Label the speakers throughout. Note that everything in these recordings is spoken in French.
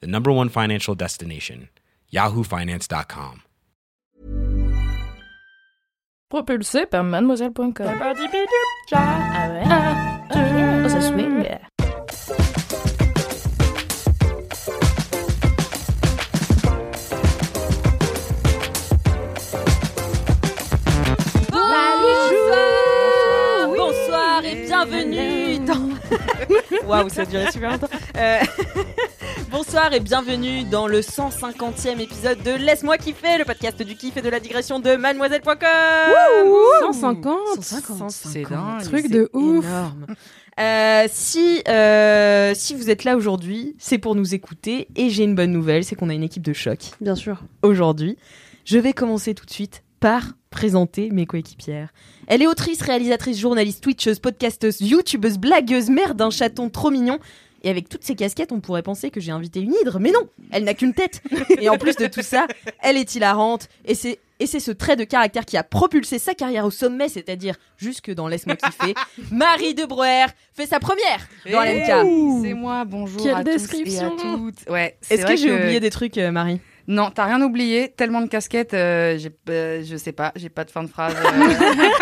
Speaker 1: the number one financial destination, yahoofinance.com.
Speaker 2: Propulsé par mademoiselle.com. Ah ouais Oh, ça swing.
Speaker 3: Bonsoir Bonsoir et bienvenue dans... Waouh, ça a duré super longtemps. Euh, Bonsoir et bienvenue dans le 150e épisode de Laisse-moi kiffer, le podcast du kiff et de la digression de mademoiselle.com
Speaker 4: 150
Speaker 3: 150,
Speaker 4: C'est dingue, Truc c'est de ouf
Speaker 3: énorme. Euh, si, euh, si vous êtes là aujourd'hui, c'est pour nous écouter et j'ai une bonne nouvelle, c'est qu'on a une équipe de choc
Speaker 4: Bien sûr.
Speaker 3: aujourd'hui. Je vais commencer tout de suite par présenter mes coéquipières. Elle est autrice, réalisatrice, journaliste, twitcheuse, podcasteuse, youtubeuse, blagueuse, mère d'un chaton trop mignon. Et avec toutes ces casquettes, on pourrait penser que j'ai invité une hydre, mais non, elle n'a qu'une tête. Et en plus de tout ça, elle est hilarante. Et c'est et c'est ce trait de caractère qui a propulsé sa carrière au sommet, c'est-à-dire jusque dans Laisse-moi kiffer. Marie de Breuer fait sa première dans
Speaker 4: Hey
Speaker 3: LMK.
Speaker 4: C'est moi, bonjour
Speaker 2: Quelle
Speaker 4: à
Speaker 2: description.
Speaker 4: tous et à toutes. Ouais, c'est
Speaker 3: Est-ce
Speaker 4: vrai
Speaker 3: que j'ai oublié des trucs, euh, Marie
Speaker 4: Non, t'as rien oublié, tellement de casquettes, euh, j'ai- euh, je sais pas, j'ai pas de fin de phrase. euh,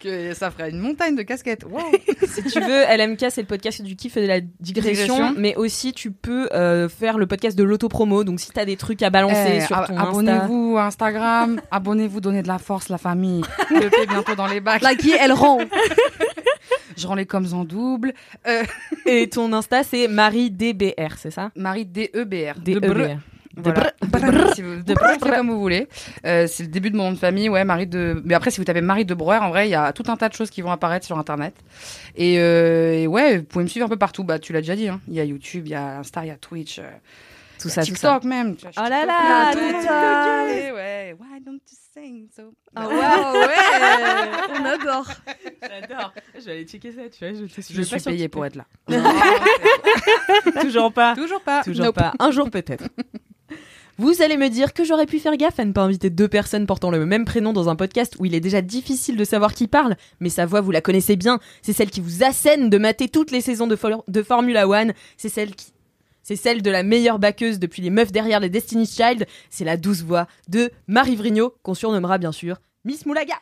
Speaker 4: que ça ferait une montagne de casquettes. Wow.
Speaker 3: Si tu veux, LMK, c'est le podcast du kiff et de la digression,
Speaker 4: Digression.
Speaker 3: mais aussi tu peux euh, faire le podcast de l'autopromo. Donc si t'as des trucs à balancer
Speaker 4: Eh,
Speaker 3: sur
Speaker 4: ab-
Speaker 3: ton Insta.
Speaker 4: abonnez-vous à Instagram, abonnez-vous, donnez de la force, la famille. Le P bientôt dans les bacs.
Speaker 3: qui elle rend
Speaker 4: Je rends les coms en double.
Speaker 3: Et ton Insta, c'est MarieDBR, c'est ça E
Speaker 4: Marie E DEBR.
Speaker 3: DEBR.
Speaker 4: De Breu. Voilà. Brr, si vous-
Speaker 3: de
Speaker 4: brr,
Speaker 3: brr.
Speaker 4: comme vous voulez. Euh, c'est le début de mon nom de famille, ouais, Marie de. Mais après, si vous tapez Marie de Breuer, en vrai, il y a tout un tas de choses qui vont apparaître sur Internet. Et, euh, et ouais, vous pouvez me suivre un peu partout. Bah, tu l'as déjà dit, hein. Il y a YouTube, il y a Insta, il y a Twitch, euh,
Speaker 3: Tout
Speaker 4: il y a
Speaker 3: ça, tout ça.
Speaker 4: TikTok même. Tu vois, je suis
Speaker 3: Oh là
Speaker 4: TikTok,
Speaker 3: là,
Speaker 4: ouais,
Speaker 3: TikTok.
Speaker 4: TikTok, ouais, ouais. Why don't you sing so-
Speaker 3: Ah
Speaker 4: on adore.
Speaker 3: J'adore. J'allais checker ça, tu vois. Je,
Speaker 4: Je suis payée pour être là.
Speaker 3: Toujours pas.
Speaker 4: Toujours pas.
Speaker 3: Toujours pas. Un jour peut-être. Vous allez me dire que j'aurais pu faire gaffe à ne pas inviter deux personnes portant le même prénom dans un podcast où il est déjà difficile de savoir qui parle, mais sa voix vous la connaissez bien, c'est celle qui vous assène de mater toutes les saisons de, Fol- de Formula One, c'est celle qui... C'est celle de la meilleure backeuse depuis les meufs derrière les Destiny's Child, c'est la douce voix de Marie Vrigno, qu'on surnommera bien sûr Miss Moulaga.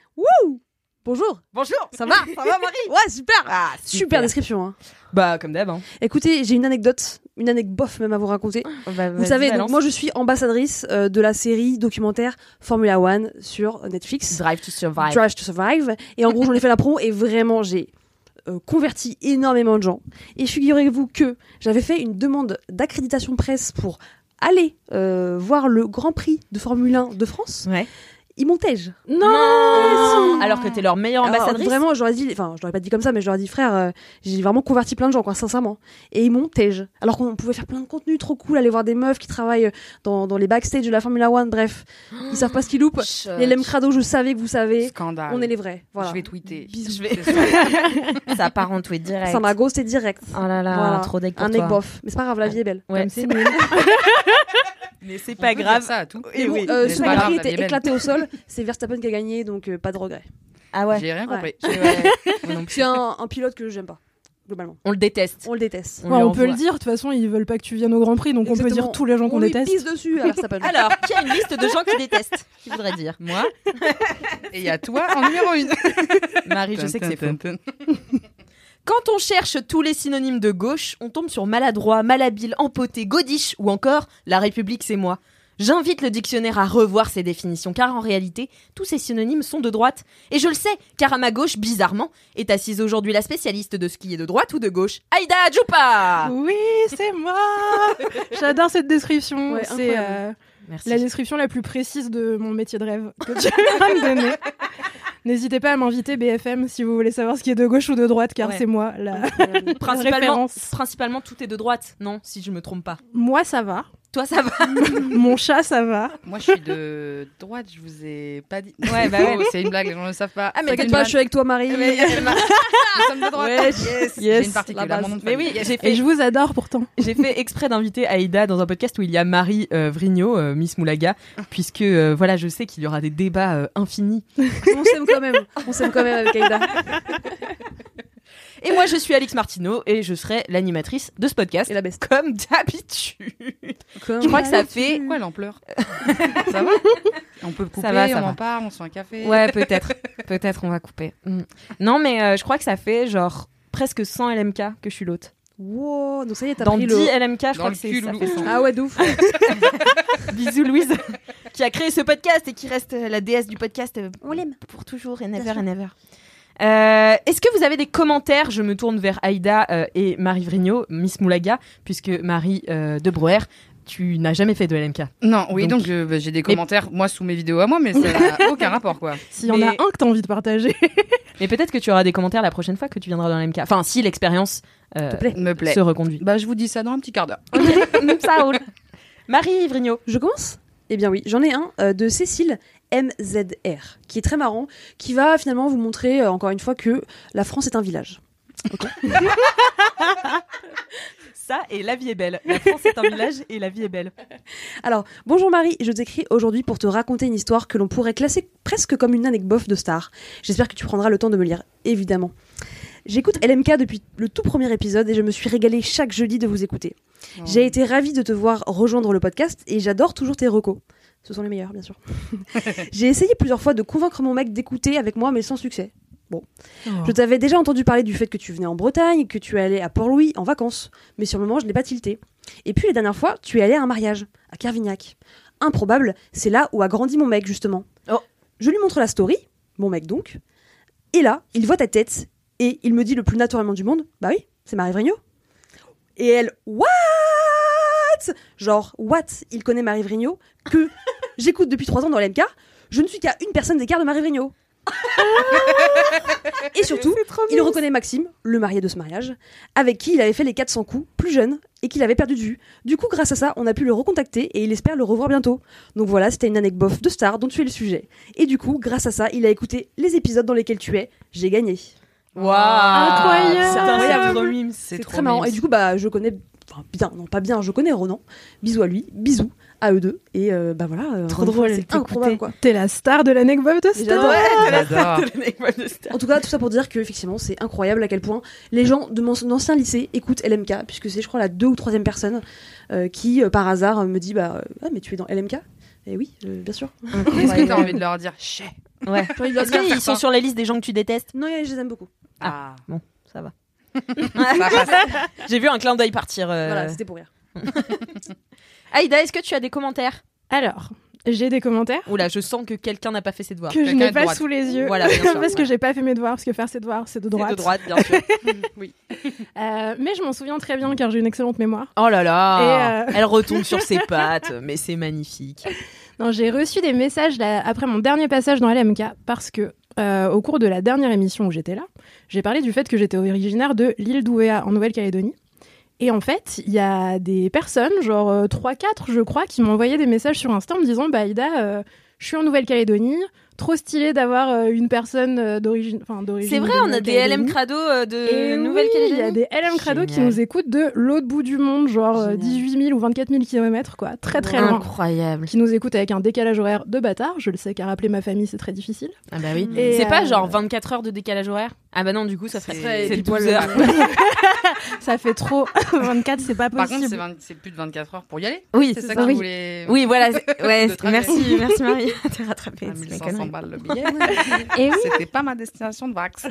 Speaker 5: Bonjour,
Speaker 3: Bonjour
Speaker 5: ça va
Speaker 3: Ça va Marie
Speaker 5: Ouais, super
Speaker 3: Ah,
Speaker 5: Super, description. hein.
Speaker 3: Bah comme d'hab. Hein.
Speaker 5: Écoutez, j'ai une anecdote, une anecdote bof même à vous raconter.
Speaker 4: Ah,
Speaker 3: Bah,
Speaker 5: Vous savez, donc, moi je suis ambassadrice euh, de la série documentaire Formula One sur Netflix,
Speaker 3: Drive to Survive.
Speaker 5: Drive to Survive. Et en gros, j'en ai fait la pro et vraiment, j'ai euh, converti énormément de gens. Et figurez-vous que j'avais fait une demande d'accréditation presse pour aller euh, voir le Grand Prix de Formule 1 de France.
Speaker 3: Ouais.
Speaker 5: Ils m'ontègent. Ah,
Speaker 3: Non Alors que t'es leur meilleure
Speaker 5: Alors,
Speaker 3: ambassadrice.
Speaker 5: vraiment, j'aurais dit, enfin, je l'aurais pas dit comme ça, mais je leur ai dit, frère, euh, j'ai vraiment converti plein de gens, quoi, sincèrement. Et ils m'ont tège. Alors qu'on pouvait faire plein de contenu trop cool, aller voir des meufs qui travaillent dans, dans les backstage de la Formula One, bref. Ils savent pas ce qu'ils loupent. Les Lem Crado, je savais que vous savez.
Speaker 4: Scandale.
Speaker 5: On est les vrais. Voilà.
Speaker 4: Je vais tweeter.
Speaker 3: Je vais-
Speaker 4: C'est ça.
Speaker 3: Ça part en tweet direct.
Speaker 5: Ça m'a ghosté direct.
Speaker 3: Oh là là,
Speaker 5: Voilà.
Speaker 3: trop deck pour
Speaker 5: Un
Speaker 3: toi.
Speaker 5: mec bof. Mais c'est pas grave, la vie est belle.
Speaker 3: Ouais,
Speaker 5: Comme
Speaker 3: c'est
Speaker 5: c'est
Speaker 3: nul.
Speaker 5: nul.
Speaker 3: Mais c'est
Speaker 4: On
Speaker 3: pas
Speaker 4: peut dire
Speaker 3: grave.
Speaker 4: ça à tout.
Speaker 5: Mais bon,
Speaker 3: oui.
Speaker 5: euh,
Speaker 4: Mais
Speaker 5: ce
Speaker 4: c'est pas
Speaker 5: Grand Prix
Speaker 4: grave, la vie est
Speaker 5: était
Speaker 4: belle.
Speaker 5: éclaté au sol. C'est Verstappen qui a gagné, donc euh, pas de regret.
Speaker 3: Ah ouais,
Speaker 4: J'ai rien
Speaker 5: Ouais.
Speaker 4: compris.
Speaker 5: C'est un, un pilote que j'aime pas, globalement.
Speaker 3: on le déteste.
Speaker 5: On le déteste.
Speaker 3: On
Speaker 6: Ouais,
Speaker 3: lui
Speaker 6: on
Speaker 3: envoie.
Speaker 6: peut le dire, de toute façon, ils veulent pas que tu viennes au Grand Prix, donc on peut
Speaker 5: Exactement.
Speaker 6: dire tous les gens qu'on
Speaker 5: On lui
Speaker 6: déteste.
Speaker 5: pisse dessus à Verstappen.
Speaker 3: Alors, qui a une liste de gens qui détestent Qui voudrait dire Moi
Speaker 4: Et il y a toi en numéro une.
Speaker 3: Marie, je sais que c'est faux.
Speaker 4: Tun, tun, tun.
Speaker 3: Quand on cherche tous les synonymes de gauche, on tombe sur maladroit, malhabile, empoté, godiche ou encore La République c'est moi. J'invite le dictionnaire à revoir ses définitions car en réalité, tous ces synonymes sont de droite. Et je le sais, car à ma gauche, bizarrement, est assise aujourd'hui la spécialiste de ce qui est de droite ou de gauche, Aïda Adjoupa
Speaker 6: Oui, c'est moi J'adore cette description.
Speaker 5: Ouais,
Speaker 6: c'est
Speaker 5: incroyable.
Speaker 6: euh,
Speaker 3: Merci.
Speaker 6: la description la plus précise de mon métier de rêve que tu vas me donner. N'hésitez pas à m'inviter BFM si vous voulez savoir ce qui est de gauche ou de droite, car
Speaker 3: Ouais.
Speaker 6: c'est moi. La...
Speaker 3: Principalement,
Speaker 6: Référence.
Speaker 3: principalement, tout est de droite, non, si je me trompe pas.
Speaker 6: Moi, ça va.
Speaker 3: Toi, ça va
Speaker 6: Mon chat, ça va.
Speaker 4: Moi, je suis de droite, je vous ai pas dit.
Speaker 3: Ouais, bah ouais.
Speaker 4: Oh, C'est une blague, les gens ne le savent pas.
Speaker 3: Ah, mais
Speaker 4: C'est
Speaker 5: T'inquiète
Speaker 4: une
Speaker 5: pas,
Speaker 4: vanne.
Speaker 5: je suis avec toi, Marie.
Speaker 4: Mais- Nous sommes de droite.
Speaker 3: Ouais, yes,
Speaker 4: yes, J'ai une partie qui
Speaker 3: la
Speaker 4: est là, mon nom de
Speaker 3: base. Mais
Speaker 4: famille.
Speaker 3: oui, j'ai fait
Speaker 6: Et je vous adore pourtant.
Speaker 3: J'ai fait exprès d'inviter Aïda dans un podcast où il y a Marie euh, Vrigno, euh, Miss Moulaga, puisque euh, voilà, je sais qu'il y aura des débats euh, infinis.
Speaker 5: On s'aime quand même. On s'aime quand même avec Aïda.
Speaker 3: Et moi, je suis Alix Martineau et je serai l'animatrice de ce podcast.
Speaker 5: Et la best.
Speaker 3: Comme d'habitude. Je crois que ça fait.
Speaker 4: Pourquoi elle en pleure Ça va On peut couper,
Speaker 3: va, ça
Speaker 4: on
Speaker 3: va.
Speaker 4: en parle, on se fait un café.
Speaker 3: Ouais, peut-être. Peut-être on va couper. Mm. Non, mais euh, je crois que ça fait genre presque 100 LMK que je suis l'hôte.
Speaker 5: Wow, donc ça y est, t'as
Speaker 3: Dans
Speaker 5: pris
Speaker 3: 10
Speaker 5: le.
Speaker 3: LMK, je
Speaker 4: Dans
Speaker 3: crois
Speaker 4: le
Speaker 3: que c'est
Speaker 4: cul,
Speaker 3: ça
Speaker 4: loulou.
Speaker 3: fait 100.
Speaker 5: Ah ouais, de ouf.
Speaker 3: Bisous Louise, qui a créé ce podcast et qui reste euh, la déesse du podcast. euh, On l'aime pour toujours et never
Speaker 5: Bien sûr.
Speaker 3: and ever. Euh, Est-ce que vous avez des commentaires Je me tourne vers Aïda euh, et Marie Vrigno, Miss Moulaga, puisque Marie euh, de Brouwer, tu n'as jamais fait de LMK.
Speaker 4: Non, oui,
Speaker 3: Donc-
Speaker 4: donc, je- bah, j'ai des commentaires, moi, sous mes vidéos à moi, mais ça n'a aucun rapport, quoi.
Speaker 6: S'il y en
Speaker 3: Mais-
Speaker 6: a un que t'as envie de partager.
Speaker 3: Mais peut-être que tu auras des commentaires la prochaine fois que tu viendras dans l'LMK. Enfin, si l'expérience euh,
Speaker 5: plaît.
Speaker 4: Me plaît.
Speaker 3: se reconduit.
Speaker 4: Bah, je vous dis ça dans un petit quart d'heure.
Speaker 3: Ça roule. Marie Vrigno.
Speaker 5: Je commence Eh bien oui, j'en ai un euh, de Cécile MZR, qui est très marrant, qui va finalement vous montrer euh, encore une fois que la France est un village.
Speaker 3: Ça et la vie est belle. La France est un village et la vie est belle.
Speaker 5: Alors, bonjour Marie, je t'écris aujourd'hui pour te raconter une histoire que l'on pourrait classer presque comme une anecdote bof de star. J'espère que tu prendras le temps de me lire, évidemment. J'écoute LMK depuis le tout premier épisode et je me suis régalée chaque jeudi de vous écouter.
Speaker 4: Oh.
Speaker 5: J'ai été ravie de te voir rejoindre le podcast et j'adore toujours tes recos. Ce sont les meilleurs, bien sûr. J'ai essayé plusieurs fois de convaincre mon mec d'écouter avec moi, mais sans succès. Bon. Je t'avais déjà entendu parler du fait que tu venais en Bretagne, que tu allais à Port-Louis en vacances, mais sur le moment, je n'ai pas tilté. Et puis, la dernière fois, tu es allé à un mariage, à Carvignac. Improbable, c'est là où a grandi mon mec, justement.
Speaker 3: Oh.
Speaker 5: Je lui montre la story, mon mec donc, et là, il voit ta tête, et il me dit le plus naturellement du monde Bah oui, c'est Marie Vrigno. Et elle, What Genre, what Il connaît Marie Vrigno, que j'écoute depuis trois ans dans l'MK, je ne suis qu'à une personne d'écart de Marie Vrigno. et surtout, il reconnaît Maxime, le marié de ce mariage, avec qui il avait fait les 400 coups, plus jeune, et qu'il avait perdu de vue. Du coup, grâce à ça, on a pu le recontacter et il espère le revoir bientôt. Donc voilà, c'était une anecdote bof de star dont tu es le sujet. Et du coup, grâce à ça, il a écouté les épisodes dans lesquels tu es. J'ai gagné.
Speaker 3: Waouh
Speaker 6: Incroyable.
Speaker 3: C'est incroyable trop mime.
Speaker 4: C'est
Speaker 5: C'est
Speaker 4: trop
Speaker 5: très marrant.
Speaker 4: mignon.
Speaker 5: Et du coup, bah, je connais. Enfin, bien, non, pas bien, je connais Ronan. Bisous à lui, bisous à eux deux. Et euh, bah voilà. euh,
Speaker 3: Trop
Speaker 5: encore une
Speaker 3: drôle,
Speaker 5: fois, C'est
Speaker 3: t'écouter.
Speaker 5: improbable, quoi.
Speaker 6: T'es la star de l'anecdote de
Speaker 5: Et
Speaker 6: Star.
Speaker 5: j'adore.
Speaker 4: J'adore.
Speaker 5: En tout cas, tout ça pour dire que effectivement, c'est incroyable à quel point les gens de mon ancien lycée écoutent LMK, puisque c'est, je crois, la deux ou troisième personne euh, qui, euh, par hasard, euh, me dit Bah, euh, ah, mais tu es dans LMK Et oui, euh, bien sûr.
Speaker 4: Qu'est-ce que t'as envie de leur dire Chais.
Speaker 3: Ouais.
Speaker 5: J'ai envie de leur
Speaker 3: Est-ce
Speaker 5: dire-
Speaker 3: qu'ils sont sur la liste des gens que tu détestes
Speaker 5: Non, je les aime beaucoup.
Speaker 4: Ah.
Speaker 3: Ça va.
Speaker 4: Ça passe.
Speaker 3: J'ai vu un clin d'œil partir. euh.
Speaker 5: Voilà, c'était pour rire.
Speaker 3: Aïda, est-ce que tu as des commentaires
Speaker 6: Alors, j'ai des commentaires
Speaker 3: Oula, je sens que quelqu'un n'a pas fait ses devoirs.
Speaker 6: que je
Speaker 4: Quelqu'un
Speaker 6: n'ai
Speaker 4: de
Speaker 6: pas
Speaker 4: droite.
Speaker 6: sous les yeux.
Speaker 3: Voilà, bien sûr.
Speaker 6: parce que j'ai pas fait mes devoirs, parce que faire ses devoirs, c'est de
Speaker 3: C'est
Speaker 6: droite.
Speaker 3: De droite, bien sûr.
Speaker 6: Euh, mais je m'en souviens très bien car j'ai une excellente mémoire.
Speaker 3: Oh là là
Speaker 6: Et, euh,
Speaker 3: Elle retombe sur ses pattes, mais c'est magnifique.
Speaker 6: Non, j'ai reçu des messages là, après mon dernier passage dans LMK parce que euh, au cours de la dernière émission où j'étais là, j'ai parlé du fait que j'étais originaire de l'île d'Ouéa en Nouvelle-Calédonie. Et en fait, il y a des personnes, genre 3-4 je crois, qui m'envoyaient des messages sur Insta en me disant Bah, Ida, euh, je suis en Nouvelle-Calédonie, trop stylé d'avoir euh, une personne euh, d'origine. enfin, d'origine
Speaker 3: C'est vrai,
Speaker 6: de
Speaker 3: on a des LM
Speaker 6: Nouvelle-Calédonie.
Speaker 3: crado euh, de
Speaker 6: Et oui, Il y a
Speaker 3: Nouvelle-Calédonie.
Speaker 6: des LM Crado qui
Speaker 3: Génial.
Speaker 6: nous écoutent de l'autre bout du monde, genre euh,
Speaker 3: Génial.
Speaker 6: 18 000 ou 24 000 kilomètres, quoi. Très très loin.
Speaker 3: Incroyable.
Speaker 6: Qui nous écoutent avec un décalage horaire de bâtard. Je le sais, car appeler ma famille, c'est très difficile.
Speaker 3: Ah bah oui.
Speaker 6: Et,
Speaker 3: C'est pas
Speaker 6: euh,
Speaker 3: genre 24 heures de décalage horaire Ah bah non, du coup, ça
Speaker 4: C'est-
Speaker 3: ferait
Speaker 4: c'est
Speaker 3: 12 heures.
Speaker 6: Ça fait trop. 24, c'est pas
Speaker 4: Par contre,
Speaker 6: possible.
Speaker 4: c'est 20 c'est plus de 24 heures pour y aller.
Speaker 3: Oui,
Speaker 4: C'est ça
Speaker 3: c'est
Speaker 4: que
Speaker 3: ça.
Speaker 4: vous
Speaker 3: Oui.
Speaker 4: voulez.
Speaker 3: Oui, voilà. c'est- Ouais,
Speaker 4: De
Speaker 3: c'est-
Speaker 4: trajet.
Speaker 3: merci, merci Marie. T'es rattrapée.
Speaker 4: À
Speaker 3: c'est ma
Speaker 4: 1500
Speaker 3: connerie.
Speaker 4: balles le billet.
Speaker 3: Et oui.
Speaker 4: C'était pas ma destination de vax.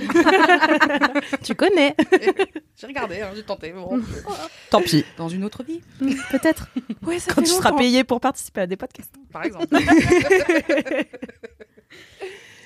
Speaker 6: tu connais.
Speaker 4: j'ai regardé, hein, j'ai tenté. bon.
Speaker 3: Tant pis.
Speaker 4: Dans une autre vie,
Speaker 3: Peut-être.
Speaker 6: Ouais, ça
Speaker 3: Quand
Speaker 6: fait
Speaker 3: tu seras
Speaker 6: longtemps.
Speaker 3: payé pour participer à des podcasts.
Speaker 4: par exemple.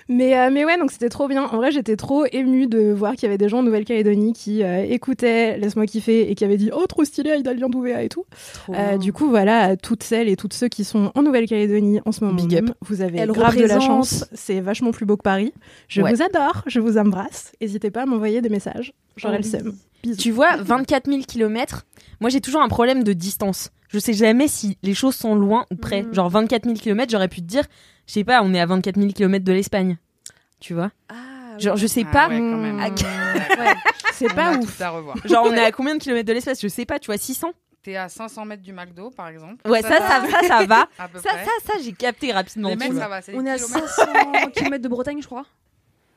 Speaker 6: Mais, euh, mais ouais, donc c'était trop bien. En vrai, j'étais trop émue de voir qu'il y avait des gens en Nouvelle-Calédonie qui euh, écoutaient Laisse-moi kiffer et qui avaient dit Oh, trop stylé, Aïda Lyon d'Ouvéa et tout. Euh, du coup, voilà, à toutes celles et tous ceux qui sont en Nouvelle-Calédonie en ce moment,
Speaker 3: Big up.
Speaker 6: même, vous avez
Speaker 5: Elle
Speaker 6: grave de la
Speaker 5: représente.
Speaker 6: chance. C'est vachement plus beau que Paris. Je
Speaker 3: Ouais.
Speaker 6: vous adore, je vous embrasse. N'hésitez pas à m'envoyer des messages. J'aurai le seum.
Speaker 5: Bisous.
Speaker 3: Tu vois, 24 000 km, moi j'ai toujours un problème de distance. Je sais jamais si les choses sont loin ou près.
Speaker 5: Mhm.
Speaker 3: Genre 24 000 km, j'aurais pu te dire, je sais pas, on est à 24 000 km de l'Espagne. Tu vois
Speaker 5: Ah,
Speaker 3: Genre, je sais
Speaker 4: Ah
Speaker 3: pas.
Speaker 4: ouais, quand même.
Speaker 3: à-
Speaker 4: Ouais.
Speaker 6: C'est
Speaker 4: On
Speaker 6: pas
Speaker 4: a
Speaker 6: ouf.
Speaker 4: tout à revoir.
Speaker 3: Genre, on est à combien de kilomètres de l'espace Je sais pas, tu vois, 600
Speaker 4: T'es à 500 mètres du McDo, par exemple.
Speaker 3: Ouais, ça, ça, ça, ça va.
Speaker 4: À peu
Speaker 3: Ça,
Speaker 4: près.
Speaker 3: ça, ça, j'ai capté rapidement.
Speaker 4: Les
Speaker 3: tu
Speaker 4: mecs,
Speaker 3: vois.
Speaker 4: ça va. c'est
Speaker 5: Ah, On
Speaker 4: des
Speaker 5: est à
Speaker 4: kilomètres.
Speaker 5: 500 km de Bretagne, je crois.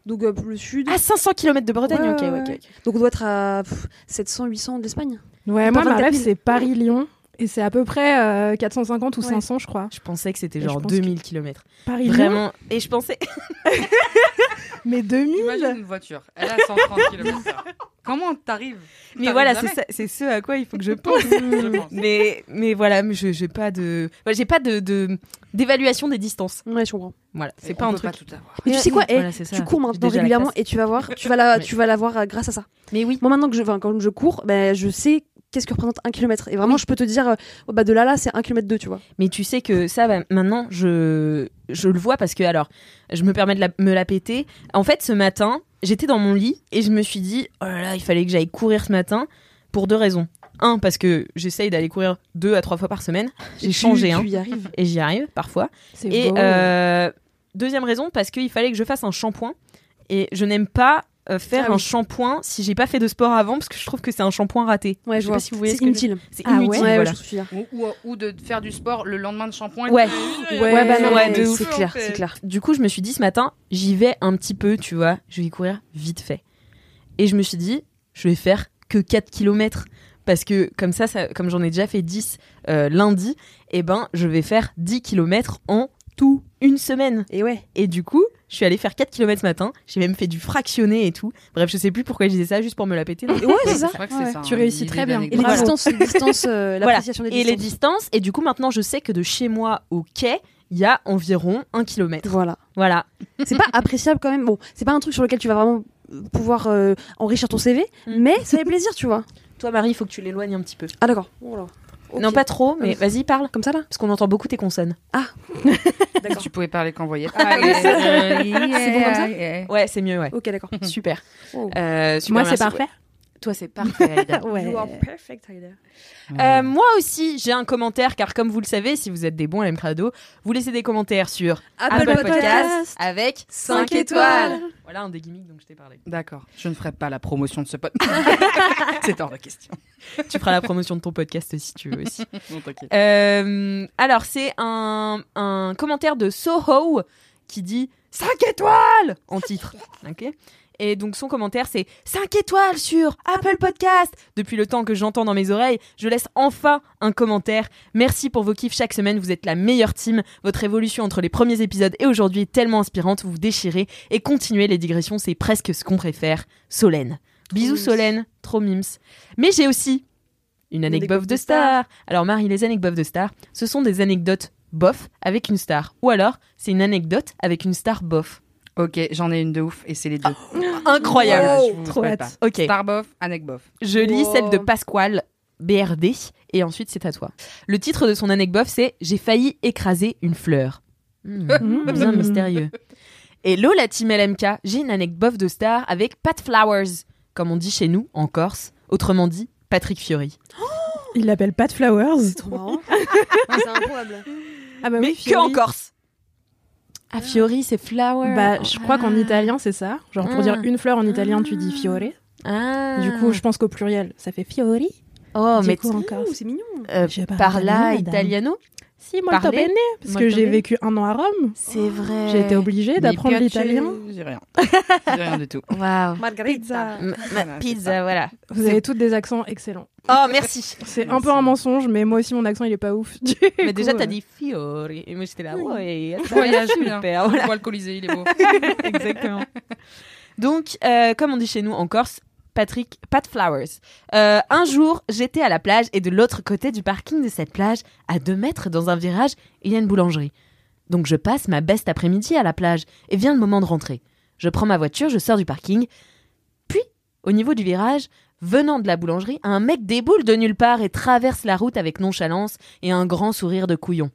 Speaker 5: Donc euh, le sud.
Speaker 3: Ah, 500 km de Bretagne,
Speaker 5: Ouais,
Speaker 3: ok,
Speaker 5: ouais,
Speaker 3: ok,
Speaker 5: ouais.
Speaker 3: ok.
Speaker 5: Donc on doit être à pff, 700, 800 de l'Espagne.
Speaker 6: Ouais,
Speaker 5: Pas
Speaker 6: moi, ma
Speaker 5: 24 000.
Speaker 6: rêve, c'est Paris-Lyon. Et c'est à peu près euh, 450 ou
Speaker 5: Ouais.
Speaker 6: 500, je crois.
Speaker 3: Je pensais que c'était
Speaker 6: Et
Speaker 3: genre
Speaker 6: je pense
Speaker 3: 2000 km.
Speaker 6: Paris-Lyon.
Speaker 3: Vraiment. Et je pensais.
Speaker 6: Mais 2000
Speaker 4: Imagine une voiture. Elle a 130 km/h. Comment t'arrives
Speaker 3: Mais voilà, c'est
Speaker 4: jamais.
Speaker 3: ça- c'est ce à quoi il faut que je pense.
Speaker 4: Je pense.
Speaker 3: mais, mais voilà, mais je j'ai pas de. ouais, J'ai pas de- de d'évaluation des distances.
Speaker 5: Ouais, je comprends.
Speaker 3: Voilà, c'est
Speaker 4: Et
Speaker 3: pas
Speaker 4: on
Speaker 3: un
Speaker 4: peut
Speaker 3: truc.
Speaker 4: Pas tout avoir.
Speaker 5: Mais tu sais quoi eh,
Speaker 3: Voilà, c'est ça.
Speaker 5: Tu cours
Speaker 3: J'ai
Speaker 5: maintenant
Speaker 3: déjà la
Speaker 5: régulièrement
Speaker 3: classe.
Speaker 5: et tu vas voir, tu vas la,
Speaker 3: Ouais.
Speaker 5: tu vas la voir euh, grâce à ça.
Speaker 3: Mais oui.
Speaker 5: Moi maintenant que je, enfin, quand je cours, ben, je sais qu'est-ce que représente un kilomètre. Et vraiment, je peux te dire, euh, oh, bah, de là là, c'est un kilomètre deux, tu vois.
Speaker 3: Mais tu sais que ça, bah, maintenant, je, je le vois parce que, alors, je me permets de la- me la péter. En fait, ce matin, j'étais dans mon lit et je me suis dit, oh là là, il fallait que j'aille courir ce matin pour deux raisons. Un, parce que j'essaye d'aller courir deux à trois fois par semaine. J'ai
Speaker 5: Tu-
Speaker 3: changé, hein.
Speaker 5: Tu y arrives.
Speaker 3: Et j'y arrive parfois.
Speaker 6: C'est
Speaker 3: Et
Speaker 6: beau.
Speaker 3: euh, deuxième raison, parce qu'il fallait que je fasse un shampoing. Et je n'aime pas euh, faire
Speaker 5: Ah oui.
Speaker 3: un shampoing si j'ai pas fait de sport avant, parce que je trouve que c'est un shampoing raté.
Speaker 5: Ouais,
Speaker 3: sais
Speaker 5: je
Speaker 3: pas
Speaker 5: vois.
Speaker 3: si vous voyez ce
Speaker 5: c'est
Speaker 3: que je-
Speaker 5: inutile.
Speaker 3: C'est
Speaker 6: Ah
Speaker 3: inutile.
Speaker 6: ouais
Speaker 5: ouais,
Speaker 3: voilà.
Speaker 5: je suis fière.
Speaker 4: Ou, ou- ou de faire du sport le lendemain de shampoing.
Speaker 3: Ouais.
Speaker 5: Ouais,
Speaker 3: Ouais, bah non, ouais, de ouf.
Speaker 5: c'est clair, c'est clair.
Speaker 3: Du coup, je me suis dit ce matin, j'y vais un petit peu, tu vois, je vais courir vite fait. Et je me suis dit, je vais faire que 4 km. Parce que comme ça, ça- comme j'en ai déjà fait 10 euh, lundi, eh ben, je vais faire 10 km en tout une semaine.
Speaker 5: Et ouais.
Speaker 3: Et du coup, je suis allée faire 4 km ce matin. J'ai même fait du fractionné et tout. Bref, je sais plus pourquoi je disais ça, juste pour me la péter.
Speaker 5: Et ouais, c'est ça.
Speaker 4: Je crois que c'est
Speaker 5: Ouais.
Speaker 4: ça,
Speaker 6: Tu
Speaker 4: hein,
Speaker 6: réussis
Speaker 4: l'idée
Speaker 6: très bien.
Speaker 5: Et
Speaker 4: d'anecdote.
Speaker 5: les
Speaker 3: Bravo.
Speaker 5: distances, distances, euh, l'appréciation
Speaker 3: Et
Speaker 5: des
Speaker 3: les
Speaker 5: distances.
Speaker 3: distances. Et du coup, maintenant, je sais que de chez moi au quai, il y a environ 1 km.
Speaker 5: Voilà.
Speaker 3: Voilà.
Speaker 5: c'est pas appréciable quand même. Bon, c'est pas un truc sur lequel tu vas vraiment euh, pouvoir euh, enrichir ton CV,
Speaker 3: Mm.
Speaker 5: mais ça fait plaisir, tu vois.
Speaker 3: Toi, Marie, il faut que tu l'éloignes un petit peu.
Speaker 5: Ah d'accord.
Speaker 3: Non, pas trop, mais
Speaker 5: Ok.
Speaker 3: vas-y, parle.
Speaker 5: comme ça là.
Speaker 3: Parce qu'on entend beaucoup tes consonnes.
Speaker 4: Si tu pouvais parler qu'en voyelle. Euh,
Speaker 5: C'est bon comme ça
Speaker 3: Ouais, c'est mieux, ouais.
Speaker 5: Ok, d'accord.
Speaker 3: Super.
Speaker 5: Oh.
Speaker 3: Euh, super,
Speaker 6: Moi, c'est
Speaker 3: merci.
Speaker 6: parfait.
Speaker 3: Toi, c'est parfait. Aïda.
Speaker 6: Ouais.
Speaker 3: Euh, moi aussi, j'ai un commentaire, car comme vous le savez, si vous êtes des bons LM Crado, vous laissez des commentaires sur Apple, Podcast,
Speaker 6: Podcast.
Speaker 3: avec 5
Speaker 6: Cinq
Speaker 3: étoiles.
Speaker 6: étoiles.
Speaker 3: Voilà un des gimmicks dont je t'ai parlé.
Speaker 4: D'accord. Je ne ferai pas la promotion de ce pote. c'est hors de question.
Speaker 3: tu feras la promotion de ton podcast si tu veux aussi.
Speaker 4: Non, t'inquiète.
Speaker 3: Euh, alors, c'est un, un commentaire de Soho qui dit 5 étoiles en titre. Ok et donc son commentaire c'est 5 étoiles sur Apple Podcast. Depuis le temps que j'entends dans mes oreilles, je laisse enfin un commentaire. Merci pour vos kiffs chaque semaine, vous êtes la meilleure team. Votre évolution entre les premiers épisodes et aujourd'hui est tellement inspirante, vous vous déchirez et continuez les digressions, c'est presque ce qu'on préfère. Solène. Bisous
Speaker 5: Mims.
Speaker 3: Solène, trop mims. Mais j'ai aussi une anecdote
Speaker 5: anecdote
Speaker 3: de
Speaker 5: de
Speaker 3: star. Alors Marie, les anecdotes de star, ce sont des anecdotes bof avec une star. Ou alors, c'est une anecdote avec une star bof.
Speaker 4: Ok, j'en ai une de ouf et c'est les deux.
Speaker 3: Incroyable.
Speaker 4: Voilà, je vous
Speaker 6: Trop
Speaker 4: spoil pas.
Speaker 6: hâte.
Speaker 3: Ok,
Speaker 4: Starboff, Anecboff.
Speaker 3: je lis
Speaker 5: Wow.
Speaker 3: celle de Pasquale BRD et ensuite c'est à toi. Le titre de son anecdote c'est J'ai failli écraser une fleur. Hmm, bien mystérieux. Hello la team LMK, j'ai une anecdote de star avec Pat Flowers, comme on dit chez nous en Corse, autrement dit Patrick Fiori.
Speaker 6: Il l'appelle Pat Flowers.
Speaker 5: Trop marrant. c'est improbable.
Speaker 6: Ah bah
Speaker 3: Mais
Speaker 6: oui,
Speaker 3: que en
Speaker 6: Fiori.
Speaker 3: Corse. Ah Fiori c'est flower.
Speaker 6: Bah, je crois qu'en italien, c'est ça. Genre, pour
Speaker 3: Ah.
Speaker 6: dire une fleur en italien, tu dis fiore.
Speaker 3: Ah.
Speaker 6: Du coup, je pense qu'au pluriel, ça fait fiori.
Speaker 3: Oh,
Speaker 6: du
Speaker 3: mais
Speaker 6: coup, en Corse.
Speaker 5: C'est mignon.
Speaker 3: euh,
Speaker 6: Je parle
Speaker 3: par là,
Speaker 6: italien, madame.
Speaker 3: italiano
Speaker 6: Si, molto
Speaker 3: Parler.
Speaker 6: bene, parce
Speaker 3: Molto
Speaker 6: que j'ai
Speaker 3: bene.
Speaker 6: vécu un an à Rome.
Speaker 3: C'est vrai.
Speaker 6: J'ai été obligée d'apprendre
Speaker 4: Ni piace,
Speaker 6: l'italien.
Speaker 4: J'ai rien. J'ai rien du tout.
Speaker 3: Waouh.
Speaker 5: Margarita.
Speaker 3: M- ma-
Speaker 4: c'est
Speaker 3: Pizza, voilà.
Speaker 6: Vous avez toutes des accents excellents.
Speaker 3: Oh, merci.
Speaker 6: C'est un
Speaker 4: Merci.
Speaker 6: peu un mensonge, mais moi aussi, mon accent, il est pas ouf. Du
Speaker 3: Mais
Speaker 6: coup,
Speaker 3: déjà, t'as
Speaker 6: euh,
Speaker 3: dit Fiori. Et moi, j'étais là,
Speaker 5: Oui.
Speaker 3: ouais, ça a l'air
Speaker 4: Voyage bien.
Speaker 3: super. Voilà,
Speaker 4: Faut alcooliser, il est beau.
Speaker 3: exactement. Donc, euh, comme on dit chez nous en Corse, Patrick, Pat Flowers. Euh, un jour, j'étais à la plage et de l'autre côté du parking de cette plage, à deux mètres dans un virage, il y a une boulangerie. Donc je passe ma best après-midi à la plage et vient le moment de rentrer. Je prends ma voiture, je sors du parking. Puis, au niveau du virage, venant de la boulangerie, un mec déboule de nulle part et traverse la route avec nonchalance et un grand sourire de couillon.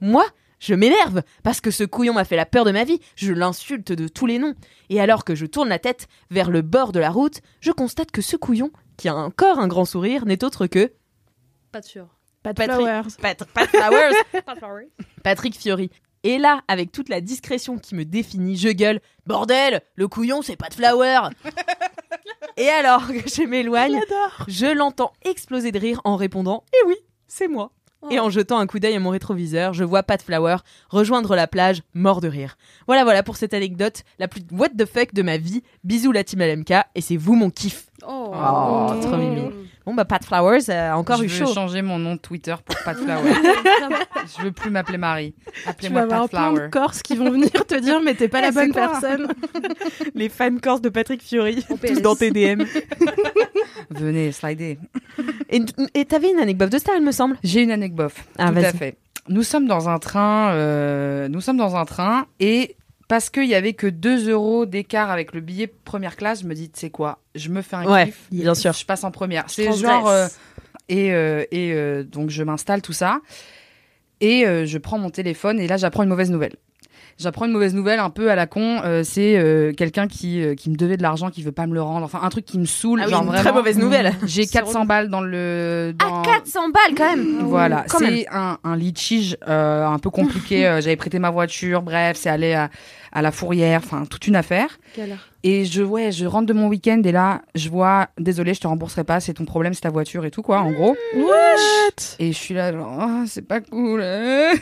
Speaker 3: Moi, je m'énerve parce que ce couillon m'a fait la peur de ma vie, je l'insulte de tous les noms. Et alors que je tourne la tête vers le bord de la route, je constate que ce couillon, qui a encore un grand sourire, n'est autre que
Speaker 5: Pas sûr.
Speaker 6: Pas de
Speaker 3: Patrick.
Speaker 6: euh, flowers.
Speaker 3: Pat- Pat Flowers. Patrick Fiori. Et là, avec toute la discrétion qui me définit, je gueule Bordel, le couillon, c'est pas de flower Et alors que je m'éloigne, je l'entends exploser de rire en répondant Eh oui, c'est moi Et en jetant un coup d'œil à mon rétroviseur, je vois Pat Flower rejoindre la plage, mort de rire. Voilà, voilà pour cette anecdote, la plus what the fuck de ma vie. Bisous la team LMK, et c'est vous mon kiff.
Speaker 5: Oh,
Speaker 3: Oh, trop mignon. Bon, bah, Pat Flowers a encore
Speaker 4: je
Speaker 3: eu
Speaker 4: veux
Speaker 3: chaud.
Speaker 4: changer mon nom de Twitter pour Pat Flower. je veux plus m'appeler Marie.
Speaker 6: Tu vas
Speaker 4: Appelez-moi
Speaker 6: avoir
Speaker 4: Pat
Speaker 6: plein de
Speaker 4: Flower.
Speaker 6: Corses qui vont venir te dire mais t'es pas la
Speaker 5: Eh, c'est
Speaker 6: bonne
Speaker 5: quoi
Speaker 6: personne.
Speaker 3: Les fans corses de Patrick Fiori,
Speaker 5: En
Speaker 3: tous
Speaker 5: PS.
Speaker 3: dans TDM.
Speaker 4: Venez, slider.
Speaker 3: Et et t'avais une anecdote de star, il me semble.
Speaker 4: J'ai une anecdote. bof.
Speaker 3: Ah,
Speaker 4: Tout à
Speaker 3: vas-y.
Speaker 4: fait. Nous sommes dans un train. euh, nous sommes dans un train et parce qu'il y avait que 2 euros d'écart avec le billet première classe, je me dis, tu sais quoi, je me fais un
Speaker 3: Ouais,
Speaker 4: kiff.
Speaker 3: bien sûr.
Speaker 4: Je passe en première. C'est
Speaker 3: transgresse.
Speaker 4: genre euh, et euh, et euh, donc je m'installe tout ça et euh, je prends mon téléphone et là j'apprends une mauvaise nouvelle. J'apprends une mauvaise nouvelle un peu à la con. euh, c'est euh, quelqu'un qui, euh, qui me devait de l'argent, qui veut pas me le rendre. Enfin, un truc qui me saoule.
Speaker 3: Ah oui,
Speaker 4: genre
Speaker 3: une
Speaker 4: vraiment.
Speaker 3: très mauvaise nouvelle.
Speaker 4: J'ai
Speaker 3: C'est Ah,
Speaker 4: 400 balles dans le. Dans...
Speaker 3: 400 balles
Speaker 5: Mmh,
Speaker 3: quand même.
Speaker 4: Voilà,
Speaker 3: Quand même.
Speaker 4: c'est un, un litige euh, un peu compliqué. Euh, J'avais prêté ma voiture, bref, c'est allé à, à la fourrière, enfin, toute une affaire.
Speaker 5: galère.
Speaker 4: Et je, ouais, je rentre de mon week-end et là, je vois, désolé, je te rembourserai pas, c'est ton problème, c'est ta voiture et tout, quoi, en gros.
Speaker 6: What
Speaker 4: Et je suis là, genre, Ah, c'est pas cool. euh.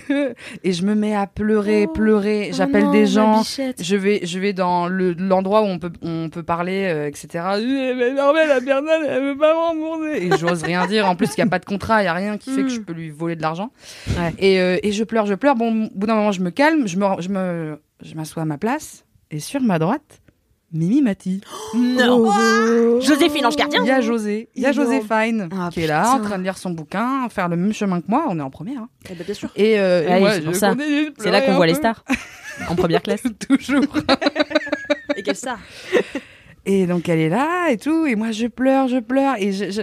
Speaker 4: et je me mets à pleurer,
Speaker 5: Oh.
Speaker 4: pleurer. J'appelle
Speaker 5: Oh non,
Speaker 4: des
Speaker 5: ma
Speaker 4: gens.
Speaker 5: bichette.
Speaker 4: Je vais, je vais dans le- l'endroit où on peut, on peut parler, euh, etc. Eh, Mais non, mais la personne, elle veut pas me rembourser. Et j'ose rien dire. En plus, il n'y a pas de contrat, il n'y a rien qui fait que je peux lui voler de l'argent.
Speaker 3: Hmm. Ouais.
Speaker 4: Et, euh, et je pleure, je pleure. Bon, au bout d'un moment, je me calme, je me, je me, je m'assois à ma place. Et sur ma droite, Mimi Mati.
Speaker 3: Oh,
Speaker 4: Oh,
Speaker 3: Non. Joséphine Ange Gardien.
Speaker 4: Il y a José, il y a
Speaker 5: Énorme.
Speaker 4: Joséphine
Speaker 3: Ah,
Speaker 4: qui est là, en
Speaker 3: putain.
Speaker 4: train de lire son bouquin, faire le même chemin que moi. On est en première. hein.
Speaker 5: Eh ben, bien sûr.
Speaker 4: Et, euh, et
Speaker 3: Ouais,
Speaker 4: moi,
Speaker 3: Ah c'est
Speaker 4: je
Speaker 3: pour ça.
Speaker 4: continue
Speaker 5: Oh,
Speaker 4: de
Speaker 3: C'est là
Speaker 4: pleurer
Speaker 3: qu'on
Speaker 4: un
Speaker 3: voit les
Speaker 4: peu.
Speaker 3: stars. En première classe.
Speaker 4: Toujours.
Speaker 5: Et quelle star
Speaker 4: Et donc elle est là et tout, et moi je pleure, je pleure, et je, je,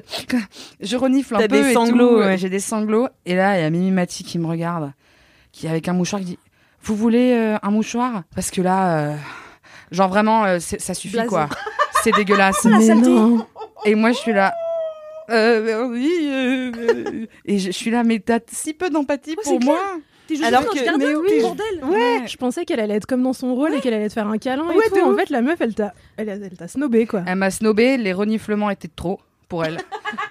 Speaker 4: je renifle un
Speaker 3: T'as
Speaker 4: peu.
Speaker 3: des
Speaker 4: et
Speaker 3: sanglots,
Speaker 4: tout.
Speaker 3: ouais.
Speaker 4: J'ai des sanglots. Et là, il y a Mimi Mati qui me regarde, qui avec un mouchoir qui dit Vous voulez euh, un mouchoir Parce que là, euh, genre vraiment, euh, c'est- ça suffit
Speaker 5: Blasé.
Speaker 4: quoi. C'est dégueulasse.
Speaker 3: Ah,
Speaker 5: la saleté.
Speaker 6: non.
Speaker 4: Et moi je suis là. Euh, oui, euh, euh, et je, je suis là, mais t'as si peu d'empathie
Speaker 5: Ouais,
Speaker 4: pour
Speaker 5: c'est
Speaker 4: moi.
Speaker 5: T'es juste
Speaker 3: Alors
Speaker 5: dans
Speaker 3: que-
Speaker 5: le gardien,
Speaker 4: mais
Speaker 5: t'es
Speaker 4: oui.
Speaker 5: bordel.
Speaker 6: Je pensais qu'elle allait être comme dans son rôle et qu'elle allait te faire un câlin
Speaker 4: Ouais,
Speaker 6: et
Speaker 4: de
Speaker 6: tout. En
Speaker 4: ouf. Ah.
Speaker 6: fait, la meuf, elle t'a, elle, a- elle t'a snobé quoi.
Speaker 4: Elle m'a snobé, les reniflements étaient de trop pour elle.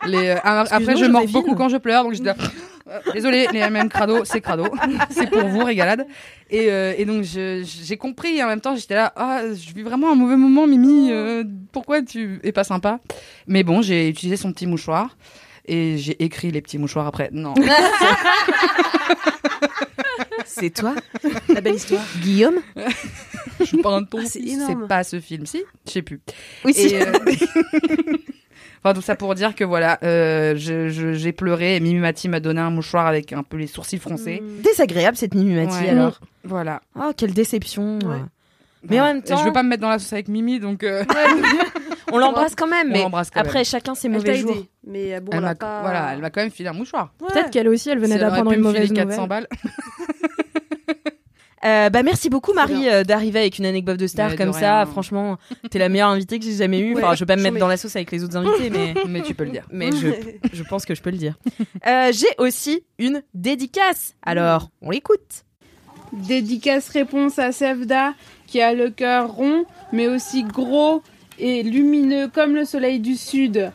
Speaker 4: Les, euh, a- après, je
Speaker 6: Excuse-nous,
Speaker 4: mords
Speaker 6: Joséphine.
Speaker 4: beaucoup quand je pleure, donc je dis euh, désolé, les MM crado, c'est crado, c'est pour vous, régalade. Et, euh, et donc je- j'ai compris, et en même temps, j'étais là, ah, je vis vraiment un mauvais moment,
Speaker 6: Oh.
Speaker 4: Mimi, euh, pourquoi tu es pas sympa Mais bon, j'ai utilisé son petit mouchoir. Et j'ai écrit les petits mouchoirs après. Non.
Speaker 3: C'est toi,
Speaker 5: La belle histoire.
Speaker 3: Guillaume
Speaker 4: Je suis pas un ton.
Speaker 5: Ah, c'est énorme.
Speaker 4: C'est pas ce film. Si, je sais plus.
Speaker 3: Oui,
Speaker 4: Et, euh, enfin, tout ça pour dire que voilà, euh, je- je- j'ai pleuré et Mimi Mati m'a donné un mouchoir avec un peu les sourcils froncés.
Speaker 5: Hmm.
Speaker 3: Désagréable cette Mimi Mati
Speaker 4: Ouais.
Speaker 3: alors.
Speaker 4: Voilà.
Speaker 3: Oh, quelle déception.
Speaker 5: Ouais.
Speaker 3: Mais en même
Speaker 4: Et
Speaker 3: temps-
Speaker 4: Je veux pas me mettre dans la sauce avec Mimi, donc. euh,
Speaker 3: On l'embrasse quand même,
Speaker 4: On
Speaker 3: mais
Speaker 4: l'embrasse quand
Speaker 3: après chacun ses
Speaker 5: Elle t'a
Speaker 3: mauvais jours.
Speaker 5: aidé. Mais euh, bon,
Speaker 4: elle
Speaker 5: elle
Speaker 4: m'a
Speaker 5: a pas.
Speaker 4: voilà, elle m'a quand même filé un mouchoir.
Speaker 6: Peut-être qu'elle aussi, elle venait
Speaker 4: Si elle aurait
Speaker 6: d'apprendre
Speaker 4: pu
Speaker 6: une
Speaker 4: me filer
Speaker 6: mauvaise
Speaker 4: 400
Speaker 6: nouvelle.
Speaker 4: balles.
Speaker 3: Euh, bah merci beaucoup Marie
Speaker 5: bien.
Speaker 3: euh, d'arriver avec une anecdote de star
Speaker 4: Mais de
Speaker 3: comme
Speaker 4: rien.
Speaker 3: ça. Franchement, t'es la meilleure invitée que j'ai jamais eue.
Speaker 5: Ouais,
Speaker 3: Enfin, je vais pas me
Speaker 5: j'en
Speaker 3: mettre
Speaker 5: ai-
Speaker 3: dans la sauce avec les autres invités, mais
Speaker 4: Mais tu peux le dire.
Speaker 3: mais je je pense que je peux le dire. Euh, j'ai aussi une dédicace. Alors, on l'écoute.
Speaker 7: Dédicace réponse à Sevda qui a le cœur rond mais aussi gros et lumineux comme le soleil du sud.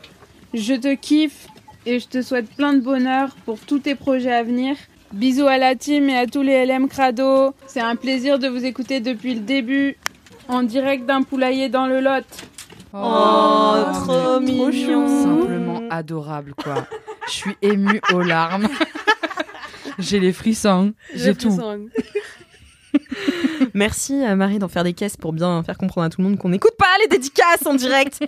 Speaker 7: Je te kiffe et je te souhaite plein de bonheur pour tous tes projets à venir. Bisous à la team et à tous les LM Crado. C'est un plaisir de vous écouter depuis le début en direct d'un poulailler dans le Lot.
Speaker 3: Oh, trop
Speaker 6: mignon.
Speaker 3: mignon.
Speaker 4: Simplement adorable, quoi. Je suis émue aux larmes. J'ai les frissons. J'ai tout.
Speaker 3: Merci à Marie d'en faire des caisses pour bien faire comprendre à tout le monde qu'on n'écoute pas les dédicaces en direct.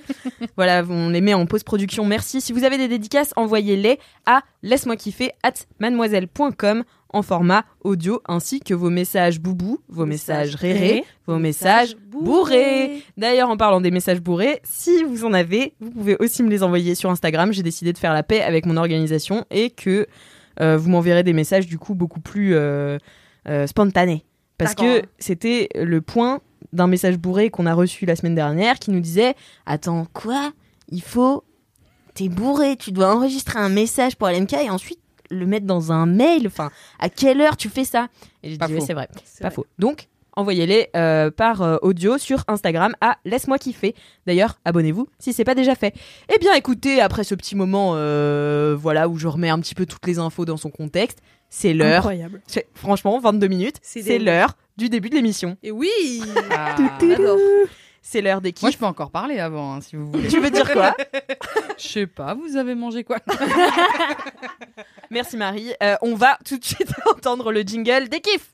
Speaker 3: voilà, on les met en post-production. Merci. Si vous avez des dédicaces, envoyez-les à laisse-moi kiffer at mademoiselle.com en format audio ainsi que vos messages boubou, vos messages rérés, vos messages bourrés. D'ailleurs, en parlant des messages bourrés, si vous en avez, vous pouvez aussi me les envoyer sur Instagram. J'ai décidé de faire la paix avec mon organisation et que euh, vous m'enverrez des messages du coup beaucoup plus euh, euh, spontanée. Parce que
Speaker 5: D'accord.
Speaker 3: c'était le point d'un message bourré qu'on a reçu la semaine dernière qui nous disait Attends, quoi Il faut. T'es bourré, tu dois enregistrer un message pour LMK et ensuite le mettre dans un mail. Enfin, à quelle heure tu fais ça Et j'ai
Speaker 4: Pas
Speaker 3: dit Ouais,
Speaker 4: faux.
Speaker 3: C'est vrai,
Speaker 5: C'est
Speaker 3: pas
Speaker 5: vrai.
Speaker 3: faux. Donc, envoyez-les euh, par euh, audio sur Instagram à Laisse-moi kiffer. D'ailleurs, abonnez-vous si c'est pas déjà fait. Eh bien, écoutez, après ce petit moment, euh, voilà, où je remets un petit peu toutes les infos dans son contexte, c'est l'heure
Speaker 6: Incroyable.
Speaker 3: c'est- Franchement, 22 minutes,
Speaker 5: C'est
Speaker 3: c'est
Speaker 5: des-
Speaker 3: l'heure du début de l'émission.
Speaker 5: Et oui
Speaker 4: Ah.
Speaker 5: J'adore.
Speaker 6: Oh.
Speaker 3: C'est l'heure des kiffs.
Speaker 4: Moi, je peux encore parler avant, hein, si vous voulez.
Speaker 3: Tu veux dire quoi
Speaker 4: Je sais pas, vous avez mangé quoi
Speaker 3: Merci Marie. Euh, on va tout de suite entendre le jingle des kiffs.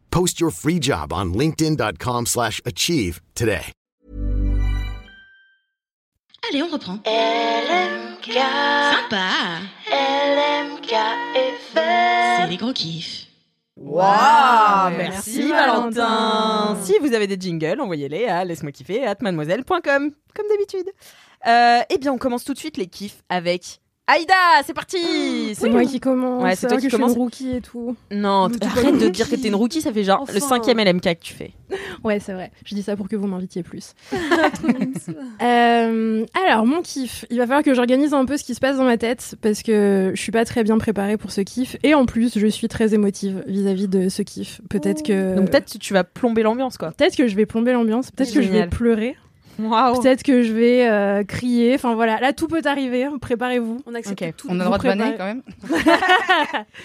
Speaker 8: Post your free job on linkedin.com/achieve slash achieve today.
Speaker 9: Allez, on reprend. LMK. Sympa. LMK C'est les gros kiffs.
Speaker 3: Waouh
Speaker 5: merci, Valentin.
Speaker 3: Ah, Si vous avez des jingles, envoyez-les à laisse-moi kiffer at mademoiselle.com, comme d'habitude. Euh, eh bien, on commence tout de suite les kiffs avec Aïda. C'est parti
Speaker 6: C'est moi qui commence.
Speaker 3: Ouais, c'est toi
Speaker 6: alors
Speaker 3: qui
Speaker 6: que je suis une
Speaker 3: commence.
Speaker 6: rookie et tout.
Speaker 3: Non,
Speaker 6: Mais
Speaker 3: t-
Speaker 6: tu peux
Speaker 3: arrête de
Speaker 6: une
Speaker 3: dire que
Speaker 6: rookie.
Speaker 3: t'es une rookie, ça fait genre le
Speaker 5: Enfin.
Speaker 3: cinquième LMK que tu fais.
Speaker 6: Ouais, c'est vrai. Je dis ça pour que vous m'invitiez plus. Euh, alors, mon kiff, il va falloir que j'organise un peu ce qui se passe dans ma tête parce que je suis pas très bien préparée pour ce kiff et en plus, je suis très émotive vis-à-vis de ce kiff. Peut-être que
Speaker 3: Donc peut-être tu vas plomber l'ambiance quoi.
Speaker 6: peut-être que je vais plomber l'ambiance, peut-être que je vais
Speaker 3: Génial.
Speaker 6: pleurer,
Speaker 3: Waouh.
Speaker 6: peut-être que je vais euh, crier. Enfin voilà, là tout peut arriver. hein. Préparez-vous.
Speaker 5: On accepte
Speaker 3: Ok.
Speaker 5: tout.
Speaker 4: On a le
Speaker 6: Vous
Speaker 4: droit de
Speaker 6: préparez.
Speaker 4: vanner quand même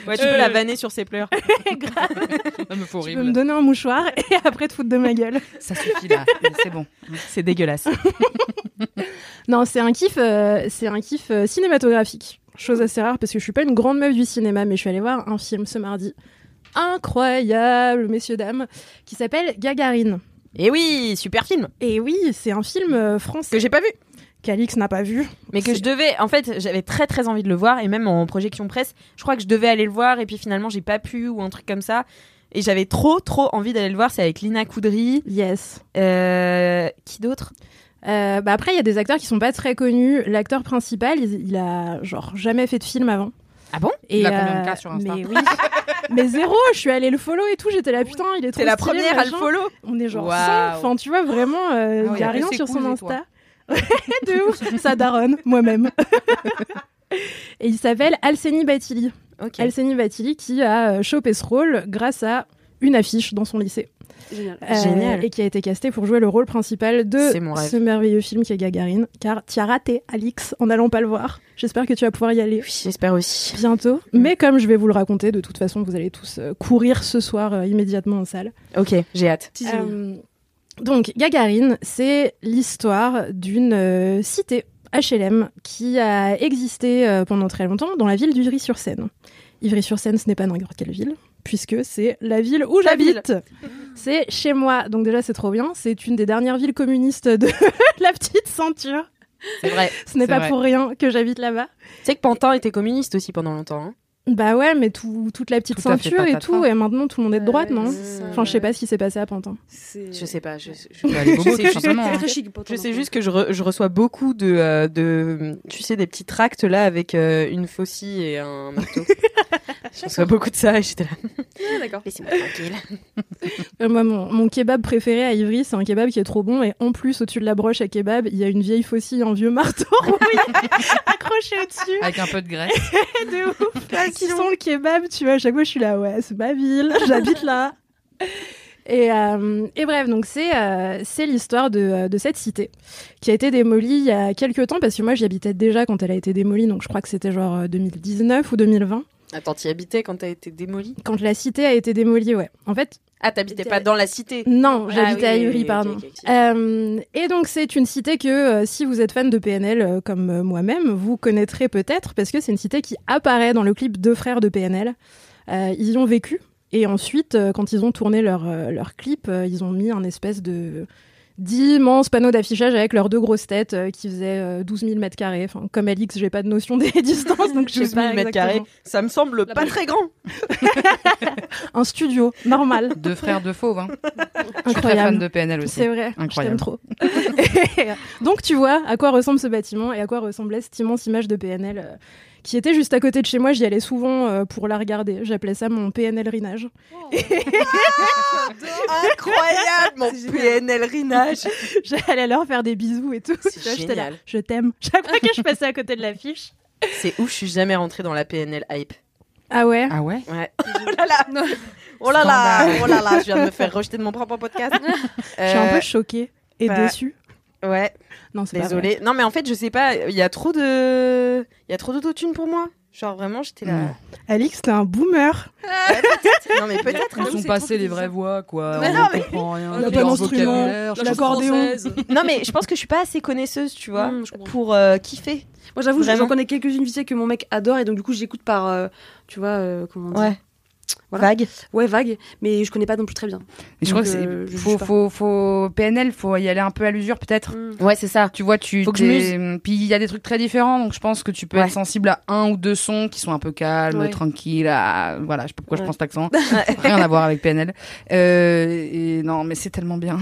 Speaker 3: Ouais, tu peux la vanner sur ses pleurs.
Speaker 4: Non, mais faut
Speaker 6: Tu
Speaker 4: horrible.
Speaker 6: peux me donner un mouchoir et après te foutre de ma gueule.
Speaker 4: Ça suffit là, c'est bon.
Speaker 3: C'est dégueulasse.
Speaker 6: Non, c'est un kiff, euh, c'est un kiff euh, cinématographique. Chose assez rare parce que je suis pas une grande meuf du cinéma, mais je suis allée voir un film ce mardi incroyable, messieurs dames, qui s'appelle Gagarine.
Speaker 3: Et Eh oui, super film
Speaker 6: Et oui, c'est un film euh, français
Speaker 3: que j'ai pas vu,
Speaker 6: qu'Alix n'a pas vu.
Speaker 3: mais que
Speaker 6: C'est-
Speaker 3: je devais. En fait, j'avais très très envie de le voir et même en projection presse, je crois que je devais aller le voir et puis finalement j'ai pas pu ou un truc comme ça. Et j'avais trop trop envie d'aller le voir. C'est avec Lina Coudry,
Speaker 6: Yes.
Speaker 3: euh, qui d'autre
Speaker 6: Euh, bah après, il y a des acteurs qui sont pas très connus. L'acteur principal, il, il a genre jamais fait de film avant.
Speaker 3: Ah bon
Speaker 6: Et, euh,
Speaker 4: Il a combien de cas sur Insta
Speaker 6: Mais oui. mais zéro, je suis allée le follow et tout. J'étais là, putain, il est trop
Speaker 3: C'est la
Speaker 6: stylé,
Speaker 3: première à le
Speaker 6: machin.
Speaker 3: follow.
Speaker 6: On est genre
Speaker 4: Waouh.
Speaker 6: 100. Enfin, tu vois, vraiment, euh, il
Speaker 4: Ah ouais,
Speaker 6: n'y a
Speaker 4: après,
Speaker 6: rien
Speaker 4: c'est
Speaker 6: sur son
Speaker 4: cool, et
Speaker 6: Insta. de ouf. Sa daronne, moi-même. et il s'appelle Alseni Batili.
Speaker 3: Ok.
Speaker 6: Alseni Batili qui a euh, chopé ce rôle grâce à une affiche dans son lycée. Euh,
Speaker 5: Génial.
Speaker 3: Génial.
Speaker 6: Et qui a été castée pour jouer le rôle principal de
Speaker 3: C'est mon rêve.
Speaker 6: ce merveilleux film qui est Gagarine. Car tu as raté, Alix, en n'allant pas le voir. J'espère que tu vas pouvoir y aller
Speaker 3: J'espère aussi.
Speaker 6: bientôt.
Speaker 3: Mm.
Speaker 6: Mais comme je vais vous le raconter, de toute façon, vous allez tous euh, courir ce soir euh, immédiatement en salle.
Speaker 3: Ok, j'ai hâte.
Speaker 6: Euh, donc, Gagarine, c'est l'histoire d'une euh, cité HLM qui a existé euh, pendant très longtemps dans la ville d'Ivry-sur-Seine. Ivry-sur-Seine, ce n'est pas n'importe quelle ville, puisque c'est la ville où
Speaker 3: Ta ville.
Speaker 6: j'habite. C'est chez moi, donc déjà c'est trop bien. C'est une des dernières villes communistes de la petite ceinture.
Speaker 3: C'est vrai.
Speaker 6: Ce n'est
Speaker 4: C'est
Speaker 6: pas
Speaker 4: vrai.
Speaker 6: pour rien que j'habite là-bas.
Speaker 3: Tu sais que Pantin était communiste aussi pendant longtemps. hein.
Speaker 6: Bah ouais, mais tout- toute la petite
Speaker 4: Tout à fait
Speaker 6: ceinture et
Speaker 4: patatras.
Speaker 6: tout, et maintenant tout le monde est de droite, non Enfin, je sais pas
Speaker 5: ouais.
Speaker 6: ce qui s'est passé à Pantin.
Speaker 5: C'est-
Speaker 3: Je sais pas. Je, je- je-
Speaker 4: bobos,
Speaker 3: je sais-
Speaker 4: tout simplement,
Speaker 5: C'est
Speaker 4: hein.
Speaker 5: très chic pour ton
Speaker 3: Je sais
Speaker 5: enfant.
Speaker 3: juste que je, re- je reçois beaucoup de, euh, de, tu sais, des petits tracts là avec euh, une faucille et un marteau. je reçois beaucoup de ça et j'étais là.
Speaker 5: Ah, D'accord.
Speaker 3: Laissez-moi tranquille.
Speaker 6: Euh, moi, mon, mon kebab préféré à Ivry, c'est un kebab qui est trop bon. Et en plus, au-dessus de la broche à kebab, il y a une vieille faucille, un vieux marteau rouillé accroché au-dessus.
Speaker 4: hein. Avec un peu de graisse.
Speaker 6: de ouf. qui sont le kebab, tu vois. À chaque fois, je suis là, ouais, c'est ma ville, j'habite là. Et, euh, et bref, donc c'est euh, c'est l'histoire de, euh, de cette cité qui a été démolie il y a quelques temps parce que moi j'y habitais déjà quand elle a été démolie, donc je crois que c'était genre euh, 2019 ou 2020
Speaker 3: Attends, t'y habitais quand t'as été démolie
Speaker 6: quand la cité a été démolie, ouais. En fait,
Speaker 3: Ah, t'habitais pas dans la cité.
Speaker 6: Non,
Speaker 3: Ah
Speaker 6: j'habitais
Speaker 3: oui,
Speaker 6: à
Speaker 3: oui,
Speaker 6: Ivry,
Speaker 3: oui, ok,
Speaker 6: pardon.
Speaker 3: ok, ok.
Speaker 6: Euh, et donc, c'est une cité que, euh, si vous êtes fan de PNL euh, comme euh, moi-même, vous connaîtrez peut-être, parce que c'est une cité qui apparaît dans le clip Deux frères de PNL. Euh, ils y ont vécu. Et ensuite, euh, quand ils ont tourné leur, euh, leur clip, euh, ils ont mis un espèce de d'immense panneau d'affichage avec leurs deux grosses têtes euh, qui faisaient euh, 12 000 mètres carrés. Enfin, comme Alix, j'ai pas de notion des distances, donc je sais
Speaker 3: 12 000
Speaker 6: pas
Speaker 3: mètres carrés,
Speaker 6: exactement.
Speaker 3: ça me semble
Speaker 6: La
Speaker 3: pas
Speaker 6: bonne-
Speaker 3: très grand.
Speaker 6: Un studio normal.
Speaker 4: Deux frères, deux fauves. hein. Je suis très fan
Speaker 6: Incroyable.
Speaker 4: de PNL aussi.
Speaker 6: C'est vrai, je
Speaker 4: Incroyable.
Speaker 6: t'aime trop. Et, euh, Donc tu vois à quoi ressemble ce bâtiment et à quoi ressemblait cette immense image de PNL euh, qui était juste à côté de chez moi. J'y allais souvent euh, pour la regarder. J'appelais ça mon PNL rinage.
Speaker 3: Incroyable, mon
Speaker 6: C'est
Speaker 3: PNL rinage.
Speaker 6: J'allais leur faire des bisous et tout.
Speaker 3: C'est
Speaker 6: Tu vois, j'étais
Speaker 3: génial.
Speaker 6: là, je t'aime. Chaque fois que je passais à côté de l'affiche.
Speaker 3: C'est ouf, je suis jamais rentrée dans la PNL hype.
Speaker 6: Ah ouais
Speaker 4: Ah ouais
Speaker 3: Ouais. Oh là là, oh là là,
Speaker 4: Scandale.
Speaker 3: oh là là, je viens de me faire rejeter de mon propre podcast.
Speaker 6: Je suis un
Speaker 3: Euh,
Speaker 6: peu choquée et
Speaker 3: bah,
Speaker 6: déçue.
Speaker 3: Ouais,
Speaker 6: Non, c'est pas vrai.
Speaker 3: désolée. Non mais en fait, je sais pas, il y a trop de il y a trop d'autotune pour moi. Genre vraiment, j'étais là.
Speaker 6: Alix, t'es un boomer.
Speaker 3: Non mais peut-être. hein.
Speaker 4: Ils sont
Speaker 3: C'est
Speaker 4: passés
Speaker 3: trop
Speaker 4: les vraies voix, quoi.
Speaker 3: Mais
Speaker 4: on
Speaker 3: non,
Speaker 4: ne
Speaker 3: mais-
Speaker 4: comprend rien.
Speaker 6: Il a
Speaker 4: Leur
Speaker 6: pas d'instrument,
Speaker 4: vocabulaire, je
Speaker 6: l'accordéon.
Speaker 3: Non mais je pense que je suis pas assez connaisseuse, tu vois,
Speaker 5: Mm, je comprends.
Speaker 3: pour euh, kiffer.
Speaker 5: Moi, j'avoue,
Speaker 3: Vraiment.
Speaker 5: j'en connais quelques-unes viciées que mon mec adore et donc du coup, j'écoute par, euh, tu vois, euh, comment dire
Speaker 3: Ouais.
Speaker 5: Voilà.
Speaker 3: Vague.
Speaker 5: ouais, vague, mais je connais pas non plus très bien.
Speaker 4: Mais je crois que
Speaker 5: Donc,
Speaker 4: c'est.
Speaker 5: euh, je
Speaker 4: Faut,
Speaker 5: juge pas.
Speaker 4: faut, faut. PNL, faut y aller un peu à l'usure, peut-être.
Speaker 3: Ouais, c'est ça.
Speaker 4: Tu vois, tu.
Speaker 3: Faut que je
Speaker 4: t'es- hum, Puis il y a des trucs très différents, donc je pense que tu peux
Speaker 3: Ouais.
Speaker 4: être sensible à un ou deux sons qui sont un peu calmes,
Speaker 5: Ouais.
Speaker 4: tranquilles. à- Voilà, je sais pas pourquoi
Speaker 5: Ouais.
Speaker 4: je prends cet accent. Rien à voir avec PNL. Euh, et non, mais c'est tellement bien.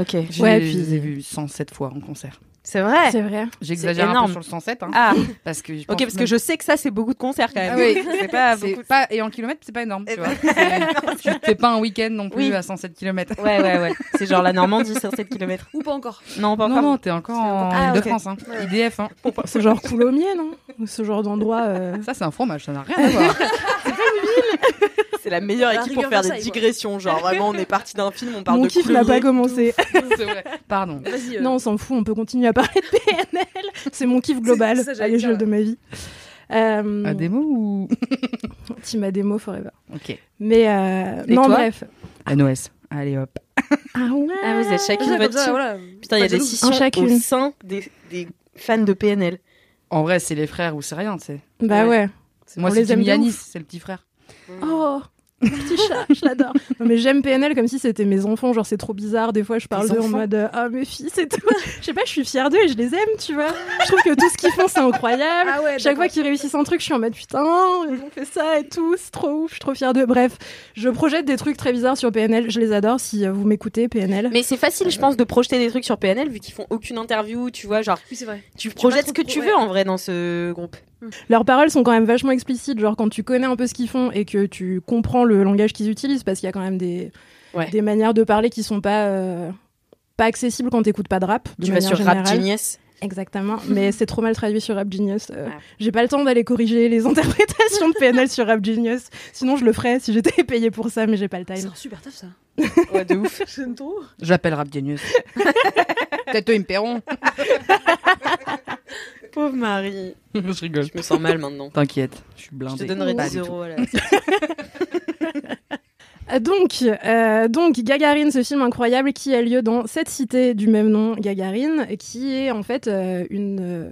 Speaker 3: Ok.
Speaker 4: Je
Speaker 6: Ouais,
Speaker 4: les
Speaker 6: puis-
Speaker 4: ai vus 107 fois en concert.
Speaker 3: C'est vrai.
Speaker 6: C'est vrai.
Speaker 4: J'exagère un
Speaker 3: énorme.
Speaker 4: peu sur le 107, hein,
Speaker 3: Ah,
Speaker 4: parce que. je pense
Speaker 3: ok, parce que
Speaker 4: même-
Speaker 3: je sais que ça, c'est beaucoup de concerts quand même.
Speaker 4: Ah oui.
Speaker 3: c'est pas
Speaker 4: C'est
Speaker 3: beaucoup.
Speaker 4: pas- Et en kilomètres, c'est pas énorme.
Speaker 3: Eh
Speaker 4: Tu vois. C'est- tu te fais pas un week-end non plus
Speaker 3: Oui.
Speaker 4: à 107 km.
Speaker 3: Ouais, ouais, ouais. C'est genre la Normandie, 107 km.
Speaker 5: Ou pas encore.
Speaker 3: Non, pas
Speaker 4: Non,
Speaker 3: encore.
Speaker 4: non, t'es encore en
Speaker 3: Ah, ok.
Speaker 4: Ile-de-France. hein. IDF. hein.
Speaker 6: Ce genre coulommiers, non Ou Ce genre d'endroit. euh,
Speaker 4: Ça, c'est un fromage, ça n'a rien à voir.
Speaker 3: C'est la meilleure
Speaker 5: À la
Speaker 3: équipe pour
Speaker 5: rigueur,
Speaker 3: faire des
Speaker 5: Versailles, quoi.
Speaker 3: digressions. Genre, vraiment, on est parti d'un film, on parle
Speaker 6: Mon
Speaker 3: de
Speaker 6: kiff n'a pas commencé.
Speaker 4: C'est vrai. Pardon.
Speaker 5: Vas-y.
Speaker 6: Non, on s'en fout, on peut continuer à parler de PNL. C'est mon kiff global
Speaker 5: c'est ça,
Speaker 6: à
Speaker 5: j'allais
Speaker 6: l'échelle
Speaker 5: dire,
Speaker 6: de ma vie. Euh,
Speaker 4: À des mots ou.
Speaker 6: Team Ademo Forever.
Speaker 4: Ok.
Speaker 6: Mais euh,
Speaker 4: Et
Speaker 6: non,
Speaker 4: toi
Speaker 6: bref.
Speaker 4: NOS. Allez hop.
Speaker 6: Ah ouais.
Speaker 3: Ah, vous êtes chacune
Speaker 5: Comme
Speaker 3: votre
Speaker 5: ça,
Speaker 3: team.
Speaker 5: voilà.
Speaker 3: Putain, il y
Speaker 5: Pas
Speaker 3: a des
Speaker 5: jaloux.
Speaker 3: scissions
Speaker 6: En chacune.
Speaker 3: au sein des, des fans de PNL.
Speaker 4: En vrai, c'est les frères ou c'est rien, tu sais.
Speaker 6: Bah ouais.
Speaker 4: Moi,
Speaker 6: on
Speaker 4: c'est
Speaker 6: les aime
Speaker 4: Tim
Speaker 6: de
Speaker 4: Yanis,
Speaker 6: ouf.
Speaker 4: c'est le petit frère.
Speaker 6: Oh, petit chat, je l'adore. Non, mais j'aime PNL comme si c'était mes enfants. Genre, c'est trop bizarre. Des fois, je parle
Speaker 4: Tes
Speaker 6: d'eux en
Speaker 4: enfants
Speaker 6: mode euh, Ah, mes fils et tout. Je sais pas, je suis fière d'eux et je les aime, tu vois. Je trouve que tout ce qu'ils font, c'est
Speaker 3: bah,
Speaker 6: incroyable.
Speaker 5: Ah ouais,
Speaker 6: Chaque fois
Speaker 5: d'accord.
Speaker 6: qu'ils réussissent un truc, je suis en mode putain, ils ont fait ça et tout, c'est trop ouf, je suis trop fière d'eux. Bref, je projette des trucs très bizarres sur PNL, je les adore si euh, vous m'écoutez, PNL.
Speaker 3: Mais c'est facile, je pense, de projeter des trucs sur PNL vu qu'ils font aucune interview, tu vois. Genre,
Speaker 5: Oui, c'est vrai.
Speaker 3: tu projettes ce
Speaker 5: trop
Speaker 3: que
Speaker 5: pro-
Speaker 3: tu
Speaker 5: ouais.
Speaker 3: veux en vrai dans ce groupe.
Speaker 6: Leurs paroles sont quand même vachement explicites, genre quand tu connais un peu ce qu'ils font et que tu comprends le langage qu'ils utilisent, parce qu'il y a quand même des,
Speaker 3: Ouais.
Speaker 6: des manières de parler qui sont pas, euh, pas accessibles quand t'écoutes pas de rap. De
Speaker 3: tu vas
Speaker 6: manière
Speaker 3: sur
Speaker 6: générale.
Speaker 3: Rap Genius.
Speaker 6: Exactement, mais c'est trop mal traduit sur Rap Genius. Euh, J'ai pas le temps d'aller corriger les interprétations de PNL sur Rap Genius, sinon je le ferais si j'étais payé pour ça, mais j'ai pas le
Speaker 5: C'est
Speaker 6: time.
Speaker 5: un super taf, ça.
Speaker 3: Ouais, de ouf.
Speaker 5: J'aime trop.
Speaker 4: J'appelle Rap Genius. Peut-être eux, ils me paieront.
Speaker 3: Pauvre Marie.
Speaker 4: Je rigole.
Speaker 3: Je me sens mal maintenant.
Speaker 4: T'inquiète, je suis blindée.
Speaker 3: Je te donnerai
Speaker 4: Pas
Speaker 3: 10
Speaker 4: du tout.
Speaker 3: euros. à la-
Speaker 6: Euh, Donc, euh, donc Gagarine, ce film incroyable qui a lieu dans cette cité du même nom, Gagarine, qui est en fait euh, une euh,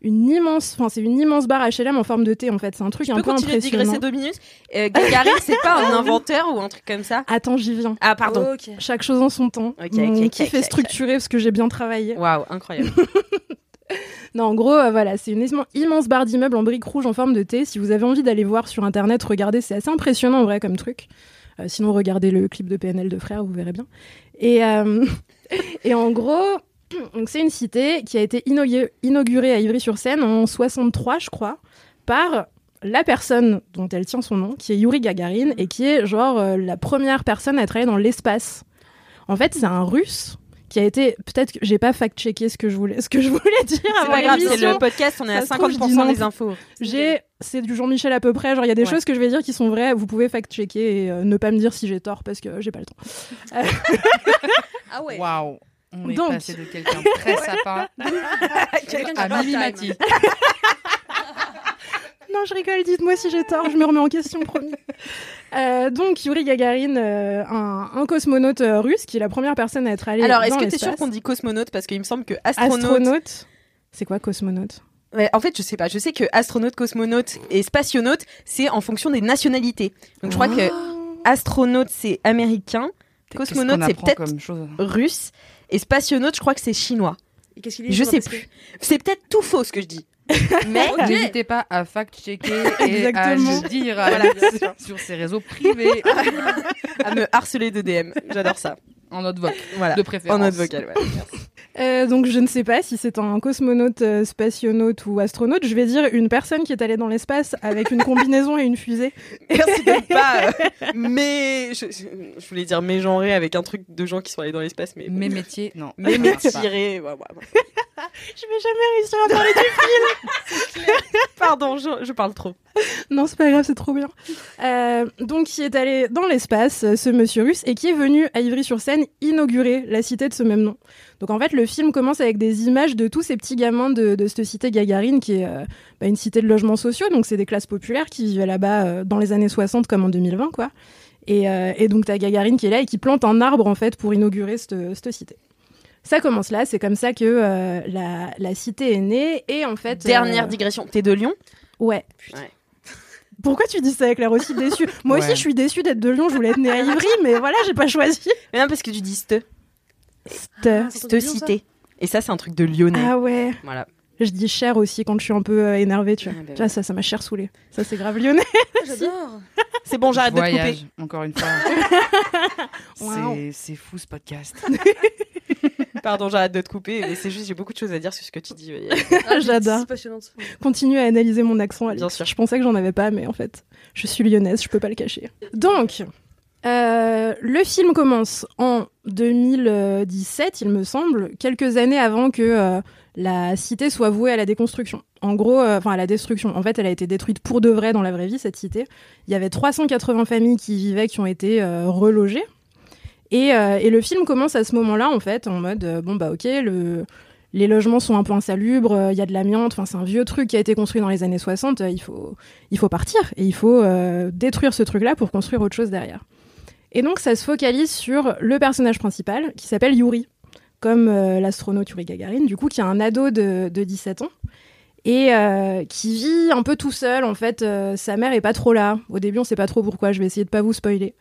Speaker 6: une immense, enfin c'est une immense barre HLM en forme de T en fait. C'est un truc
Speaker 3: Je
Speaker 6: un
Speaker 3: peux
Speaker 6: peu
Speaker 3: continuer de
Speaker 6: impressionnant.
Speaker 3: digresser deux minutes euh, Gagarin, c'est pas un inventeur ou un truc comme ça
Speaker 6: Attends, j'y viens.
Speaker 3: Ah, pardon.
Speaker 5: Ok.
Speaker 6: Chaque chose en son temps.
Speaker 3: Ok, ok,
Speaker 6: Mon
Speaker 3: ok,
Speaker 6: kiff
Speaker 3: ok,
Speaker 6: est
Speaker 3: ok.
Speaker 6: structuré parce que j'ai bien travaillé.
Speaker 3: Waouh, incroyable.
Speaker 6: Non, en gros, euh, voilà, c'est une isma- immense barre d'immeubles en briques rouges en forme de T. Si vous avez envie d'aller voir sur internet, regardez, c'est assez impressionnant en vrai comme truc. Euh, sinon, regardez le clip de PNL de Frère, vous verrez bien. Et, euh, et en gros, donc c'est une cité qui a été inaugurée, inaugurée à Ivry-sur-Seine en 63, je crois, par la personne dont elle tient son nom, qui est Yuri Gagarin, et qui est genre euh, la première personne à travailler dans l'espace. En fait, c'est un russe qui a été peut-être que j'ai pas fact-checké ce que je voulais ce que je voulais dire
Speaker 3: C'est
Speaker 6: avant
Speaker 3: pas grave, c'est
Speaker 6: l'émission.
Speaker 3: le podcast, on est à
Speaker 6: Ça se trouve,
Speaker 3: 50%
Speaker 6: je dis
Speaker 3: des
Speaker 6: non.
Speaker 3: infos.
Speaker 6: J'ai, c'est du Jean-Michel à peu près. Genre, il y a des
Speaker 3: Ouais.
Speaker 6: choses que je vais dire qui sont vraies. Vous pouvez fact-checker et euh, ne pas me dire si j'ai tort parce que euh, j'ai pas le temps.
Speaker 5: Ah ouais.
Speaker 4: Waouh. On est
Speaker 6: Donc.
Speaker 4: passé de quelqu'un de très sapin à Mimimati.
Speaker 6: Non, je rigole. Dites-moi si j'ai tort. Je me remets en question, promis. Euh, donc, Yuri Gagarin, euh, un, un cosmonaute euh, russe qui est la première personne à être allée
Speaker 3: Alors, est-ce
Speaker 6: dans
Speaker 3: que t'es sûr
Speaker 6: l'espace.
Speaker 3: qu'on dit cosmonaute Parce qu'il me semble que astronaute.
Speaker 6: astronaute C'est quoi cosmonaute
Speaker 3: Ouais, en fait, je sais pas. Je sais que
Speaker 6: Ah.
Speaker 3: astronaute, cosmonaute et spationaute, c'est en fonction des nationalités. Donc, je crois que. Astronaute, c'est américain.
Speaker 4: Qu'est-ce qu'on
Speaker 3: Cosmonaute, c'est
Speaker 4: apprend
Speaker 3: peut-être
Speaker 4: comme chose
Speaker 3: russe. Et spationaute, je crois que c'est chinois.
Speaker 5: Et qu'est-ce qu'il est,
Speaker 3: Je
Speaker 5: Jean
Speaker 3: sais
Speaker 5: Pascal
Speaker 3: plus. C'est peut-être tout faux ce que je dis. Mais
Speaker 4: N'hésitez pas à fact-checker et à
Speaker 3: Exactement.
Speaker 4: le dire à- sur, sur ses réseaux privés
Speaker 3: à me harceler de DM. J'adore ça.
Speaker 4: en notre voix
Speaker 3: Voilà.
Speaker 4: de préférence.
Speaker 3: En note vocale, ouais.
Speaker 6: Euh, donc je ne sais pas si c'est un cosmonaute, euh, spationaute ou astronaute. Je vais dire une personne qui est allée dans l'espace avec une combinaison et une fusée.
Speaker 3: Merci de pas. euh, mais je, je- je voulais dire mégenré avec un truc de gens qui sont allés dans l'espace, mais.
Speaker 4: Mes métiers, non.
Speaker 3: mais
Speaker 4: ça marche pas.
Speaker 3: tiré.
Speaker 6: Je vais jamais réussir à parler du...
Speaker 3: Pardon, je, je parle trop.
Speaker 6: Non, c'est pas grave, c'est trop bien. Euh, donc qui est allé dans l'espace, euh, ce monsieur russe, et qui est venu à Ivry-sur-Seine inaugurer la cité de ce même nom. Donc en fait, le film commence avec des images de tous ces petits gamins de, de cette cité Gagarine, qui est euh, bah, une cité de logements sociaux, donc c'est des classes populaires qui vivaient là-bas euh, dans les années 60 comme en 2020, quoi. Et, euh, et donc t'as Gagarine qui est là et qui plante un arbre en fait pour inaugurer cette, cette cité. Ça commence là, c'est comme ça que euh, la, la cité est née et en fait...
Speaker 3: Dernière
Speaker 6: euh,
Speaker 3: digression. T'es de Lyon
Speaker 6: Ouais.
Speaker 3: Putain.
Speaker 6: Pourquoi tu dis ça avec l'air aussi déçu Moi
Speaker 4: Ouais.
Speaker 6: aussi, je suis déçue d'être de Lyon. Je voulais être née à Ivry, mais voilà, j'ai pas choisi.
Speaker 3: Mais non, parce que tu dis ste.
Speaker 6: Ste.
Speaker 5: C'est un truc
Speaker 3: Ste
Speaker 5: de Lyon, ça
Speaker 3: cité. Et ça, c'est un truc de lyonnais.
Speaker 6: Ah ouais.
Speaker 3: Voilà.
Speaker 6: Je dis cher aussi quand je suis un peu euh, énervée, tu vois.
Speaker 3: Ah bah
Speaker 6: Tu vois, Ça, ça m'a cher saoulée. Ça, c'est grave lyonnais.
Speaker 5: Ah, J'adore.
Speaker 3: Ah, C'est bon, j'arrête de te
Speaker 4: Voyage,
Speaker 3: couper.
Speaker 4: encore une fois. C'est-
Speaker 6: Wow.
Speaker 4: C'est fou ce podcast.
Speaker 3: Pardon, j'arrête de te couper. Mais c'est juste, j'ai beaucoup de choses à dire sur ce que tu dis. euh. Valérie.
Speaker 6: J'adore.
Speaker 5: C'est passionnant. ce film.
Speaker 6: Continue à analyser mon accent, Alex.
Speaker 3: Bien sûr.
Speaker 6: Je pensais que j'en avais pas, mais en fait, je suis lyonnaise, je peux pas le cacher. Donc, euh, le film commence en 2017, il me semble, quelques années avant que euh, la cité soit vouée à la déconstruction. En gros, euh, enfin à la destruction. En fait, elle a été détruite pour de vrai dans la vraie vie, cette cité. Il y avait 380 familles qui vivaient, qui ont été euh, relogées. Et, euh, et le film commence à ce moment-là, en fait, en mode, euh, bon bah ok, le, les logements sont un peu insalubres, euh, il y a de l'amiante, enfin c'est un vieux truc qui a été construit dans les années 60, euh, il, faut, il faut partir et il faut euh, détruire ce truc-là pour construire autre chose derrière. Et donc ça se focalise sur le personnage principal qui s'appelle Yuri, comme euh, l'astronaute Yuri Gagarin, du coup qui est un ado de, de 17 ans et euh, qui vit un peu tout seul en fait, euh, sa mère est pas trop là. Au début on sait pas trop pourquoi, je vais essayer de pas vous spoiler.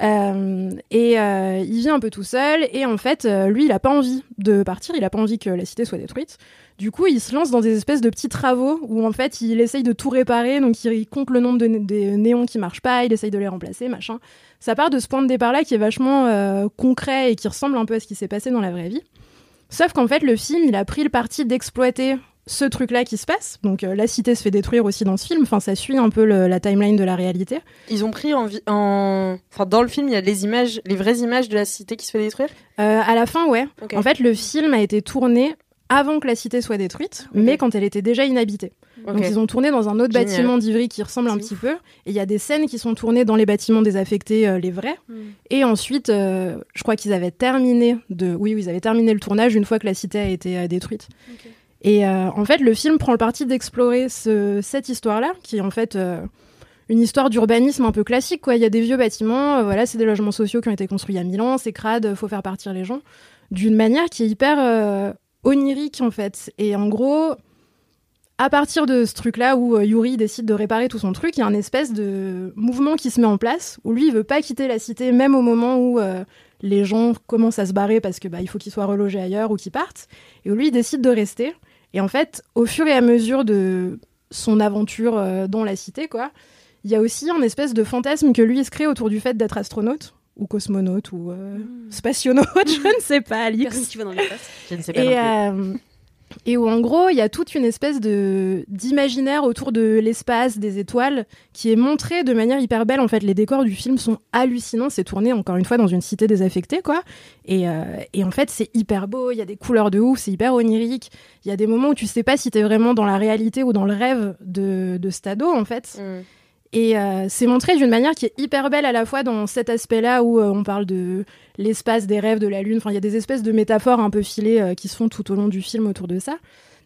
Speaker 6: Euh, et euh, il vit un peu tout seul. Et en fait, euh, lui, il a pas envie de partir. Il a pas envie que la cité soit détruite. Du coup, il se lance dans des espèces de petits travaux où en fait, il essaye de tout réparer. Donc, il compte le nombre de né- des néons qui marchent pas. Il essaye de les remplacer, machin. Ça part de ce point de départ là qui est vachement euh, concret et qui ressemble un peu à ce qui s'est passé dans la vraie vie. Sauf qu'en fait, le film, il a pris le parti d'exploiter ce truc-là qui se passe. Donc, euh, la cité se fait détruire aussi dans ce film. Enfin, ça suit un peu le- la timeline de la réalité.
Speaker 3: Ils ont pris en, vi- en. Enfin, dans le film, il y a les images, les vraies images de la cité qui se fait détruire.
Speaker 6: Euh, à la fin, ouais.
Speaker 3: Ok.
Speaker 6: En fait, le film a été tourné avant que la cité soit détruite, mais quand elle était déjà inhabitée.
Speaker 3: Ok.
Speaker 6: Donc ils ont tourné dans un autre
Speaker 3: Génial.
Speaker 6: bâtiment d'Ivry qui ressemble un
Speaker 3: C'est
Speaker 6: petit peu. Et il y a des scènes qui sont tournées dans les bâtiments désaffectés, euh, les vrais. Et ensuite, euh, je crois qu'ils avaient terminé de, oui, oui, ils avaient terminé le tournage une fois que la cité a été euh, détruite. Et euh, en fait, le film prend le parti d'explorer ce- cette histoire-là, qui est en fait euh, une histoire d'urbanisme un peu classique. Quoi. Il y a des vieux bâtiments, euh, voilà, c'est des logements sociaux qui ont été construits il y a mille ans, c'est crade, euh, faut faire partir les gens, d'une manière qui est hyper euh, onirique en fait. Et en gros, à partir de ce truc-là où euh, Yuri décide de réparer tout son truc, il y a un espèce de mouvement qui se met en place où lui il veut pas quitter la cité même au moment où euh, les gens commencent à se barrer parce que bah, il faut qu'ils soient relogés ailleurs ou qu'ils partent et où lui il décide de rester. Et en fait, au fur et à mesure de son aventure euh, dans la cité quoi, il y a aussi un espèce de fantasme que lui il se crée autour du fait d'être astronaute ou cosmonaute ou euh, spationaute, je ne sais pas, Alix.
Speaker 5: Personne qui va dans l'espace.
Speaker 3: Je ne sais pas. non
Speaker 6: Et,
Speaker 3: plus.
Speaker 6: euh, et où en gros, il y a toute une espèce de d'imaginaire autour de l'espace, des étoiles, qui est montré de manière hyper belle. En fait, les décors du film sont hallucinants. C'est tourné encore une fois dans une cité désaffectée, quoi. Et, euh, et en fait, c'est hyper beau. Il y a des couleurs de ouf. C'est hyper onirique. Il y a des moments où tu sais pas si t'es vraiment dans la réalité ou dans le rêve de de Stado, en fait.
Speaker 3: Mm.
Speaker 6: Et euh, c'est montré d'une manière qui est hyper belle à la fois dans cet aspect-là où euh, on parle de l'espace, des rêves, de la lune. Enfin, il y a des espèces de métaphores un peu filées euh, qui se font tout au long du film autour de ça.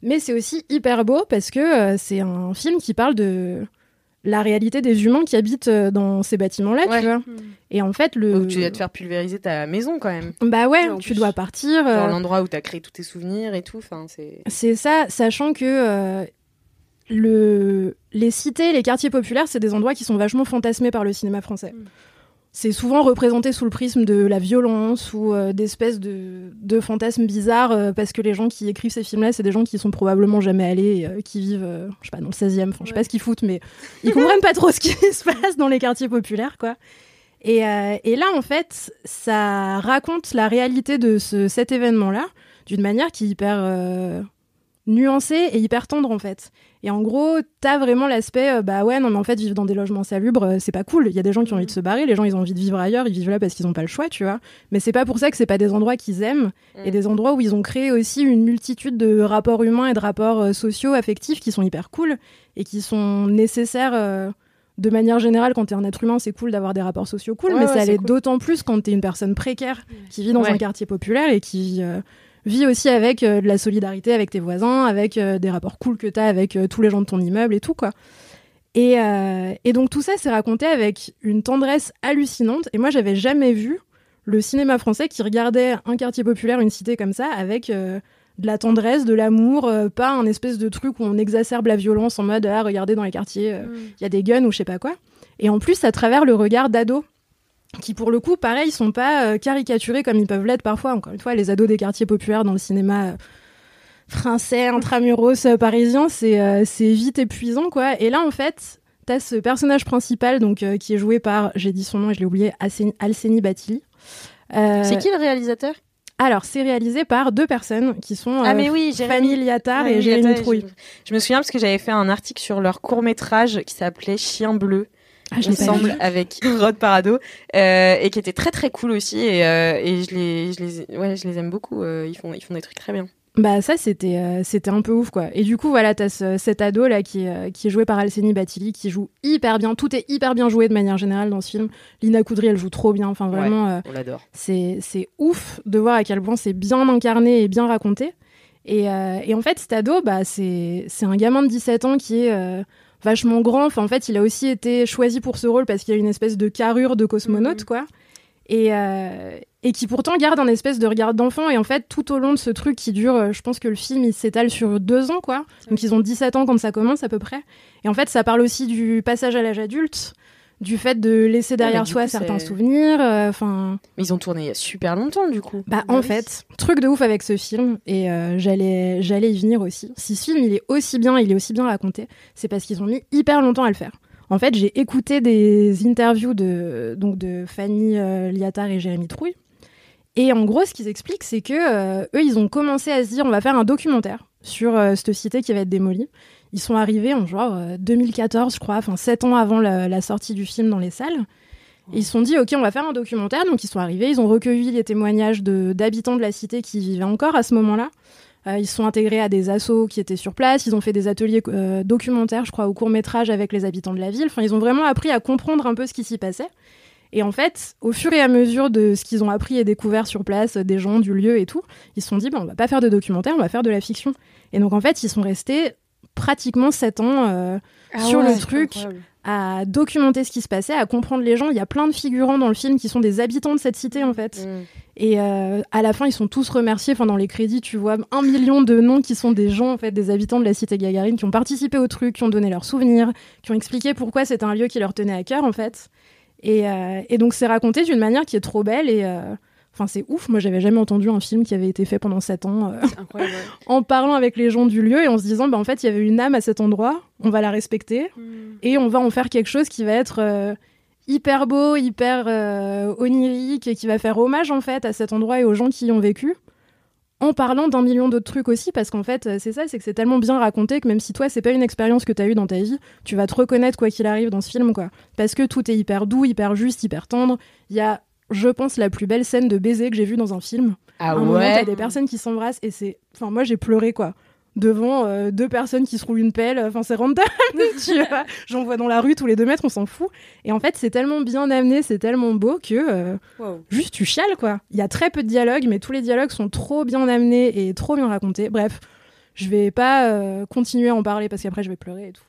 Speaker 6: Mais c'est aussi hyper beau parce que euh, c'est un film qui parle de la réalité des humains qui habitent euh, dans ces bâtiments-là,
Speaker 3: Ouais.
Speaker 6: tu vois. Et en fait, le.
Speaker 3: Donc, tu dois te faire pulvériser ta maison quand même.
Speaker 6: Bah ouais,
Speaker 5: en
Speaker 6: tu
Speaker 5: plus.
Speaker 6: dois partir.
Speaker 3: Genre
Speaker 6: euh,
Speaker 3: l'endroit où t'as créé tous tes souvenirs et tout. Enfin, c'est.
Speaker 6: C'est ça, sachant que euh, le, les cités, les quartiers populaires, c'est des endroits qui sont vachement fantasmés par le cinéma français. c'est souvent représenté sous le prisme de la violence ou euh, d'espèces de, de fantasmes bizarres, euh, parce que les gens qui écrivent ces films-là, c'est des gens qui sont probablement jamais allés, euh, qui vivent, euh, je sais pas, dans le 16e, enfin, je sais pas ce qu'ils foutent, mais ils comprennent pas trop ce qui se passe dans les quartiers populaires, quoi. Et, euh, et là, en fait, ça raconte la réalité de ce, cet événement-là d'une manière qui est hyper euh, nuancée et hyper tendre, en fait. Et en gros, t'as vraiment l'aspect, euh, bah ouais, non, mais en fait, vivre dans des logements salubres, euh, c'est pas cool. Il y a des gens qui ont envie de se barrer, les gens, ils ont envie de vivre ailleurs, ils vivent là parce qu'ils ont pas le choix, tu vois. Mais c'est pas pour ça que c'est pas des endroits qu'ils aiment et
Speaker 2: Mm.
Speaker 6: des endroits où ils ont créé aussi une multitude de rapports humains et de rapports euh, sociaux, affectifs qui sont hyper cool et qui sont nécessaires. euh, de manière générale, quand t'es un être humain, c'est cool d'avoir des rapports sociaux cool,
Speaker 2: Ouais,
Speaker 6: mais
Speaker 2: ouais,
Speaker 6: ça
Speaker 2: c'est
Speaker 6: l'est
Speaker 2: cool.
Speaker 6: d'autant plus quand t'es une personne précaire qui vit dans
Speaker 2: Ouais.
Speaker 6: un quartier populaire et qui euh, vit aussi avec euh, de la solidarité avec tes voisins, avec euh, des rapports cool que t'as avec euh, tous les gens de ton immeuble et tout, quoi. Et, euh, et donc tout ça, c'est raconté avec une tendresse hallucinante. Et moi, j'avais jamais vu le cinéma français qui regardait un quartier populaire, une cité comme ça, avec euh, de la tendresse, de l'amour, euh, pas un espèce de truc où on exacerbe la violence en mode ah regardez dans les quartiers, il
Speaker 3: Mm.
Speaker 6: y a des guns ou je sais pas quoi. Et en plus, à travers le regard d'ados qui pour le coup, pareil, sont pas euh, caricaturés comme ils peuvent l'être parfois. Encore une fois, les ados des quartiers populaires dans le cinéma euh, français, intramuros, euh, parisien, c'est euh, c'est vite épuisant, quoi. Et là, en fait, t'as ce personnage principal, donc euh, qui est joué par, j'ai dit son nom et je l'ai oublié, Alceni- Alceni Batili. Euh,
Speaker 3: C'est qui le réalisateur
Speaker 6: alors, c'est réalisé par deux personnes qui sont
Speaker 3: Ah,
Speaker 6: euh,
Speaker 3: mais oui, Jérémy-
Speaker 6: Fanny Liattard et
Speaker 3: Jérémy
Speaker 6: Jérémy
Speaker 3: Gattaz et
Speaker 6: Trouille.
Speaker 3: Jérémy- Je me souviens parce que j'avais fait un article sur leur court métrage qui s'appelait Chien bleu.
Speaker 6: Ah,
Speaker 3: il
Speaker 6: je
Speaker 3: me
Speaker 6: l'ai pas
Speaker 3: semble
Speaker 6: vu.
Speaker 3: avec Rod Parado euh, et qui était très très cool aussi et, euh, et je les je les ouais je les aime beaucoup euh, ils font ils font des trucs très bien
Speaker 6: Bah ça c'était euh, c'était un peu ouf quoi. Et du coup voilà t'as ce- cet ado là qui est, euh, qui est joué par Alceni Batili qui joue hyper bien. Tout est hyper bien joué de manière générale dans ce film. Lina Coudry elle joue trop bien. Enfin vraiment euh,
Speaker 9: on l'adore.
Speaker 6: c'est c'est ouf de voir à quel point c'est bien incarné et bien raconté. Et, euh, et en fait, cet ado, bah, c'est c'est un gamin de 17 ans qui est euh, vachement grand. Enfin, en fait, il a aussi été choisi pour ce rôle parce qu'il a une espèce de carrure de
Speaker 3: Mhm.
Speaker 6: cosmonaute, quoi. Et, euh, et qui pourtant garde un espèce de regard d'enfant. Et en fait, tout au long de ce truc qui dure, euh, je pense que le film, il s'étale sur deux ans, quoi. Donc, ils ont 17 ans quand ça commence, à peu près. Et en fait, ça parle aussi du passage à l'âge adulte, du fait de laisser derrière
Speaker 3: du
Speaker 6: soi
Speaker 3: coup,
Speaker 6: certains
Speaker 3: c'est-
Speaker 6: souvenirs. euh, Enfin...
Speaker 3: mais ils ont tourné il y a super longtemps du coup
Speaker 6: Bah, en fait, truc de ouf avec ce film, et euh, j'allais, j'allais y venir aussi. Si ce film il est aussi bien, il est aussi bien raconté, c'est parce qu'ils ont mis hyper longtemps à le faire. En fait, j'ai écouté des interviews de, donc de Fanny euh, Liattard et Jérémy Trouille. Et en gros, ce qu'ils expliquent, c'est que euh, eux, ils ont commencé à se dire on va faire un documentaire sur euh, cette cité qui va être démolie. Ils sont arrivés en genre euh, 2014, je crois, enfin 7 ans avant la- la sortie du film dans les salles. Et Ils se sont dit, OK, on va faire un documentaire. Donc, ils sont arrivés, ils ont recueilli les témoignages de- d'habitants de, la cité qui vivaient encore à ce moment-là. Euh, ils se sont intégrés à des assos qui étaient sur place. Ils ont fait des ateliers euh, documentaires, je crois, au court-métrage avec les habitants de la ville. Enfin, ils ont vraiment appris à comprendre un peu ce qui s'y passait. Et en fait, au fur et à mesure de ce qu'ils ont appris et découvert sur place, euh, des gens, du lieu et tout, ils se sont dit, bah, on va pas faire de documentaire, on va faire de la fiction. Et donc, en fait, ils sont restés pratiquement 7 ans euh,
Speaker 5: Ah
Speaker 3: Ah
Speaker 6: sur le truc, à documenter ce qui se passait, à comprendre les gens. Il y a plein de figurants dans le film qui sont des habitants de cette cité, en fait. Et euh, à la fin, ils sont tous remerciés. Enfin, dans les crédits, tu vois un million de noms qui sont des gens, en fait, des habitants de la cité Gagarine qui ont participé au truc, qui ont donné leurs souvenirs, qui ont expliqué pourquoi c'était un lieu qui leur tenait à cœur, en fait. Et, euh, et donc, c'est raconté d'une manière qui est trop belle et. euh, Enfin, c'est ouf. Moi, j'avais jamais entendu un film qui avait été fait pendant 7 ans euh,
Speaker 5: Incroyable.
Speaker 6: en parlant avec les gens du lieu et en se disant, bah, en fait, il y avait une âme à cet endroit. On va la respecter et on va en faire quelque chose qui va être euh, hyper beau, hyper euh, onirique et qui va faire hommage en fait à cet endroit et aux gens qui y ont vécu en parlant d'un million d'autres trucs aussi parce qu'en fait euh, c'est ça c'est que c'est tellement bien raconté que même si toi c'est pas une expérience que t'as eue dans ta vie tu vas te reconnaître quoi qu'il arrive dans ce film quoi parce que tout est hyper doux hyper juste hyper tendre il y a je pense la plus belle scène de baiser que j'ai vue dans un film
Speaker 9: Ah
Speaker 6: à un moment, t'as
Speaker 9: ouais.
Speaker 6: des personnes qui s'embrassent et c'est. Enfin, moi, j'ai pleuré, quoi. Devant euh, deux personnes qui se roulent une pelle. Enfin, c'est random, tu vois. J'en vois dans la rue tous les deux mètres, on s'en fout. Et en fait, c'est tellement bien amené, c'est tellement beau que. euh, Juste, tu chiales, quoi. Il y a très peu de dialogues, mais tous les dialogues sont trop bien amenés et trop bien racontés. Bref. Je vais pas euh, continuer à en parler parce qu'après je vais pleurer et tout.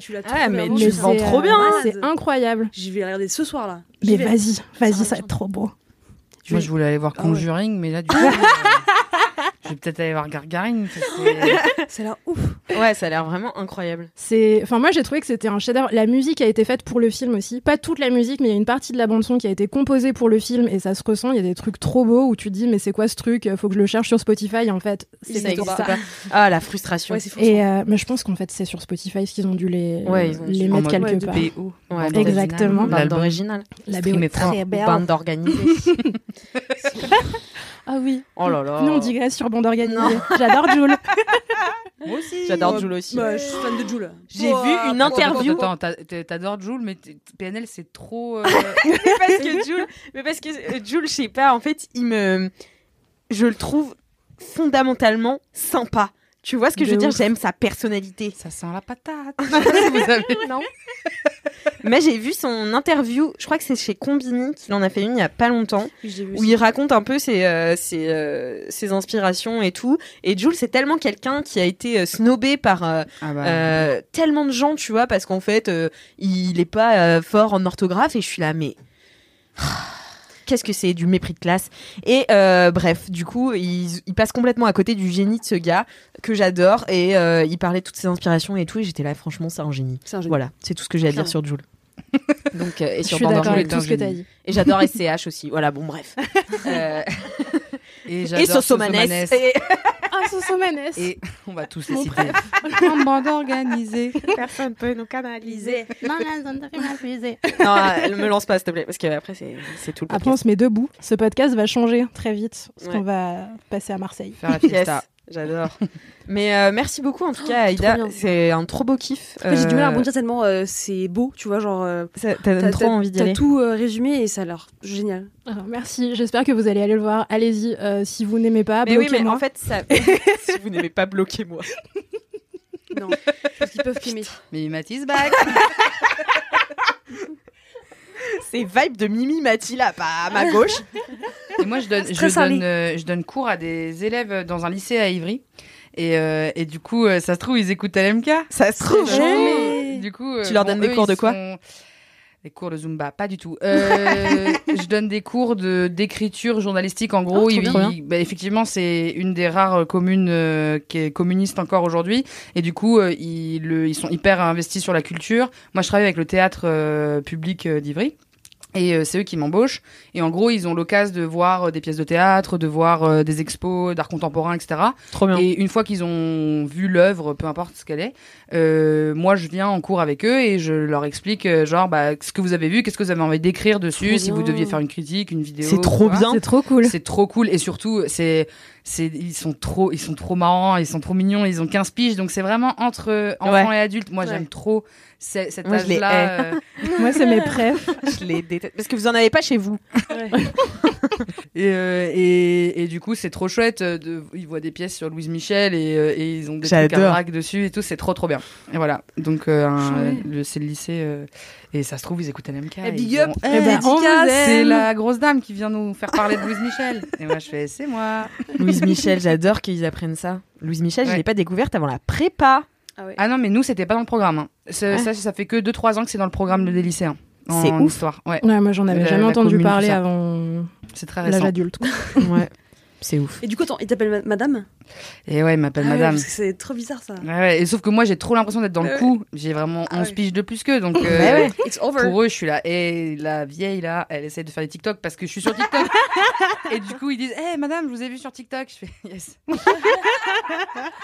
Speaker 5: tu l'as
Speaker 3: Ah,
Speaker 5: trouvé
Speaker 3: mais
Speaker 5: avant,
Speaker 3: tu
Speaker 5: je
Speaker 3: le
Speaker 5: suis
Speaker 3: vends
Speaker 6: c'est,
Speaker 5: malade.
Speaker 3: trop
Speaker 6: euh,
Speaker 3: bien.
Speaker 6: C'est incroyable.
Speaker 5: Je vais la regarder ce soir là. J'y
Speaker 6: Mais
Speaker 5: vais.
Speaker 6: vas-y, vas-y, ça va être trop beau.
Speaker 5: Je
Speaker 4: Moi,
Speaker 5: vais-
Speaker 4: je voulais aller voir
Speaker 5: Ah ouais.
Speaker 4: Conjuring, mais là, du coup, euh, je vais peut-être aller voir Gargarine. parce que-
Speaker 5: C'est là ouf.
Speaker 3: Ouais, ça a l'air vraiment incroyable.
Speaker 6: C'est, enfin moi j'ai trouvé que c'était un chef-d'œuvre. La musique a été faite pour le film aussi, pas toute la musique, mais il y a une partie de la bande son qui a été composée pour le film et ça se ressent. Il y a des trucs trop beaux où tu te dis mais c'est quoi ce truc Faut que je le cherche sur Spotify. En fait, c'est
Speaker 3: Ça
Speaker 6: plutôt
Speaker 3: existe
Speaker 6: ça.
Speaker 3: pas. Ah, la frustration.
Speaker 5: Ouais, c'est fou.
Speaker 6: Et euh, mais je pense qu'en fait c'est sur Spotify qu'ils ont dû les
Speaker 3: Ouais, ils ont
Speaker 6: les
Speaker 3: dû-
Speaker 6: mettre
Speaker 4: en mode
Speaker 6: quelque
Speaker 5: de
Speaker 6: part.
Speaker 4: BO.
Speaker 3: Ouais,
Speaker 4: Bande originale.
Speaker 6: Exactement.
Speaker 3: Bande
Speaker 4: L'album.
Speaker 3: originale.
Speaker 6: La BO
Speaker 4: Streamer
Speaker 6: est
Speaker 4: fort.
Speaker 6: très belle.
Speaker 3: Bande organisée.
Speaker 6: Ah oui.
Speaker 3: Oh là là.
Speaker 6: Non, on digresse sur bande organisée. J'adore Jules.
Speaker 5: Moi aussi.
Speaker 3: J'adore Jules aussi.
Speaker 5: Bah, je suis fan de Jules.
Speaker 3: J'ai vu une interview.
Speaker 4: Attends, t'as- t'as- t'adores Jules, mais t- PNL, c'est trop. euh,
Speaker 3: Mais parce que Jules, mais parce que euh, Jules, je sais pas, en fait, il me, je le trouve fondamentalement sympa. Tu vois ce que je
Speaker 6: De
Speaker 3: veux dire
Speaker 6: ouf.
Speaker 3: J'aime sa personnalité.
Speaker 4: Ça sent la patate. Je sais pas si vous avez-
Speaker 3: Mais j'ai vu son interview, je crois que c'est chez Combini qu'il en a fait une il y a pas longtemps, où il raconte un peu ses, euh, ses, euh, ses inspirations et tout. Et Jules, c'est tellement quelqu'un qui a été euh, snobé par euh,
Speaker 4: Ah bah,
Speaker 3: euh, tellement de gens, tu vois, parce qu'en fait, euh, il est pas euh, fort en orthographe et je suis là, mais. Qu'est-ce que c'est du mépris de classe Et euh, bref, du coup, il, il passe complètement à côté du génie de ce gars que j'adore et euh, il parlait de toutes ses inspirations et tout. Et j'étais là, franchement, c'est un génie.
Speaker 5: C'est un génie.
Speaker 3: Voilà, c'est tout ce que j'ai à dire
Speaker 5: Clairement.
Speaker 3: sur Jules. Donc, euh, et
Speaker 6: Je
Speaker 3: sur
Speaker 6: suis
Speaker 3: Bande
Speaker 6: d'accord
Speaker 3: Originale.
Speaker 6: avec tout ce que
Speaker 4: Jules.
Speaker 6: t'as dit.
Speaker 3: Et j'adore SCH aussi. Voilà, bon, bref. Euh,
Speaker 4: Et,
Speaker 3: et
Speaker 4: j'adore
Speaker 3: Sosomanes.
Speaker 4: Sosomanes.
Speaker 3: Et...
Speaker 6: Ah, Sosomanes.
Speaker 4: Et on va tous les
Speaker 6: Mon
Speaker 4: citer. En bande organisée.
Speaker 3: Personne peut nous canaliser.
Speaker 6: Non, la zone de refusée.
Speaker 3: non, elle me lance pas, s'il te plaît, parce que après, c'est c'est tout le
Speaker 6: Après, on se met debout. Ce podcast va changer très vite parce
Speaker 3: Ouais.
Speaker 6: qu'on va passer à Marseille.
Speaker 4: Faire la
Speaker 3: Yes,
Speaker 4: fiesta.
Speaker 3: j'adore. Mais euh, merci beaucoup en tout cas, Aïda.
Speaker 5: Oh, bien.
Speaker 3: C'est un trop beau kiff.
Speaker 5: Après, J'ai du mal à
Speaker 3: Euh,
Speaker 5: rebondir tellement euh, c'est beau, tu vois, genre. euh,
Speaker 3: ça- T'as
Speaker 5: t'as-
Speaker 3: trop
Speaker 5: t'as-
Speaker 3: envie d'y
Speaker 5: T'as
Speaker 3: aller.
Speaker 5: tout euh, résumé et ça a l'air génial.
Speaker 6: Alors, Ah, merci. J'espère que vous allez aller le voir. Allez-y. euh, si vous n'aimez pas,
Speaker 3: mais oui, mais
Speaker 6: bloquez-moi.
Speaker 3: en fait, ça. si vous n'aimez pas, bloquez-moi.
Speaker 5: Non, parce qu'ils peuvent t'aimer.
Speaker 4: Mais Mathis Bach.
Speaker 3: C'est vibe de Mimi Matila, pas à ma gauche.
Speaker 4: Et moi, je donne,
Speaker 5: très
Speaker 4: je,
Speaker 5: salé.
Speaker 4: donne, euh, je donne cours à des élèves euh, dans un lycée à Ivry. Et, euh, et du coup, euh, ça se trouve, ils écoutent LMK.
Speaker 3: Ça se trouve.
Speaker 5: Jamais.
Speaker 4: Du coup, euh,
Speaker 3: Tu leur donnes des
Speaker 4: eux,
Speaker 3: cours de
Speaker 4: ils
Speaker 3: quoi
Speaker 4: sont- Des cours de Zumba, pas du tout. Euh, je donne des cours de d'écriture journalistique. En gros,
Speaker 3: trop
Speaker 4: ils-
Speaker 3: bien. Oh, Trop bien.
Speaker 4: ils- bah, effectivement, c'est une des rares communes euh, qui est communiste encore aujourd'hui. Et du coup, euh, ils, le- ils sont hyper investis sur la culture. Moi, je travaille avec le théâtre euh, public euh, d'Ivry. Et euh, c'est eux qui m'embauchent. Et en gros, ils ont l'occasion de voir euh, des pièces de théâtre, de voir euh, des expos d'art contemporain, etc.
Speaker 3: Trop bien.
Speaker 4: Et une fois qu'ils ont vu l'œuvre, peu importe ce qu'elle est, euh, moi je viens en cours avec eux et je leur explique euh, genre bah, ce que vous avez vu, qu'est-ce que vous avez envie d'écrire dessus,
Speaker 5: Trop
Speaker 4: si vous
Speaker 5: bien.
Speaker 4: deviez faire une critique, une vidéo.
Speaker 3: C'est trop
Speaker 4: tu vois.
Speaker 3: bien.
Speaker 6: c'est trop cool.
Speaker 4: C'est trop cool et surtout c'est c'est ils sont trop ils sont trop marrants, ils sont trop mignons, ils ont 15 piges donc c'est vraiment entre enfants et adultes. Moi
Speaker 5: Ouais.
Speaker 4: j'aime trop ce- cet
Speaker 3: Moi, je les
Speaker 4: âge-là. euh,
Speaker 6: Moi, c'est mes prefs.
Speaker 3: Je les déteste. Parce que vous en avez pas chez vous.
Speaker 4: Et, euh, et, et du coup, c'est trop chouette. euh, De, ils voient des pièces sur Louise Michel et, euh, et ils ont des trucs à
Speaker 3: J'adore.
Speaker 4: braque dessus et tout. C'est trop, trop bien. Et voilà. Donc, euh, un-
Speaker 5: Chouette.
Speaker 4: le- c'est le lycée. euh, et ça se trouve, ils écoutent LMK.
Speaker 5: Eh,
Speaker 4: et
Speaker 5: big
Speaker 4: ils
Speaker 5: up.
Speaker 4: vont,
Speaker 5: Eh
Speaker 4: Eh,
Speaker 6: ben, on
Speaker 4: dédicace,
Speaker 6: vous aime.
Speaker 4: C'est la grosse dame qui vient nous faire parler de Louise Michel. Et moi, je fais, c'est moi.
Speaker 3: Louise Michel, j'adore qu'ils apprennent ça. Louise Michel, je
Speaker 4: Ouais.
Speaker 3: l'ai pas découverte avant la prépa.
Speaker 4: Ah non, mais nous, c'était pas dans le programme. hein. Ça, ça, ça fait que 2-3 ans que c'est dans le programme des lycéens. en-
Speaker 3: C'est
Speaker 4: en
Speaker 3: ouf.
Speaker 4: Histoire. Ouais,
Speaker 6: Ouais, moi, j'en avais
Speaker 4: La-
Speaker 6: jamais
Speaker 4: la
Speaker 6: entendu
Speaker 4: commune,
Speaker 6: parler
Speaker 4: tout ça.
Speaker 6: avant
Speaker 4: c'est très
Speaker 6: l'âge
Speaker 4: récent.
Speaker 6: adulte. quoi.
Speaker 3: Ouais. C'est ouf.
Speaker 5: Et du coup, attends, ils t'appellent ma- madame
Speaker 4: Et ouais, il m'appelle
Speaker 5: Ah ouais,
Speaker 4: madame.
Speaker 5: parce que C'est trop bizarre ça.
Speaker 4: Ouais, ouais. Et sauf que moi, j'ai trop l'impression d'être dans
Speaker 5: Euh,
Speaker 4: le coup. J'ai vraiment
Speaker 5: Ah
Speaker 4: 11
Speaker 5: ouais.
Speaker 4: piges de plus qu'eux. Donc, euh,
Speaker 5: It's over.
Speaker 4: pour eux, je suis là. Et la vieille, là, elle essaie de faire des TikTok parce que je suis sur TikTok. et du coup, ils disent Hé, madame, je vous ai vu sur TikTok. Je fais Yes.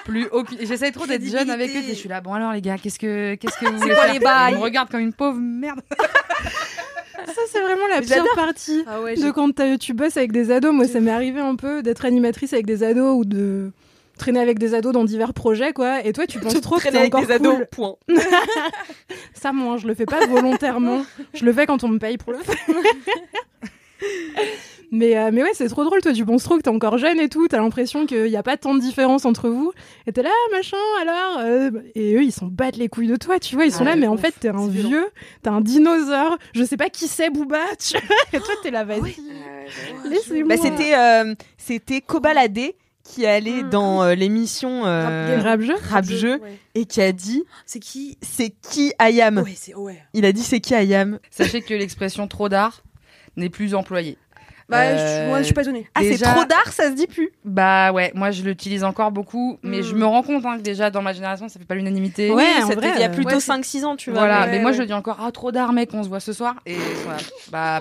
Speaker 4: Plus aucune. J'essaie trop d'être jeune avec eux.
Speaker 5: Crédibilité.
Speaker 4: Je suis là, bon, alors, les gars, qu'est-ce que, qu'est-ce que vous voulez
Speaker 5: quoi
Speaker 4: faire
Speaker 5: les bails
Speaker 4: Ils me regardent comme une pauvre merde.
Speaker 6: Ça, c'est vraiment la pire partie.
Speaker 5: Ah ouais,
Speaker 6: De
Speaker 5: j'ai-
Speaker 6: quand t'as- tu bosses avec des ados, moi ça m'est arrivé un peu d'être animatrice avec des ados ou de traîner avec des ados dans divers projets quoi. Et toi tu penses trop que t'es encore cool.
Speaker 3: point.
Speaker 6: Ça moi je le fais pas volontairement, je le fais quand on me paye pour le faire. mais euh, mais ouais c'est trop drôle toi tu penses trop que t'es encore jeune et tout, t'as l'impression qu'il n'y a pas tant de différence entre vous. Et t'es là Ah, machin alors euh, et eux ils s'en battent les couilles de toi tu vois ils sont
Speaker 5: Ah
Speaker 6: là
Speaker 5: ouais,
Speaker 6: mais en
Speaker 5: ouf,
Speaker 6: fait t'es un
Speaker 5: c'est violent.
Speaker 6: vieux, t'es un dinosaure, je sais pas qui c'est Booba tu vois. et toi t'es là vas-y. laissez-moi.
Speaker 3: Bah, c'était euh, c'était Kobalade qui allait
Speaker 5: Mm.
Speaker 3: dans euh, l'émission euh,
Speaker 6: Rap jeu
Speaker 4: Bah,
Speaker 3: Rap Jeu
Speaker 5: Ouais.
Speaker 3: et qui a dit
Speaker 5: C'est qui
Speaker 3: c'est qui I am.
Speaker 5: Ouais, c'est ouais.
Speaker 3: Il a dit c'est qui I am.
Speaker 4: Sachez que l'expression trop d'art n'est plus employée.
Speaker 5: Bah, je,
Speaker 4: Euh,
Speaker 5: moi, je suis pas étonnée.
Speaker 3: Ah, c'est
Speaker 4: Déjà-
Speaker 3: trop d'art, ça se dit plus.
Speaker 4: Bah ouais, moi je l'utilise encore beaucoup, mais
Speaker 5: Mm.
Speaker 4: je me rends compte hein, que déjà dans ma génération ça fait pas l'unanimité.
Speaker 6: Ouais,
Speaker 3: Oui,
Speaker 6: en
Speaker 3: ça
Speaker 6: vrai,
Speaker 3: te- il y a
Speaker 6: euh,
Speaker 3: plutôt
Speaker 4: ouais, c'est-
Speaker 3: 5-6 ans, tu vois.
Speaker 4: Voilà,
Speaker 5: ouais,
Speaker 4: mais moi
Speaker 5: ouais.
Speaker 4: je le dis encore, ah trop d'art mec, on se voit ce soir. Et voilà. bah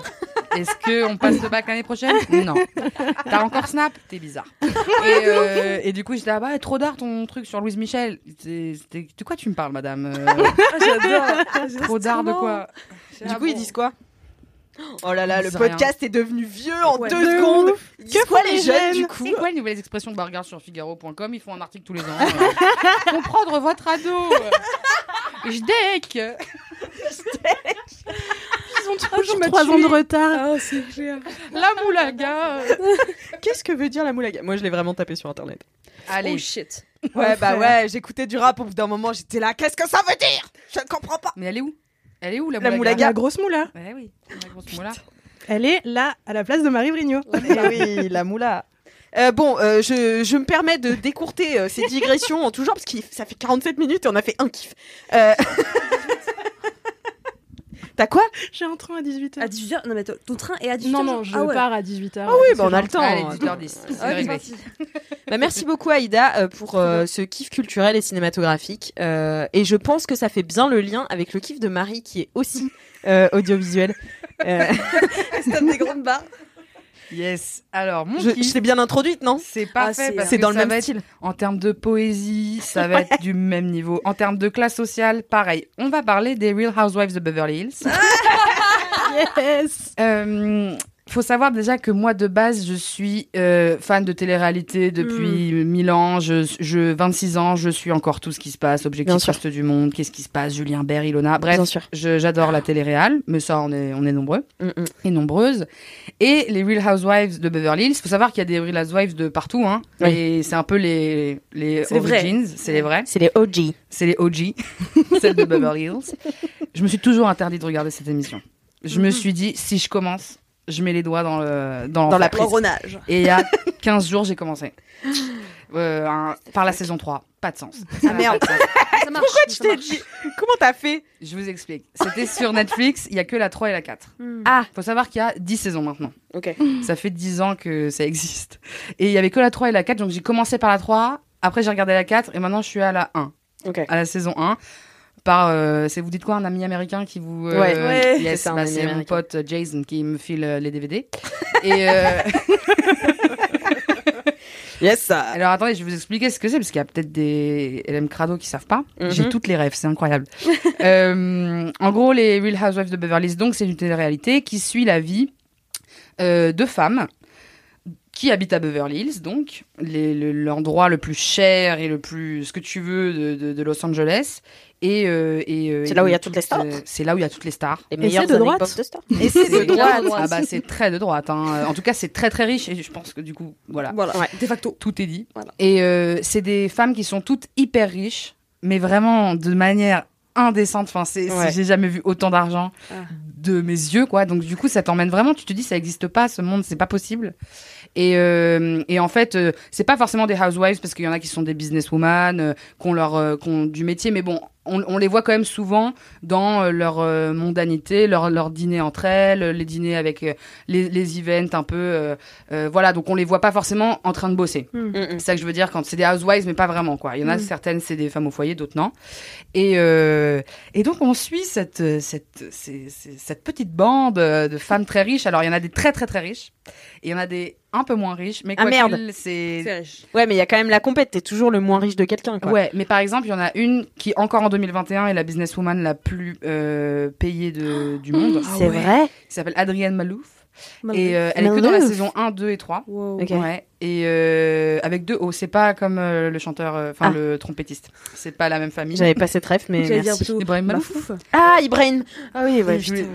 Speaker 4: est-ce que on passe le bac l'année prochaine Non. T'as encore Snap T'es bizarre. Et, euh, et du coup j'étais ah bah trop d'art ton truc sur Louise Michel. C'est- c'était- De quoi tu me parles madame Euh,
Speaker 5: J'adore.
Speaker 4: Trop d'art de quoi
Speaker 3: Du coup, ils disent quoi Oh là là,
Speaker 4: Ils
Speaker 3: le
Speaker 4: disent rien.
Speaker 3: podcast est devenu vieux en
Speaker 5: Ouais.
Speaker 3: deux
Speaker 5: De
Speaker 3: secondes. Ils disent quoi les jeunes du coup
Speaker 4: C'est quoi les nouvelles expressions Bah regarde sur figaro.com, ils font un article tous les ans. euh, comprendre votre ado Je deck
Speaker 6: Ils ont
Speaker 5: je
Speaker 6: toujours
Speaker 5: m'as
Speaker 6: Ah, trois ans de
Speaker 5: tué.
Speaker 6: retard.
Speaker 5: Ah, c'est clair.
Speaker 4: La moulaga euh.
Speaker 3: Qu'est-ce que veut dire la moulaga Moi, je l'ai vraiment tapé sur internet.
Speaker 4: Allez,
Speaker 5: Oh shit.
Speaker 3: Ouais, bah
Speaker 5: frère.
Speaker 3: ouais, j'écoutais du rap au bout d'un moment, j'étais là, qu'est-ce que ça veut dire Je ne comprends pas.
Speaker 4: mais elle est où Elle est où la
Speaker 3: La
Speaker 4: moulaga,
Speaker 3: moulaga.
Speaker 6: La grosse moula.
Speaker 4: Ouais, oui, la grosse moula.
Speaker 6: Elle est là, à la place de Marie Vrigno.
Speaker 3: Ah oui, la moula. Euh, bon, euh, je, je me permets de décourter euh, ces digressions en tout genre parce que ça fait 47 minutes et on a fait un kiff. Euh, T'as quoi
Speaker 6: J'ai un train à 18h.
Speaker 5: À 18h Ah, Non, mais ton ton train est à 18h.
Speaker 6: Non, non, je
Speaker 5: ah ouais.
Speaker 6: pars à 18h.
Speaker 3: Ah oui, bah on a le temps.
Speaker 4: Allez,
Speaker 3: hein.
Speaker 4: 18h10. c'est
Speaker 5: Ah, c'est
Speaker 4: réglé.
Speaker 5: parti.
Speaker 3: Bah, merci beaucoup Aïda euh, pour euh, ce kiff culturel et cinématographique. Euh, et je pense que ça fait bien le lien avec le kiff de Marie qui est aussi euh, audiovisuel. Euh,
Speaker 5: C'est des grandes barres.
Speaker 4: Yes. Alors, mon
Speaker 3: je
Speaker 4: kiff,
Speaker 3: je t'ai bien introduite, non
Speaker 4: c'est
Speaker 5: Ah,
Speaker 4: parfait
Speaker 5: c'est-
Speaker 4: parce
Speaker 3: C'est
Speaker 4: que
Speaker 3: dans le
Speaker 4: ça
Speaker 3: même
Speaker 4: va être-
Speaker 3: style.
Speaker 4: en termes de poésie, ça va être du même niveau. En termes de classe sociale, pareil. On va parler des Real Housewives de Beverly Hills.
Speaker 6: Yes
Speaker 4: Euh, faut savoir déjà que moi de base je suis euh, fan de télé-réalité depuis mille ans. Je, je 26 ans, je suis encore tout ce qui se passe,
Speaker 3: Bien
Speaker 4: objectif
Speaker 3: sûr.
Speaker 4: Reste du monde, qu'est-ce qui se passe, Julien Bert, Ilona. Bref,
Speaker 3: sûr. Mm,
Speaker 4: je- j'adore la télé-réal, mais ça on est on est nombreux et nombreuses. Et les Real Housewives de Beverly Hills. Faut savoir qu'il y a des Real Housewives de partout, hein.
Speaker 3: Oui.
Speaker 4: Et c'est un peu les les
Speaker 5: C'est les vrais.
Speaker 4: origins, c'est les vrais.
Speaker 3: C'est les OG.
Speaker 4: C'est les OG, celles de Beverly Hills. Je me suis toujours interdit de regarder cette émission. Je me suis dit, si je commence, je mets les doigts dans, le, dans,
Speaker 3: Dans la
Speaker 4: l'enfer.
Speaker 3: prise.
Speaker 5: Coronage.
Speaker 4: Et il y a 15 jours, j'ai commencé. Euh, un- par la saison 3. Pas de sens. Ça n'a
Speaker 3: merde.
Speaker 4: pas de sens.
Speaker 5: Ça marche. Pourquoi tu
Speaker 3: t'es dit- Comment t'as fait
Speaker 4: Je vous explique. C'était sur Netflix, il n'y a que la 3 et la 4.
Speaker 3: Ah.
Speaker 4: Faut savoir qu'il y a 10 saisons maintenant.
Speaker 3: Ok.
Speaker 4: Ça fait 10 ans que ça existe. Et il y avait que la 3 et la 4, donc j'ai commencé par la 3, après j'ai regardé la 4 et maintenant je suis à la 1.
Speaker 3: Ok.
Speaker 4: À la saison 1 par euh, c'est vous dites quoi un ami américain qui vous euh,
Speaker 3: Ouais. Ouais.
Speaker 4: yes,
Speaker 3: C'est ça, un
Speaker 4: bah,
Speaker 3: ami
Speaker 4: c'est mon
Speaker 3: américain.
Speaker 4: pote Jason qui me file euh, les DVD. et euh,
Speaker 3: Yes. ça.
Speaker 4: alors attendez, je vais vous expliquer ce que c'est parce qu'il y a peut-être des LM crado qui savent pas.
Speaker 3: Mhm.
Speaker 4: J'ai toutes les rêves, c'est incroyable. Euh, en gros, les Real Housewives de Beverly Hills, donc c'est une télé-réalité qui suit la vie euh, de femmes qui habitent à Beverly Hills, donc les- le- l'endroit le, plus cher et le plus ce que tu veux de, de- de Los Angeles. Et, euh, et, euh,
Speaker 3: C'est là où il y a
Speaker 4: et
Speaker 3: toutes les stars.
Speaker 4: euh, C'est là où il y a toutes les stars.
Speaker 3: Les
Speaker 6: meilleures de droite
Speaker 3: anecdotes de stars.
Speaker 5: Et c'est de droite.
Speaker 4: Ah bah c'est très de droite. hein. En tout cas, c'est très très riche et je pense que du coup, voilà.
Speaker 5: Voilà. De facto.
Speaker 4: Tout est dit.
Speaker 5: Voilà.
Speaker 4: Et euh, c'est des femmes qui sont toutes hyper riches, mais vraiment de manière indécente. Enfin, c'est, c'est-
Speaker 3: Ouais.
Speaker 4: j'ai jamais vu autant d'argent
Speaker 5: Ah.
Speaker 4: de mes yeux, quoi. Donc du coup, ça t'emmène vraiment. Tu te dis, ça n'existe pas, ce monde, c'est pas possible. Et, euh, et en fait, euh, c'est pas forcément des housewives parce qu'il y en a qui sont des businesswomen, euh, qui ont leur, euh, qui ont du métier, mais bon. On, on les voit quand même souvent dans euh, leur euh, mondanité, leur, leur dîner entre elles, les dîners avec euh, les, les events un peu. euh, euh, voilà, donc on les voit pas forcément en train de bosser.
Speaker 3: Mm.
Speaker 4: C'est ça que je veux dire quand c'est des housewives, mais pas vraiment quoi. Il y en a certaines, c'est des femmes au foyer, d'autres non. Et, euh, et donc on suit cette, euh, cette, ces- ces- cette petite bande euh, de femmes très riches. Alors il y en a des très très très riches, et il y en a des un peu moins riches, mais
Speaker 3: Ah,
Speaker 4: quoi
Speaker 3: merde.
Speaker 4: qu'il, c'est.
Speaker 5: riche.
Speaker 3: Ouais, mais il y a quand même la compète. T'es toujours le moins riche de quelqu'un. Quoi.
Speaker 4: Ouais, mais par exemple, il y en a une qui, encore en 2021, est la businesswoman la plus euh, payée de, du monde.
Speaker 3: Ah
Speaker 4: Ah
Speaker 3: C'est vrai.
Speaker 4: Qui s'appelle Adrienne Malouf.
Speaker 5: Malouf.
Speaker 4: Et euh, elle est que dans la
Speaker 3: Malouf.
Speaker 4: saison 1, 2 et 3.
Speaker 5: Wow.
Speaker 3: Ok.
Speaker 4: Ouais, et euh, avec deux O, c'est pas comme euh, le chanteur, euh, enfin
Speaker 3: Ah.
Speaker 4: le trompettiste. C'est pas la même famille.
Speaker 3: J'avais pas cette ref, mais
Speaker 5: J'allais dire
Speaker 3: merci.
Speaker 5: plutôt.
Speaker 4: Ibrahim Malouf.
Speaker 5: Mafouf.
Speaker 3: Ah, Ibrahim. Ah oui, ouais.
Speaker 4: Oui, je
Speaker 3: putain.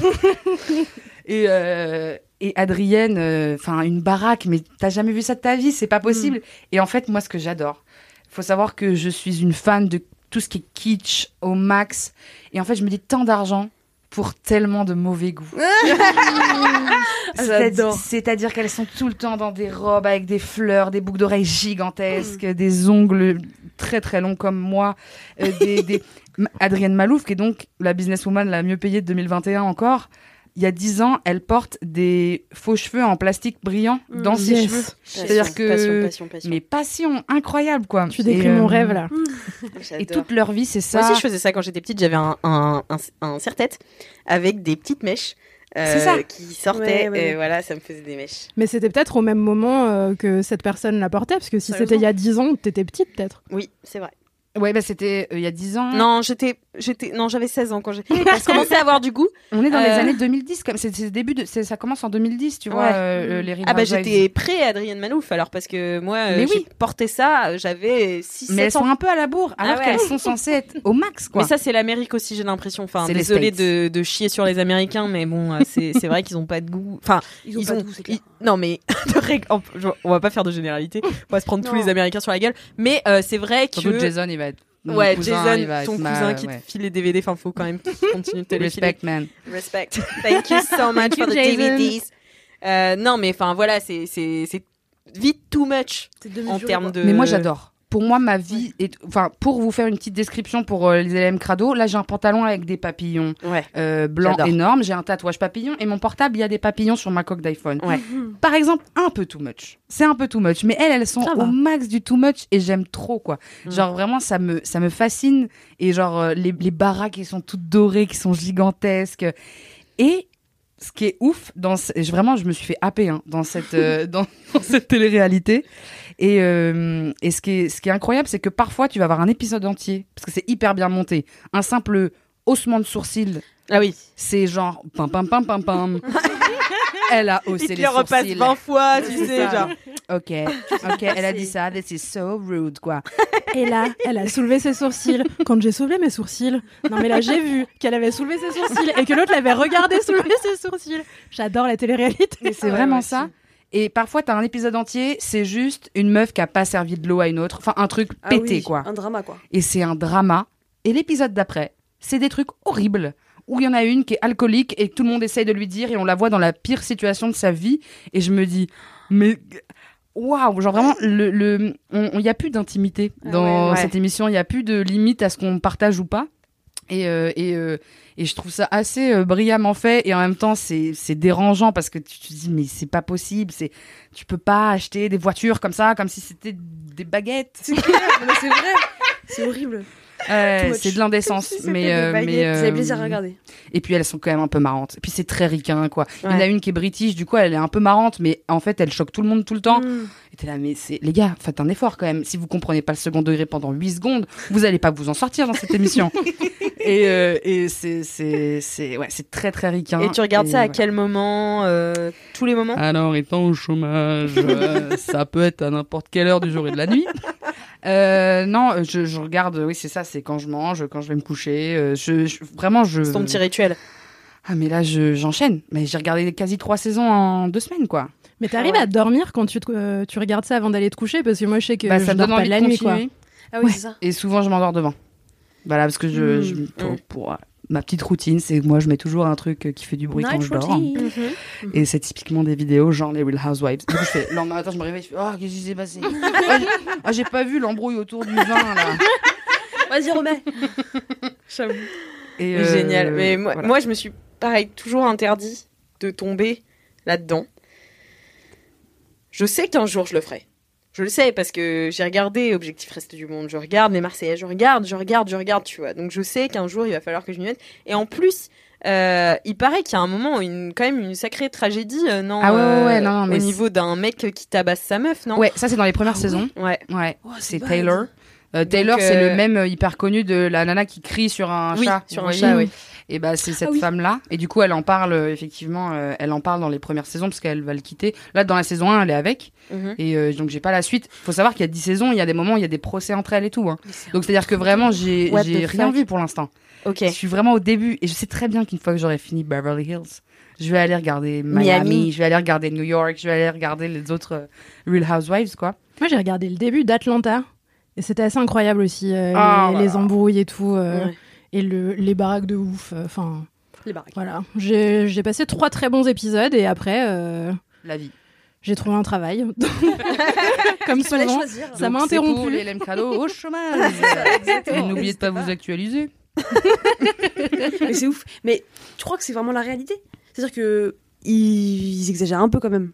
Speaker 4: voulais- Et, euh, et Adrienne, euh, enfin une baraque, mais t'as jamais vu ça de ta vie, c'est pas possible. Et en fait, moi, ce que j'adore, faut savoir que je suis une fan de tout ce qui est kitsch au max. Et en fait, je me dis tant d'argent pour tellement de mauvais goût. C'est-à-
Speaker 5: J'adore.
Speaker 4: C'est-à-dire qu'elles sont tout le temps dans des robes avec des fleurs, des boucles d'oreilles gigantesques, des ongles très très longs comme moi. euh, des, des- M- Adrienne Malouf, qui est donc la businesswoman la mieux payée de 2021 encore, il y a 10 ans, elle porte des faux cheveux en plastique brillant dans ses
Speaker 6: yes.
Speaker 4: cheveux. C'est-à-dire que-
Speaker 3: Passion, passion, passion.
Speaker 4: Mais passion, incroyable quoi.
Speaker 6: Tu
Speaker 4: Et,
Speaker 6: décris mon
Speaker 4: euh,
Speaker 6: rêve là.
Speaker 4: Et
Speaker 3: J'adore.
Speaker 4: toute leur vie, c'est ça.
Speaker 3: Moi aussi, je faisais ça quand j'étais petite. J'avais un, un, un, un serre-tête avec des petites mèches euh,
Speaker 4: C'est ça.
Speaker 3: qui
Speaker 5: Ouais,
Speaker 3: sortaient.
Speaker 5: ouais,
Speaker 3: Et voilà, ça me faisait des mèches.
Speaker 6: Mais c'était peut-être au même moment euh, que cette personne la portait, parce que si c'était il y a 10 ans, t'étais petite peut-être.
Speaker 3: Oui, c'est vrai.
Speaker 4: Ouais, bah, c'était euh, il y a 10 ans.
Speaker 3: Non, j'étais, j'étais, non, j'avais 16 ans quand j'ai je commençais à avoir du goût.
Speaker 4: On est dans les
Speaker 3: Euh.
Speaker 4: années 2010, comme c'est c'est le début de, c'est- ça commence en 2010, tu vois,
Speaker 3: Ouais.
Speaker 4: euh, euh, les
Speaker 3: Ah bah
Speaker 4: River Wives.
Speaker 3: j'étais pré-Adrienne Manouf alors parce que moi, euh,
Speaker 4: Mais
Speaker 3: j'ai
Speaker 4: oui.
Speaker 3: porté ça, euh, j'avais 6
Speaker 4: Mais elles
Speaker 3: 7 ans.
Speaker 4: sont un peu à la bourre, alors
Speaker 3: Ah ouais.
Speaker 4: qu'elles sont censées être au max, quoi.
Speaker 3: Mais ça, c'est l'Amérique aussi, j'ai l'impression. Enfin,
Speaker 4: C'est les
Speaker 3: désolé
Speaker 4: States.
Speaker 3: de, de chier sur les Américains, mais bon, euh, c'est c'est vrai qu'ils ont pas de goût. Enfin,
Speaker 5: Ils ont
Speaker 3: Ils
Speaker 5: pas
Speaker 3: ont-
Speaker 5: tout, c'est clair.
Speaker 3: ils- Non, mais de règle- en- je- on va pas faire de généralité. On va se prendre tous
Speaker 5: Non.
Speaker 3: les Américains sur la gueule. Mais euh, c'est vrai que.
Speaker 4: Surtout Jason, il va être. mon
Speaker 3: ouais,
Speaker 4: cousin,
Speaker 3: Jason,
Speaker 4: il va être
Speaker 3: ton
Speaker 4: ma-
Speaker 3: cousin qui
Speaker 4: ouais.
Speaker 3: te file les DVD. Enfin, faut quand même qu'il continue de te les filer.
Speaker 4: Respect, man.
Speaker 3: Respect. Thank you so much for the DVDs. Euh, non, mais enfin, voilà, c'est c'est- c'est vite too much en termes de.
Speaker 4: Mais moi, j'adore. Pour moi, ma vie est. Enfin, pour vous faire une petite description pour euh, les LM Crado, là, j'ai un pantalon avec des papillons
Speaker 3: Ouais.
Speaker 4: euh, blancs
Speaker 3: J'adore.
Speaker 4: énormes, j'ai un tatouage papillon et mon portable, il y a des papillons sur ma coque d'iPhone.
Speaker 3: Ouais.
Speaker 4: Par exemple, un peu too much. C'est un peu too much, mais elles, elles sont
Speaker 6: Ça
Speaker 4: au
Speaker 6: va.
Speaker 4: max du too much et j'aime trop, quoi.
Speaker 3: Mm.
Speaker 4: Genre, vraiment, ça me, ça me fascine. Et genre, euh, les, les baraques qui sont toutes dorées, qui sont gigantesques. Et ce qui est ouf, dans ce- je- vraiment, je me suis fait happer hein, dans cette, euh, dans, dans cette télé-réalité. Et, euh, et ce, qui est, ce qui est incroyable, c'est que parfois, tu vas avoir un épisode entier, parce que c'est hyper bien monté. Un simple haussement de sourcil,
Speaker 3: Ah oui.
Speaker 4: c'est genre pam pam pam pam pam. Elle a haussé
Speaker 3: Il
Speaker 4: les
Speaker 3: le repasse
Speaker 4: sourcils.
Speaker 3: 20 fois, tu
Speaker 4: C'est
Speaker 3: sais,
Speaker 4: ça.
Speaker 3: genre.
Speaker 4: Ok, ok, elle a dit ça. This is so rude, quoi.
Speaker 6: Et là, elle a soulevé ses sourcils. Quand j'ai soulevé mes sourcils, non mais là j'ai vu qu'elle avait soulevé ses sourcils et que l'autre l'avait regardé soulever ses sourcils. J'adore la télé-réalité.
Speaker 4: Mais c'est vraiment ça. Et parfois, t'as un épisode entier, c'est juste une meuf qui a pas servi de l'eau à une autre. Enfin, un truc
Speaker 5: Ah
Speaker 4: pété,
Speaker 5: oui,
Speaker 4: quoi.
Speaker 5: Un drama, quoi.
Speaker 4: et c'est un drama. Et l'épisode d'après, c'est des trucs horribles. Où il y en a une qui est alcoolique et tout le monde essaye de lui dire et on la voit dans la pire situation de sa vie. Et je me dis, mais waouh, genre vraiment, le, le, on- on- il n'y a plus d'intimité
Speaker 5: Ah
Speaker 4: dans
Speaker 5: ouais, ouais.
Speaker 4: cette émission. Il n'y a plus de limite à ce qu'on partage ou pas. Et, euh, et, euh, et je trouve ça assez euh, brillamment fait et en même temps c'est c'est dérangeant parce que tu te dis mais c'est pas possible, c'est tu peux pas acheter des voitures comme ça comme si c'était des baguettes.
Speaker 5: C'est clair, mais c'est vrai. C'est horrible.
Speaker 4: Euh,
Speaker 5: Too much.
Speaker 4: c'est de l'indécence,
Speaker 5: Si c'était
Speaker 4: mais,
Speaker 5: des
Speaker 4: euh,
Speaker 5: baguettes,
Speaker 4: mais, euh,
Speaker 5: J'avais plaisir à regarder.
Speaker 4: Et puis elles sont quand même un peu marrantes. Et puis c'est très ricain, quoi. Il y en a
Speaker 3: Ouais.
Speaker 4: une qui est british, du coup elle est un peu marrante, mais en fait elle choque tout le monde tout le temps.
Speaker 5: Mm.
Speaker 4: Et t'es là, mais c'est les gars, faites un effort quand même. Si vous comprenez pas le second degré pendant 8 secondes, vous allez pas vous en sortir dans cette émission. et euh, et c'est c'est c'est ouais, c'est très très ricain.
Speaker 3: Et tu regardes ça à
Speaker 4: Hein, voilà. Ah,
Speaker 3: quel moment euh, Tous les moments
Speaker 4: Alors, étant au chômage, euh, ça peut être à n'importe quelle heure du jour et de la nuit. Euh, non, je, je regarde, oui, c'est ça, c'est quand je mange, quand je vais me coucher. euh, je, je- vraiment, je.
Speaker 3: C'est ton petit rituel.
Speaker 4: Ah, mais là, je- j'enchaîne. mais j'ai regardé quasi trois saisons en deux semaines, quoi.
Speaker 6: Mais
Speaker 5: Ah
Speaker 6: t'arrives à dormir quand tu, te- euh, tu regardes ça avant d'aller te coucher parce que moi je sais que
Speaker 4: Bah,
Speaker 6: je
Speaker 4: ça me
Speaker 6: dors
Speaker 4: donne
Speaker 6: pas
Speaker 4: envie
Speaker 6: de
Speaker 4: de
Speaker 6: la nuit quoi.
Speaker 4: continuer.
Speaker 5: Ah oui, c'est ça.
Speaker 4: Et souvent, je m'endors devant. Voilà, parce que je. je- pour, pour- ma petite routine, c'est que moi, je mets toujours un truc euh, qui fait du bruit quand je dors. Et c'est typiquement des vidéos genre les Real Housewives. Du coup, je fais, le lendemain matin, je me réveille, je fais, oh, qu'est-ce qui s'est passé Ah, j'ai- Ah, j'ai pas vu l'embrouille autour du vin, là.
Speaker 5: Vas-y, remets.
Speaker 4: Et,
Speaker 3: Mais
Speaker 4: euh,
Speaker 3: Génial. Mais moi,
Speaker 4: voilà.
Speaker 3: moi, je me suis, pareil, toujours interdit de tomber là-dedans. Je sais qu'un jour, je le ferai. Je le sais parce que j'ai regardé Objectif Reste du Monde, je regarde les Marseillais, je regarde, je regarde, je regarde, tu vois. Donc je sais qu'un jour, il va falloir que je m'y mette. Et en plus, euh, il paraît qu'il y a un moment, une, quand même, une sacrée tragédie, euh, non,
Speaker 4: Ah ouais, ouais,
Speaker 3: euh,
Speaker 4: ouais, non, mais
Speaker 3: Au
Speaker 4: c'est-
Speaker 3: niveau d'un mec qui tabasse sa meuf, non Ah
Speaker 4: Ouais, ça, c'est dans les premières saisons.
Speaker 3: Ouais. Oh,
Speaker 4: Ouais, c'est
Speaker 5: bad.
Speaker 4: Taylor. Euh, Taylor, c'est
Speaker 3: euh,
Speaker 4: le même euh, hyper connu de la nana qui crie sur un
Speaker 3: Oui,
Speaker 4: chat.
Speaker 3: sur
Speaker 4: vous
Speaker 3: un
Speaker 4: voyez
Speaker 3: chat, oui. Ah
Speaker 4: Et bah, c'est cette
Speaker 5: oui.
Speaker 4: femme-là. Et du coup, elle en parle, euh, effectivement, euh, elle en parle dans les premières saisons parce qu'elle va le quitter. Là, dans la saison 1, elle est avec.
Speaker 3: Mhm.
Speaker 4: Et euh, donc, j'ai pas la suite. Faut savoir qu'il y a 10 saisons, il y a des moments, où il y a des procès entre elles et tout. hein. Donc, c'est-à-dire que vraiment, j'ai
Speaker 3: What
Speaker 4: j'ai
Speaker 3: the
Speaker 4: rien
Speaker 3: fuck.
Speaker 4: vu pour l'instant.
Speaker 3: Ok.
Speaker 4: Je suis vraiment au début et je sais très bien qu'une fois que j'aurai fini Beverly Hills, je vais aller regarder Miami,
Speaker 3: Miami.
Speaker 4: je vais aller regarder New York, je vais aller regarder les autres euh, Real Housewives, quoi.
Speaker 6: Moi j'ai regardé le début d'Atlanta et c'était assez incroyable aussi euh,
Speaker 4: Ah,
Speaker 6: les,
Speaker 4: voilà.
Speaker 6: les embrouilles et tout euh,
Speaker 3: Ouais.
Speaker 6: et le- les baraques de ouf. euh, Enfin
Speaker 5: Les baraques.
Speaker 6: voilà, j'ai j'ai passé trois très bons épisodes et après euh,
Speaker 4: La vie.
Speaker 6: j'ai trouvé un travail. Comme
Speaker 5: Fallait
Speaker 6: souvent.
Speaker 5: choisir.
Speaker 6: Ça m'a
Speaker 4: Donc, c'est Pour
Speaker 6: interrompu.
Speaker 4: les LM Crado au chômage. Et n'oubliez pas de vous actualiser.
Speaker 5: Mais c'est ouf. Mais tu crois que c'est vraiment la réalité C'est-à-dire que ils, ils exagèrent un peu quand même.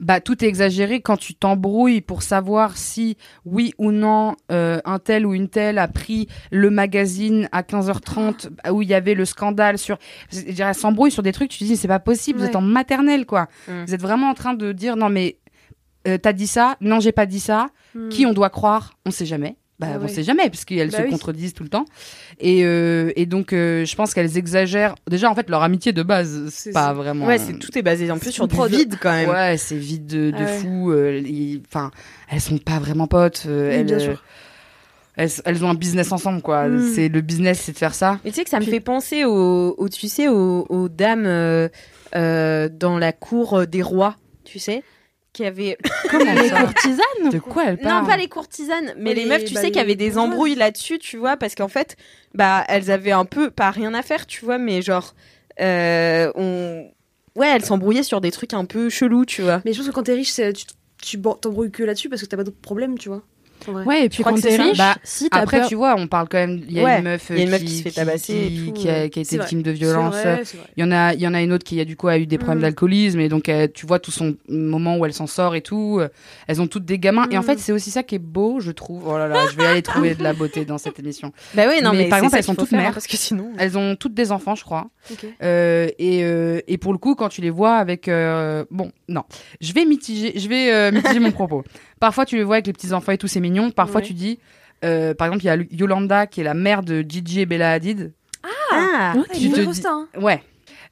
Speaker 4: Bah, tout est exagéré quand tu t'embrouilles pour savoir si, oui ou non, euh, un tel ou une telle a pris le magazine à 15h30 bah, où il y avait le scandale sur. je dirais, Elle s'embrouille sur des trucs, tu te dis, c'est pas possible, vous
Speaker 5: Ouais.
Speaker 4: êtes en maternelle, quoi.
Speaker 3: Mm.
Speaker 4: Vous êtes vraiment en train de dire, non, mais euh, t'as dit ça, non, j'ai pas dit ça, qui on doit croire, on sait jamais. Bah,
Speaker 5: Mm. Ah
Speaker 4: on
Speaker 5: ouais.
Speaker 4: sait jamais, parce qu'elles
Speaker 5: Bah
Speaker 4: se
Speaker 5: oui.
Speaker 4: contredisent tout le temps. Et, euh, et donc, euh, je pense qu'elles exagèrent. Déjà, en fait, leur amitié de base, c'est
Speaker 3: C'est-
Speaker 4: pas vraiment.
Speaker 3: Ouais, c'est tout est basé en plus sur du
Speaker 4: Prod.
Speaker 3: vide quand même.
Speaker 4: Ouais, c'est vide de, de
Speaker 5: Ah ouais.
Speaker 4: fou. euh, ils- Enfin, elles sont pas vraiment potes. euh,
Speaker 5: Oui,
Speaker 4: elles,
Speaker 5: bien
Speaker 4: euh,
Speaker 5: sûr.
Speaker 4: Elles, elles ont un business ensemble, quoi.
Speaker 5: Mm.
Speaker 4: C'est le business, c'est de faire ça.
Speaker 3: Mais tu sais que ça me fait penser aux, aux- tu sais, aux, aux dames euh, euh, dans la cour des rois, tu sais, qui avaient
Speaker 4: Comment
Speaker 6: Les
Speaker 4: ça
Speaker 6: courtisanes
Speaker 4: De quoi elles parlent
Speaker 3: Non, pas les courtisanes, mais
Speaker 5: Ouais,
Speaker 3: les,
Speaker 5: les-
Speaker 3: meufs, tu
Speaker 5: bah,
Speaker 3: sais,
Speaker 5: les-
Speaker 3: qui avaient des
Speaker 5: bourgeoises.
Speaker 3: embrouilles là-dessus, tu vois, parce qu'en fait, bah, elles avaient un peu, pas rien à faire, tu vois, mais genre, euh, on... ouais, elles s'embrouillaient sur des trucs un peu chelous, tu vois.
Speaker 5: Mais je pense que quand t'es riche, c'est- tu tu ban- t'embrouilles que là-dessus parce que t'as pas d'autres problèmes, tu vois. en vrai.
Speaker 6: Ouais, et puis
Speaker 3: crois
Speaker 6: quand
Speaker 3: que c'est
Speaker 6: t'es
Speaker 3: ça.
Speaker 6: riche,
Speaker 4: Bah,
Speaker 6: si t'as
Speaker 4: Après,
Speaker 6: peur...
Speaker 4: tu vois, on parle quand même. Il y a
Speaker 3: Ouais,
Speaker 4: une meuf,
Speaker 3: il y a une
Speaker 4: euh,
Speaker 3: meuf qui se fait tabasser et
Speaker 4: qui-
Speaker 5: tout,
Speaker 4: qui a,
Speaker 5: ouais.
Speaker 4: qui a été
Speaker 5: C'est vrai.
Speaker 4: victime de
Speaker 5: C'est
Speaker 4: violence.
Speaker 5: vrai, c'est vrai.
Speaker 4: Il y en a, il y en a une autre qui a du coup a eu des problèmes
Speaker 5: Mm.
Speaker 4: d'alcoolisme et donc euh, tu vois tout son moment où elle s'en sort et tout. euh, Elles ont toutes des gamins et en
Speaker 5: Mm.
Speaker 4: fait c'est aussi ça qui est beau, je trouve. Oh là là, je vais aller trouver de la beauté dans cette émission.
Speaker 3: Bah ouais, non,
Speaker 4: Mais
Speaker 3: mais,
Speaker 4: par
Speaker 3: c'est
Speaker 4: exemple,
Speaker 3: ça
Speaker 4: elles
Speaker 3: qu'il
Speaker 4: sont
Speaker 3: faut
Speaker 4: toutes
Speaker 3: faire, hein,
Speaker 4: mères.
Speaker 3: parce que sinon.
Speaker 4: Elles ont toutes des enfants, je crois.
Speaker 5: Ok.
Speaker 4: Euh, et, euh, et pour le coup, quand tu les vois avec, euh, bon, non, je vais mitiger, je vais euh, mitiger mon propos. Parfois, tu les vois avec les petits enfants et tout, c'est mignon. Parfois,
Speaker 3: Ouais.
Speaker 4: tu dis, euh, par exemple, il y a Lu- Yolanda qui est la mère de Gigi et Bella Hadid.
Speaker 3: Ah,
Speaker 5: Ah,
Speaker 4: tu
Speaker 5: il y a
Speaker 4: te
Speaker 5: des
Speaker 4: dis-
Speaker 5: rostas, hein.
Speaker 4: Ouais.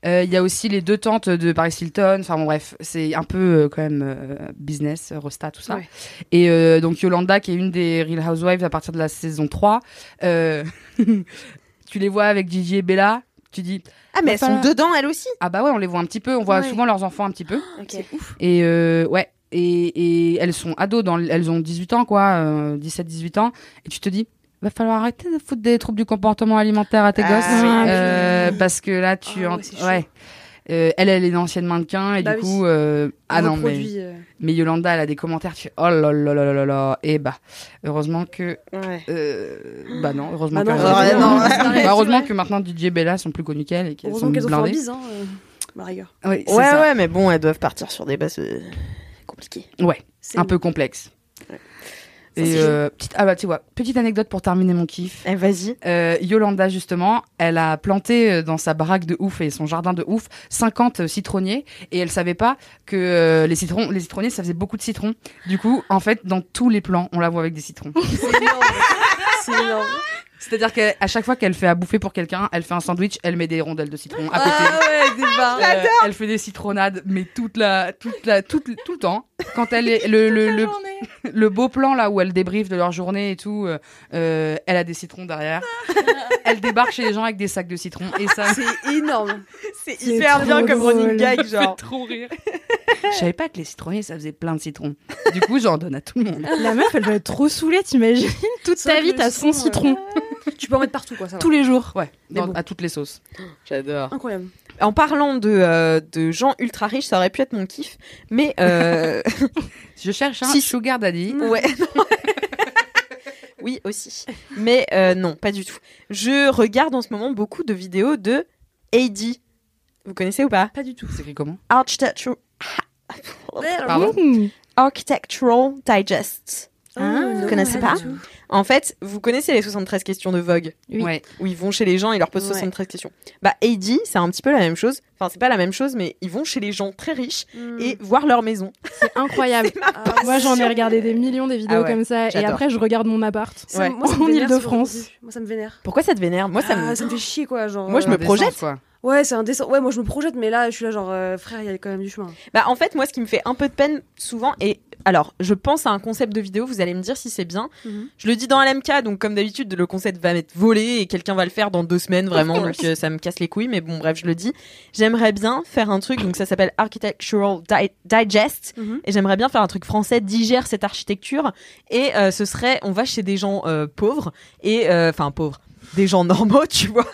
Speaker 4: Euh, Il y a aussi les deux tantes de Paris Hilton. Enfin bon, bref, c'est un peu euh, quand même euh, business, euh, Rosta, tout ça.
Speaker 5: Ouais.
Speaker 4: Et euh, donc Yolanda, qui est une des Real Housewives à partir de la saison 3, euh, tu les vois avec Gigi et Bella. Tu dis,
Speaker 3: ah mais elles sont
Speaker 4: Voilà.
Speaker 3: dedans, elles aussi.
Speaker 4: ah bah ouais, on les voit un petit peu, on voit
Speaker 5: Ouais.
Speaker 4: souvent leurs enfants un petit peu.
Speaker 3: C'est ouf.
Speaker 4: Et euh, ouais, et, et elles sont ados, dans, l- elles ont 18 ans quoi, 17-18 ans, et tu te dis, va falloir arrêter de foutre des troubles du comportement alimentaire à tes
Speaker 3: Ah,
Speaker 4: gosses,
Speaker 3: oui.
Speaker 4: euh, parce que là tu...
Speaker 5: Ah
Speaker 4: en-
Speaker 5: ouais, c'est chaud.
Speaker 4: Euh, elle, elle est ancienne mannequin, et
Speaker 5: Bah
Speaker 4: du
Speaker 5: oui.
Speaker 4: coup... euh, ah non, mais,
Speaker 5: Reproduit, euh,
Speaker 4: mais Yolanda, elle a des commentaires, tu fais, oh là là là là là là, et bah, heureusement que...
Speaker 3: Ouais.
Speaker 4: euh, bah non, heureusement
Speaker 5: Bah non,
Speaker 4: que...
Speaker 3: heureusement
Speaker 4: Bah
Speaker 3: non,
Speaker 5: c'est vrai, c'est
Speaker 4: heureusement
Speaker 5: vrai.
Speaker 4: que maintenant DJ et Bella sont plus connues qu'elle et qu'elles sont
Speaker 5: Heureusement qu'elles ont fait un
Speaker 4: blindées.
Speaker 5: bise, hein. euh, bah, rigueur.
Speaker 4: Ouais, c'est
Speaker 3: Ouais,
Speaker 4: ça.
Speaker 3: ouais, mais bon, elles doivent partir sur des bases euh, compliquées.
Speaker 5: C'est
Speaker 4: un peu complexe.
Speaker 3: Ouais. Ça,
Speaker 4: Et
Speaker 3: c'est
Speaker 4: euh, petite, ah bah, tu vois, petite anecdote pour terminer mon kiff.
Speaker 3: Eh, vas-y.
Speaker 4: Euh, Yolanda, justement, elle a planté euh, dans sa baraque de ouf et son jardin de ouf 50 citronniers et elle savait pas que euh, les, citrons, les citronniers, ça faisait beaucoup de citrons. Du coup, en fait, dans tous les plans, on la voit avec des citrons.
Speaker 5: C'est énorme.
Speaker 4: C'est-à-dire qu'à chaque fois qu'elle fait à bouffer pour quelqu'un, elle fait un sandwich, elle met des rondelles de citron à côté.
Speaker 5: Ah
Speaker 3: Ah, ouais, des barres.
Speaker 4: Euh, elle fait des citronnades, mais toute la, toute la, toute, tout le temps. Quand elle est le, le, le, le beau plan là où elle débriefe de leur journée et tout, euh, euh, elle a des citrons derrière. elle débarque chez les gens avec des sacs de citrons et ça me
Speaker 5: C'est énorme.
Speaker 3: C'est
Speaker 5: C'est
Speaker 3: hyper
Speaker 5: trop
Speaker 3: bien comme running
Speaker 5: drôle.
Speaker 3: gag,
Speaker 4: fait
Speaker 3: genre.
Speaker 4: trop rire. Je savais pas que les citronniers ça faisait plein de citrons. Du coup, j'en donne à tout le monde.
Speaker 6: La meuf, elle doit être trop saoulée, t'imagines Toute
Speaker 5: C'est vrai
Speaker 6: ta
Speaker 5: que
Speaker 6: vie,
Speaker 5: le
Speaker 6: t'as 100
Speaker 5: citron, euh,
Speaker 6: citrons,
Speaker 5: Tu peux en mettre partout, quoi. Ça va.
Speaker 6: tous les jours.
Speaker 4: Ouais,
Speaker 5: Mais
Speaker 4: dans-
Speaker 5: bon.
Speaker 4: à toutes les sauces.
Speaker 3: J'adore.
Speaker 5: Incroyable.
Speaker 3: En parlant de, euh, de gens ultra riches, ça aurait pu être mon kiff, mais euh,
Speaker 4: Je cherche un
Speaker 3: Si-
Speaker 4: sugar daddy.
Speaker 3: ouais. non. oui aussi, mais euh, non, pas du tout. Je regarde en ce moment beaucoup de vidéos de Heidi. Vous connaissez ou pas
Speaker 5: Pas du tout.
Speaker 4: C'est écrit comment
Speaker 3: Architectural,
Speaker 4: Pardon
Speaker 6: Mmh.
Speaker 3: Architectural Digest.
Speaker 6: Ah,
Speaker 5: Oh,
Speaker 3: vous connaissez Ah, pas
Speaker 5: du tout.
Speaker 3: En fait, vous connaissez les 73 questions de Vogue
Speaker 6: Oui.
Speaker 4: Ouais.
Speaker 3: où ils vont chez les gens et leur posent
Speaker 5: Ouais.
Speaker 3: 73 questions. Bah, Heidi, c'est un petit peu la même chose. Enfin, c'est pas la même chose, mais ils vont chez les gens très riches et voir leur maison.
Speaker 6: C'est incroyable.
Speaker 5: Mm. Ah,
Speaker 6: Moi, j'en ai regardé des millions des vidéos
Speaker 3: Ah ouais,
Speaker 6: comme ça, et
Speaker 3: j'adore.
Speaker 6: après, je regarde mon appart.
Speaker 5: Ça,
Speaker 3: Ouais.
Speaker 5: Moi, ça me
Speaker 6: En
Speaker 5: vénère,
Speaker 6: Île-de-France.
Speaker 5: ce genre de truc. Moi, ça me vénère.
Speaker 3: Pourquoi ça te vénère Moi, ça
Speaker 5: Ah,
Speaker 3: me.
Speaker 5: ça me fait chier, quoi. Genre,
Speaker 3: Moi, je
Speaker 5: euh,
Speaker 3: me
Speaker 4: Indécence,
Speaker 3: projette.
Speaker 4: quoi.
Speaker 5: Ouais, c'est indécent. Ouais, moi, je me projette, mais là, je suis là, genre, euh, frère, il y a quand même du chemin.
Speaker 3: Bah, en fait, moi, ce qui me fait un peu de peine souvent, et alors, je pense à un concept de vidéo, vous allez me dire si c'est bien.
Speaker 5: Mhm.
Speaker 3: Je le dis dans LMK, donc comme d'habitude, le concept va m'être volé et quelqu'un va le faire dans deux semaines, vraiment, donc euh, ça me casse les couilles, mais bon, bref, je le dis. J'aimerais bien faire un truc, donc ça s'appelle Architectural Di- Digest,
Speaker 5: Mhm.
Speaker 3: et j'aimerais bien faire un truc français, digère cette architecture, et euh, ce serait, on va chez des gens euh, pauvres, et euh, enfin, pauvres. Des gens normaux, tu vois,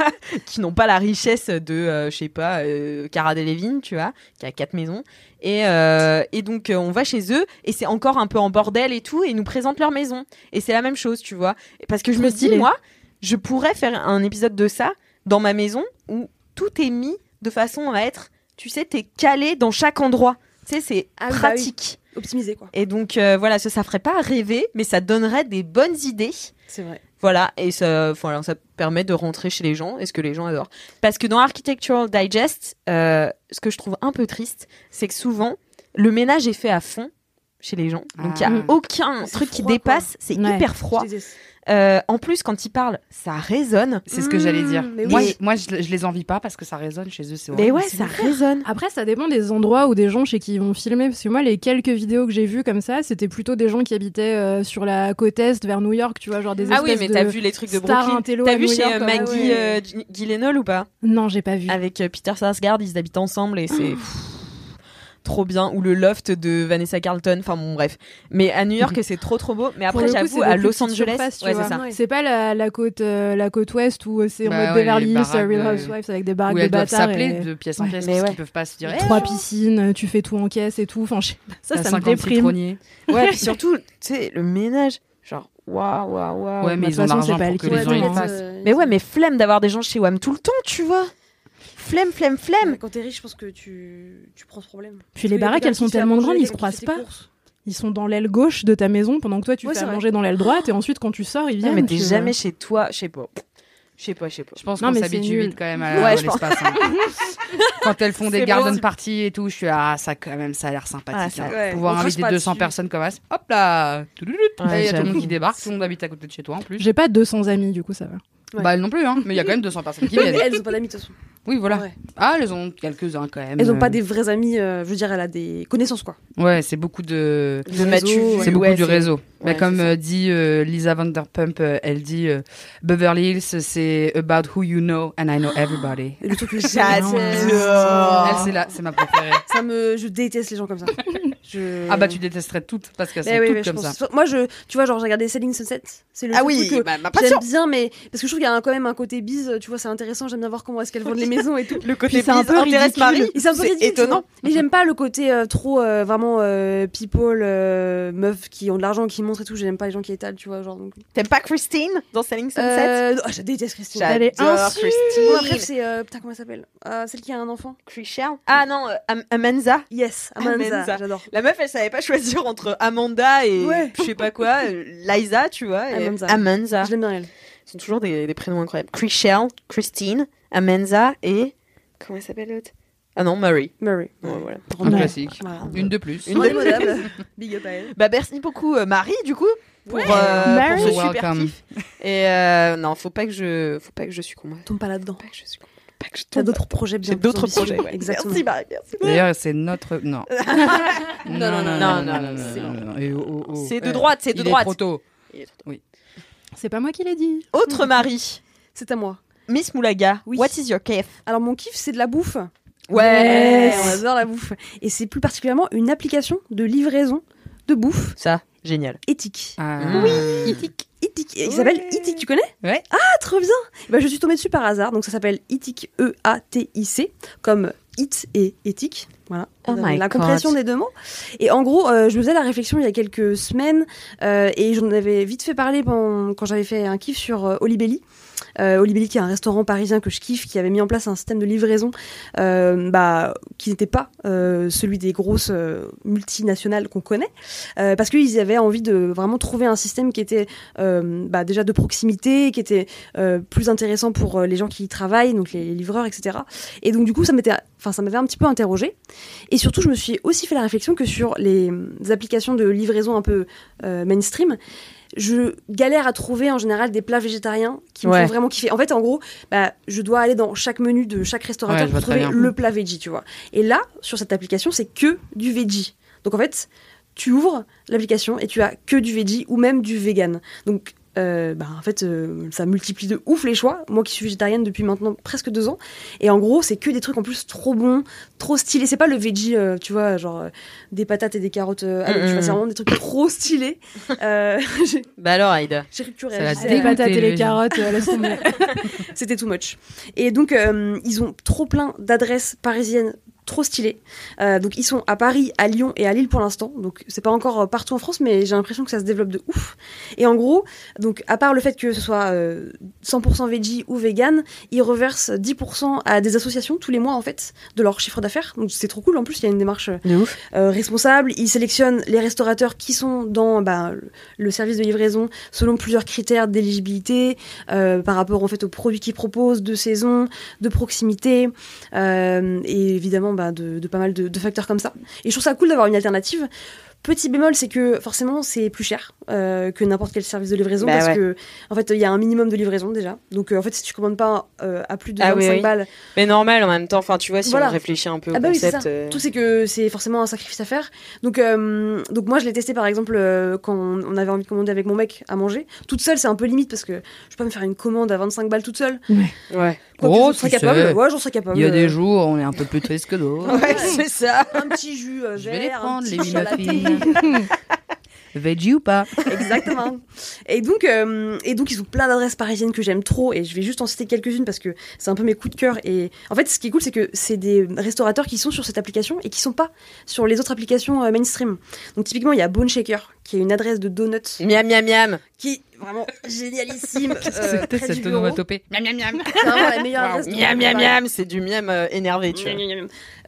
Speaker 3: qui n'ont pas la richesse de, euh, je sais pas, euh, Cara Delevingne, tu vois, qui a quatre maisons. Et, euh, et donc euh, on va chez eux et c'est encore un peu en bordel et tout et ils nous présentent leur maison. Et c'est la même chose, tu vois. Et Parce que je me dis,
Speaker 6: stylé.
Speaker 3: moi, je pourrais faire un épisode de ça dans ma maison où tout est mis de façon à être, tu sais, t'es calé dans chaque endroit. Tu sais, c'est
Speaker 10: Ah oui, bah oui.
Speaker 3: pratique.
Speaker 10: Optimiser, quoi.
Speaker 3: Et donc, euh, voilà, ça, ça ferait pas rêver, mais ça donnerait des bonnes idées.
Speaker 10: C'est vrai.
Speaker 3: Voilà, et ça, voilà, ça permet de rentrer chez les gens, et ce que les gens adorent. Parce que dans Architectural Digest, euh, ce que je trouve un peu triste, c'est que souvent, le ménage est fait à fond chez les gens. Donc, il n'y a
Speaker 4: Ah.
Speaker 3: aucun
Speaker 10: C'est
Speaker 3: truc qui
Speaker 10: froid, quoi.
Speaker 3: dépasse, c'est
Speaker 6: Ouais.
Speaker 3: hyper froid. Euh, en plus, quand ils parlent, ça résonne.
Speaker 4: C'est ce que j'allais dire.
Speaker 10: Mmh, mais
Speaker 4: Moi,
Speaker 10: oui.
Speaker 4: je, moi je, je les envie pas parce que ça résonne chez eux. C'est
Speaker 3: Mais
Speaker 4: horrible.
Speaker 3: ouais, ça résonne.
Speaker 6: Après, ça dépend des endroits ou des gens chez qui ils vont filmer. Parce que moi, les quelques vidéos que j'ai vues comme ça, c'était plutôt des gens qui habitaient euh, sur la côte est vers New York, tu vois, genre des
Speaker 3: Ah oui,
Speaker 6: espèces
Speaker 3: mais
Speaker 6: de
Speaker 3: t'as vu les trucs de
Speaker 6: stars
Speaker 3: Brooklyn
Speaker 6: intello
Speaker 3: T'as
Speaker 6: à
Speaker 3: vu
Speaker 6: New
Speaker 3: chez
Speaker 6: York,
Speaker 3: euh,
Speaker 6: quoi.
Speaker 3: Maggie
Speaker 6: Ah ouais. Mmh.
Speaker 3: euh, G- Gyllenhaal ou pas
Speaker 6: Non, j'ai pas vu.
Speaker 3: Avec euh, Peter Sarsgaard, ils habitent ensemble et c'est pff, trop bien. Ou le loft de Vanessa Carlton. Enfin bon, bref. Mais à New York, c'est trop trop beau. Mais
Speaker 6: Pour
Speaker 3: après,
Speaker 6: le coup,
Speaker 3: j'avoue,
Speaker 6: c'est
Speaker 3: à
Speaker 6: des plus
Speaker 3: Los
Speaker 6: petites
Speaker 3: Angeles,
Speaker 6: surfaces, tu
Speaker 3: ouais,
Speaker 6: vois.
Speaker 3: c'est ça.
Speaker 6: C'est pas la, la côte euh, la côte ouest où euh, c'est
Speaker 4: Bah
Speaker 6: en mode
Speaker 4: ouais,
Speaker 6: Beverly
Speaker 4: les
Speaker 6: Hills,
Speaker 4: baraques
Speaker 6: Real
Speaker 4: de-
Speaker 6: Housewives avec des baraques
Speaker 4: Où
Speaker 6: de
Speaker 4: elles doivent
Speaker 6: bâtards
Speaker 4: s'appeler
Speaker 6: et
Speaker 4: de pièce
Speaker 6: Ouais,
Speaker 4: en pièce
Speaker 3: mais
Speaker 4: parce
Speaker 3: ouais.
Speaker 4: qu'ils peuvent pas se dire. eh,
Speaker 6: trois piscines, tu fais tout en caisse et tout. Enfin, je sais pas, ça,
Speaker 4: t'as
Speaker 6: ça me
Speaker 4: 50
Speaker 6: déprime.
Speaker 4: citronniers.
Speaker 3: Ouais, puis surtout, tu sais, le ménage. Genre, waouh, waouh, waouh.
Speaker 4: Ouais, mais
Speaker 6: de
Speaker 4: ils
Speaker 6: toute
Speaker 4: ont
Speaker 6: façon, c'est
Speaker 4: l'argent
Speaker 6: pas
Speaker 4: pour
Speaker 6: le
Speaker 4: que
Speaker 6: cas.
Speaker 4: les gens ils le
Speaker 6: Ouais,
Speaker 4: fassent.
Speaker 3: Mais ouais, mais flemme d'avoir des gens chez WAM tout le temps, tu vois. Flemme, flemme, flemme.
Speaker 5: Quand t'es riche, je pense que tu, tu prends ce problème.
Speaker 6: Puis les baraques, elles sont tellement grandes, ils se croisent pas. Ils sont dans l'aile gauche de ta maison pendant que toi, tu
Speaker 5: Ouais,
Speaker 6: fais
Speaker 5: c'est
Speaker 6: à
Speaker 5: vrai.
Speaker 6: manger dans l'aile droite et ensuite, quand tu sors, ils
Speaker 3: Non,
Speaker 6: viennent.
Speaker 3: mais t'es
Speaker 6: tu-
Speaker 3: jamais chez toi, je sais pas. Je sais pas, je sais pas.
Speaker 4: Je pense
Speaker 6: Non,
Speaker 4: qu'on
Speaker 6: mais c'est
Speaker 4: s'habitue
Speaker 6: nul.
Speaker 4: vite quand même à,
Speaker 3: Ouais,
Speaker 4: à
Speaker 3: je pense.
Speaker 4: l'espace. hein. quand elles font
Speaker 3: C'est
Speaker 4: des garden
Speaker 3: bon.
Speaker 4: parties et tout, je suis ah ça quand même ça a l'air
Speaker 3: Ah,
Speaker 4: sympathique.
Speaker 3: ça-
Speaker 4: hein.
Speaker 5: ouais, on
Speaker 4: Pouvoir
Speaker 5: crache
Speaker 4: inviter
Speaker 5: pas
Speaker 4: 200
Speaker 5: dessus.
Speaker 4: personnes comme ça. Hop là, Touloulou.
Speaker 3: Ouais,
Speaker 4: Et il y a tout le
Speaker 3: j'avoue.
Speaker 4: monde qui débarque, tout le monde habite à côté de chez toi en plus.
Speaker 6: J'ai pas 200 amis, du coup, ça va.
Speaker 5: Ouais.
Speaker 4: Bah elles non plus hein, mais il y a quand même 200 personnes qui viennent.
Speaker 5: Elles ont pas d'amis de toute façon.
Speaker 4: Oui voilà.
Speaker 5: Ouais.
Speaker 4: Ah elles ont quelques uns quand même.
Speaker 5: Elles ont pas
Speaker 4: Euh,
Speaker 5: des vrais amis, euh, je veux dire, elle a des connaissances quoi.
Speaker 4: Ouais c'est beaucoup de
Speaker 3: De Mathieu,
Speaker 4: c'est beaucoup du réseau. Bah,
Speaker 5: ouais,
Speaker 4: comme
Speaker 5: c'est ça.
Speaker 4: euh, dit euh, Lisa Vanderpump, euh, elle dit euh, Beverly Hills, c'est about who you know and I know everybody.
Speaker 5: Et le truc que
Speaker 3: J'adore.
Speaker 7: Ah.
Speaker 5: j'adore.
Speaker 4: Elle c'est là, c'est ma préférée.
Speaker 5: Ça me, je déteste les gens comme ça. Je-
Speaker 4: Ah bah tu détesterais toutes parce qu'elles
Speaker 7: Eh
Speaker 5: Mais Ben
Speaker 4: sont
Speaker 5: oui,
Speaker 4: toutes
Speaker 5: mais je
Speaker 4: comme ça.
Speaker 5: pense- Moi, je, tu vois, genre, j'ai regardé Selling Sunset. C'est le
Speaker 7: Ah
Speaker 5: seul
Speaker 7: oui,
Speaker 5: truc que
Speaker 7: bah, ma
Speaker 5: j'aime
Speaker 7: passion.
Speaker 5: bien, mais parce que je trouve qu'il y a un- quand même un côté bise. Tu vois, c'est intéressant. J'aime bien voir comment est-ce qu'elles vendent les maisons et tout.
Speaker 7: Le
Speaker 6: Puis
Speaker 7: côté
Speaker 6: c'est un
Speaker 7: bise
Speaker 6: peu
Speaker 7: intéresse
Speaker 6: ridicule.
Speaker 7: Paris.
Speaker 5: Et c'est un peu
Speaker 7: C'est
Speaker 5: ridicule, tu vois.
Speaker 7: étonnant.
Speaker 5: Mais j'aime pas le côté euh, trop euh, vraiment euh, people, euh, meufs qui ont de l'argent, qui montrent et tout. J'aime pas les gens qui étalent, tu vois, genre. Donc...
Speaker 7: T'aimes pas Christine dans Selling Sunset Oh,
Speaker 5: Euh, non, ah, je déteste Christine.
Speaker 7: J'adore
Speaker 6: elle est insulte.
Speaker 5: Mon après,
Speaker 7: Christine.
Speaker 5: c'est euh, putain comment elle s'appelle Euh, Celle qui a un enfant.
Speaker 7: Chriselle Ah non, euh, Am- Amanza.
Speaker 5: Yes, Amanda.
Speaker 7: Amanda.
Speaker 5: J'adore.
Speaker 7: La meuf, elle savait pas choisir entre Amanda et
Speaker 5: Ouais.
Speaker 7: je sais pas quoi, euh, Liza, tu vois. et-
Speaker 5: Amanza.
Speaker 7: Amanza.
Speaker 5: Je l'aime bien elle.
Speaker 7: Ce sont toujours des, des prénoms incroyables. Chriselle, Christine, Amenza et. Comment elle s'appelle l'autre Ah non, Murray.
Speaker 5: Murray.
Speaker 7: Ouais, voilà.
Speaker 4: Un classique.
Speaker 5: Voilà.
Speaker 4: Une de plus.
Speaker 7: Une de-
Speaker 5: Modable. Big up à elle.
Speaker 7: Bah, merci beaucoup, euh, Marie, du coup, pour, euh,
Speaker 6: Mary.
Speaker 7: pour ce
Speaker 4: You're
Speaker 7: super
Speaker 4: welcome.
Speaker 7: kiff. Et euh, non, faut pas que je, faut pas que je succombe.
Speaker 5: Tombe pas là-dedans.
Speaker 7: Faut pas que je succombe. Faut Pas que je
Speaker 5: T'as
Speaker 7: tombe.
Speaker 5: d'autres projets bien
Speaker 7: J'ai
Speaker 5: plus
Speaker 7: d'autres
Speaker 5: ambitieux.
Speaker 7: projets. ouais.
Speaker 5: Exactement.
Speaker 7: Merci, Marie. Merci.
Speaker 4: D'ailleurs, c'est notre. Non.
Speaker 7: non, non, non, non, c'est bon.
Speaker 4: Et oh, oh, oh.
Speaker 7: C'est de
Speaker 4: Eh,
Speaker 7: droite, c'est
Speaker 4: il
Speaker 7: de
Speaker 4: est
Speaker 7: droite.
Speaker 4: trop tôt.
Speaker 6: C'est pas moi qui l'ai dit.
Speaker 7: Autre Marie,
Speaker 5: C'est à moi.
Speaker 7: Miss Moulaga.
Speaker 5: Oui.
Speaker 7: What is your kiff
Speaker 5: Alors mon kiff, c'est de la bouffe.
Speaker 7: Ouais.
Speaker 5: On adore la bouffe. Et c'est plus particulièrement une application de livraison de bouffe
Speaker 7: Ça, génial.
Speaker 5: éthique.
Speaker 4: Ah.
Speaker 5: Itik. Itik. Il s'appelle Itik, tu connais
Speaker 4: Ouais.
Speaker 5: Ah, trop bien Eh ben, Je suis tombée dessus par hasard, donc ça s'appelle E Itik, E-A-T-I-C, comme it et éthique. Voilà. Euh,
Speaker 7: Oh my
Speaker 5: la compréhension
Speaker 7: God.
Speaker 5: des deux mots. Et en gros, euh, je me faisais la réflexion il y a quelques semaines, euh, et j'en avais vite fait parler pendant- quand j'avais fait un kiff sur euh, Olibelli. Euh, Olibelli, qui est un restaurant parisien que je kiffe, qui avait mis en place un système de livraison euh, bah, qui n'était pas euh, celui des grosses euh, multinationales qu'on connaît, euh, parce qu'ils avaient envie de vraiment trouver un système qui était euh, bah, déjà de proximité, qui était euh, plus intéressant pour euh, les gens qui y travaillent, donc les, les livreurs, etc. Et donc du coup, ça m'était, enfin, ça m'avait un petit peu interrogé. Et surtout, je me suis aussi fait la réflexion que sur les euh, applications de livraison un peu euh, mainstream, je galère à trouver en général des plats végétariens qui me
Speaker 7: Ouais.
Speaker 5: font vraiment kiffer. En fait, en gros, bah, je dois aller dans chaque menu de chaque
Speaker 4: Ouais,
Speaker 5: restaurateur
Speaker 4: je
Speaker 5: pour
Speaker 4: vois très
Speaker 5: trouver
Speaker 4: bien.
Speaker 5: le plat veggie, tu vois. Et là, sur cette application, c'est que du veggie. Donc en fait, tu ouvres l'application et tu as que du veggie ou même du vegan. Donc euh, bah, en fait, euh, ça multiplie de ouf les choix. Moi qui suis végétarienne depuis maintenant presque deux ans. Et en gros, c'est que des trucs en plus trop bons, trop stylés. C'est pas le veggie, euh, tu vois, genre euh, des patates et des carottes. euh, avec,
Speaker 7: Mm,
Speaker 5: tu vois,
Speaker 7: mm,
Speaker 5: c'est
Speaker 7: mm.
Speaker 5: vraiment des trucs trop stylés. Euh, j'ai-
Speaker 7: Bah alors, Aïda.
Speaker 5: J'ai cru que tu
Speaker 4: Ça
Speaker 5: réagissais.
Speaker 4: la
Speaker 6: Les
Speaker 4: Écoutez,
Speaker 6: patates et les
Speaker 4: les-
Speaker 6: carottes, euh, laisse tomber.
Speaker 5: C'était too much. Et donc, euh, ils ont trop plein d'adresses parisiennes trop stylés. Euh, donc ils sont à Paris, à Lyon et à Lille pour l'instant. Donc c'est pas encore euh, partout en France, mais j'ai l'impression que ça se développe de ouf. Et en gros, donc à part le fait que ce soit euh, 100% veggie ou vegan, ils reversent 10% à des associations tous les mois en fait de leur chiffre d'affaires. Donc c'est trop cool. En plus, il y a une démarche euh,
Speaker 3: De ouf.
Speaker 5: euh, responsable. Ils sélectionnent les restaurateurs qui sont dans bah, le- le service de livraison selon plusieurs critères d'éligibilité euh, par rapport en fait aux produits qu'ils proposent, de saison, de proximité euh, et évidemment bah, de, de pas mal de, de facteurs comme ça. Et je trouve ça cool d'avoir une alternative. Petit bémol, c'est que forcément c'est plus cher euh, que n'importe quel service de livraison
Speaker 9: Bah
Speaker 5: parce
Speaker 9: ouais.
Speaker 5: que en fait il y a un minimum de livraison déjà. Donc euh, en fait si tu commandes pas euh, à plus de
Speaker 9: Ah
Speaker 5: 25
Speaker 9: oui, oui.
Speaker 5: balles
Speaker 9: Mais normal en même temps, enfin tu vois, si
Speaker 5: Voilà.
Speaker 9: on réfléchit un peu au
Speaker 5: ah bah oui, c'est
Speaker 9: concept.
Speaker 5: ça.
Speaker 9: euh,
Speaker 5: Tout c'est que c'est forcément un sacrifice à faire. Donc, euh, donc moi, je l'ai testé par exemple euh, quand on on avait envie de commander avec mon mec à manger. Toute seule, c'est un peu limite parce que je peux pas me faire une commande à 25 balles toute seule.
Speaker 9: Ouais.
Speaker 5: Quoique,
Speaker 4: Oh,
Speaker 5: j'en serais
Speaker 4: tu sais.
Speaker 5: capable. Ouais, j'en serais capable.
Speaker 4: Il
Speaker 7: Bah,
Speaker 4: y a des
Speaker 5: Euh,
Speaker 4: jours, on est un peu plus triste que d'autres.
Speaker 5: Ouais,
Speaker 9: c'est ça.
Speaker 5: un petit jus euh,
Speaker 4: Je vais les
Speaker 5: vert, un
Speaker 4: prendre,
Speaker 5: petit
Speaker 4: les
Speaker 5: jus à la
Speaker 4: muffins.
Speaker 5: thé.
Speaker 4: Veggie ou
Speaker 7: Euh,
Speaker 4: pas
Speaker 5: Exactement. Et donc, euh, et donc, ils ont plein d'adresses parisiennes que j'aime trop. Et je vais juste en citer quelques-unes parce que c'est un peu mes coups de cœur. Et en fait, ce qui est cool, c'est que c'est des restaurateurs qui sont sur cette application et qui sont pas sur les autres applications euh, mainstream. Donc, typiquement, il y a Bone Shaker, qui est une adresse de donuts
Speaker 9: Miam miam miam.
Speaker 5: qui est vraiment génialissime. euh,
Speaker 4: C'était
Speaker 5: près du
Speaker 4: cette
Speaker 5: bureau.
Speaker 4: onomatopée. Miam, miam, miam.
Speaker 5: C'est vraiment la meilleure adresse. de
Speaker 9: Miam
Speaker 5: donuts
Speaker 9: miam
Speaker 5: de Paris.
Speaker 9: miam, c'est du miam euh, énervé, tu vois.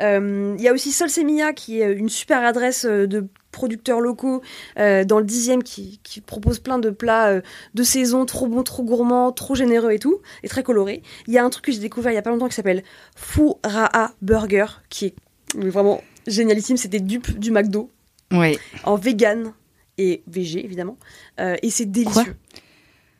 Speaker 5: Euh, Il y a aussi Sol Semilla qui est une super adresse euh, de producteurs locaux euh, dans le dixième qui, qui propose plein de plats euh, de saison trop bons, trop gourmands, trop généreux et tout, et très colorés. Il y a un truc que j'ai découvert il y a pas longtemps qui s'appelle Furaha Burger qui est mais vraiment génialissime. C'était dupe du McDo
Speaker 4: Oui.
Speaker 5: en vegan et végé évidemment, Euh, et c'est délicieux.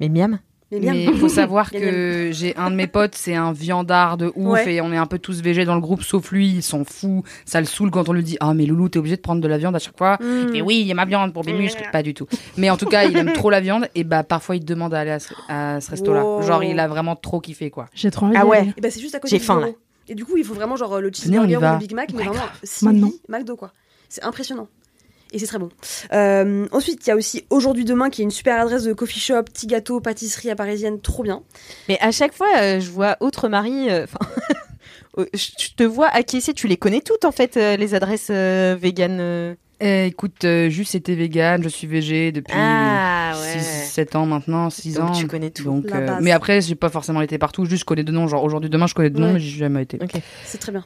Speaker 9: Mais miam.
Speaker 5: Mais bien.
Speaker 4: Mais il faut savoir
Speaker 5: Bien, bien.
Speaker 4: que j'ai un de mes potes, c'est un viandard de ouf
Speaker 5: Ouais.
Speaker 4: et on est un peu tous végés dans le groupe sauf lui, il s'en fout. Ça le saoule quand on lui dit Ah, mais loulou, t'es obligé de prendre de la viande à chaque fois.
Speaker 5: Mm.
Speaker 4: Mais oui, il y a ma viande pour mes muscles. Pas du tout. Mais en tout cas, il aime trop la viande et bah parfois il demande à aller à ce, à ce resto-là.
Speaker 5: Wow.
Speaker 4: Genre, il a vraiment trop kiffé quoi.
Speaker 6: J'ai trop envie.
Speaker 9: Ah
Speaker 6: d'y
Speaker 9: ouais.
Speaker 6: aller.
Speaker 5: Et bah c'est juste à côté
Speaker 9: J'ai
Speaker 5: du
Speaker 9: faim,
Speaker 5: bureau. Et du coup, il faut vraiment genre euh, le
Speaker 4: Venez, on y
Speaker 5: cheeseburger ou
Speaker 4: va.
Speaker 5: le Big Mac, mais
Speaker 4: Ouais,
Speaker 5: vraiment
Speaker 6: Maintenant.
Speaker 5: Maintenant. McDo quoi. C'est impressionnant. Et c'est très bon. Euh, ensuite, il y a aussi Aujourd'hui Demain qui est une super adresse de coffee shop, petit gâteau, pâtisserie à parisienne, trop bien.
Speaker 9: Mais à chaque fois, euh, je vois autre Marie. euh, 'fin, euh, je je te vois acquiescer. Tu les connais toutes en fait, euh, les adresses euh, véganes. euh.
Speaker 4: Eh, écoute, euh, juste c'était vegan, je suis végé depuis
Speaker 5: Ah,
Speaker 7: Ah,
Speaker 4: 7 ans maintenant, 6
Speaker 9: Donc
Speaker 4: ans.
Speaker 9: tu connais tout.
Speaker 4: Donc,
Speaker 5: La
Speaker 4: euh,
Speaker 5: base.
Speaker 4: mais après, j'ai pas forcément été partout. Juste, je connais deux noms. Genre aujourd'hui, demain, je connais deux noms,
Speaker 5: Ouais.
Speaker 4: mais j'ai jamais été.
Speaker 5: C'est très bien.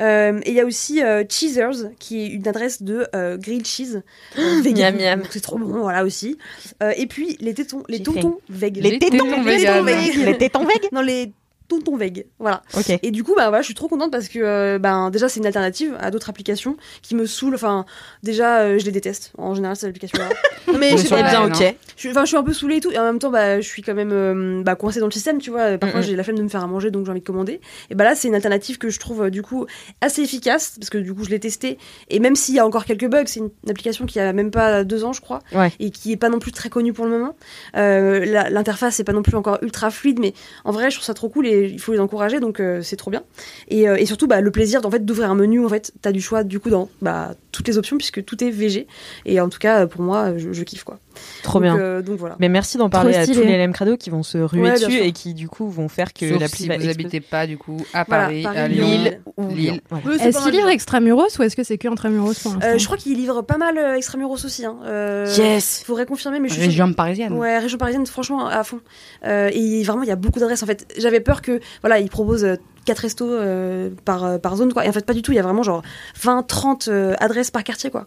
Speaker 5: Euh, et il y a aussi euh, Cheezers qui est une adresse de euh, grilled cheese euh, vegan.
Speaker 9: Miam, miam.
Speaker 5: Donc C'est trop bon, voilà aussi. Euh, et puis les tétons, les
Speaker 9: J'ai
Speaker 5: tontons veg.
Speaker 4: Les tétons vegan.
Speaker 9: Les tétons vegan.
Speaker 5: Non, les tontons veg. Voilà.
Speaker 9: Ok.
Speaker 5: Et du coup, bah, voilà, je suis trop contente parce que euh, ben, déjà, c'est une alternative à d'autres applications qui me saoulent. Enfin, déjà, euh, je les déteste en général, ces applications-là. Non, mais
Speaker 4: On
Speaker 5: je,
Speaker 4: est
Speaker 5: sais
Speaker 4: sur
Speaker 5: pas,
Speaker 9: Eh
Speaker 4: la
Speaker 5: je-
Speaker 9: bien,
Speaker 4: non.
Speaker 9: ok.
Speaker 5: je, suis- enfin, je suis un peu saoulée et tout. Et en même temps, bah, je suis quand même euh, bah, coincée dans le système, tu vois. Parfois,
Speaker 9: Mm, mm.
Speaker 5: j'ai la flemme de me faire à manger, donc j'ai envie de commander. Et bah là, c'est une alternative que je trouve euh, du coup assez efficace parce que du coup, je l'ai testée. Et même s'il y a encore quelques bugs, c'est une application qui a même pas deux ans, je crois,
Speaker 9: Ouais.
Speaker 5: et qui est pas non plus très connue pour le moment. Euh, la- L'interface est pas non plus encore ultra fluide, mais en vrai, je trouve ça trop cool et il faut les encourager, donc euh, c'est trop bien. Et, euh, et surtout, bah, le plaisir d'en fait d'ouvrir un menu, en fait, t'as du choix du coup dans bah, toutes les options puisque tout est végé. Et en tout cas, euh, pour moi, je, je kiffe quoi.
Speaker 9: Trop
Speaker 5: donc,
Speaker 9: bien.
Speaker 5: euh, donc voilà.
Speaker 9: Mais merci d'en
Speaker 6: Trop
Speaker 9: parler à tous
Speaker 6: stylé.
Speaker 9: les LM Crado qui vont se ruer
Speaker 5: Ouais, bien
Speaker 9: dessus
Speaker 5: sûr.
Speaker 9: et qui du coup vont faire que
Speaker 4: Sauf
Speaker 9: l'appli
Speaker 4: si
Speaker 9: va
Speaker 4: vous
Speaker 9: exploser.
Speaker 4: habitez pas du coup à
Speaker 5: Voilà,
Speaker 4: Paris,
Speaker 5: Paris,
Speaker 4: à Lyon,
Speaker 9: Lille ou
Speaker 4: Lille.
Speaker 9: Lyon. Voilà.
Speaker 5: Ouais, c'est pas
Speaker 6: Est-ce
Speaker 5: mal,
Speaker 6: qu'il livre
Speaker 5: déjà.
Speaker 6: extramuros ou est-ce que c'est que intramuros pour l'instant
Speaker 5: Euh, Je crois qu'il livre pas mal euh, Extramuros aussi. Hein. Euh,
Speaker 9: Yes.
Speaker 5: Faudrait confirmer, mais je suis sûre-
Speaker 4: région parisienne.
Speaker 5: Ouais, région parisienne, franchement, à fond. Euh, et vraiment, il y a beaucoup d'adresses. En fait, j'avais peur que, voilà, ils proposent euh, quatre restos euh, par, euh, par zone, quoi. Et en fait, pas du tout. Il y a vraiment genre 20, 30 euh, adresses par quartier, quoi.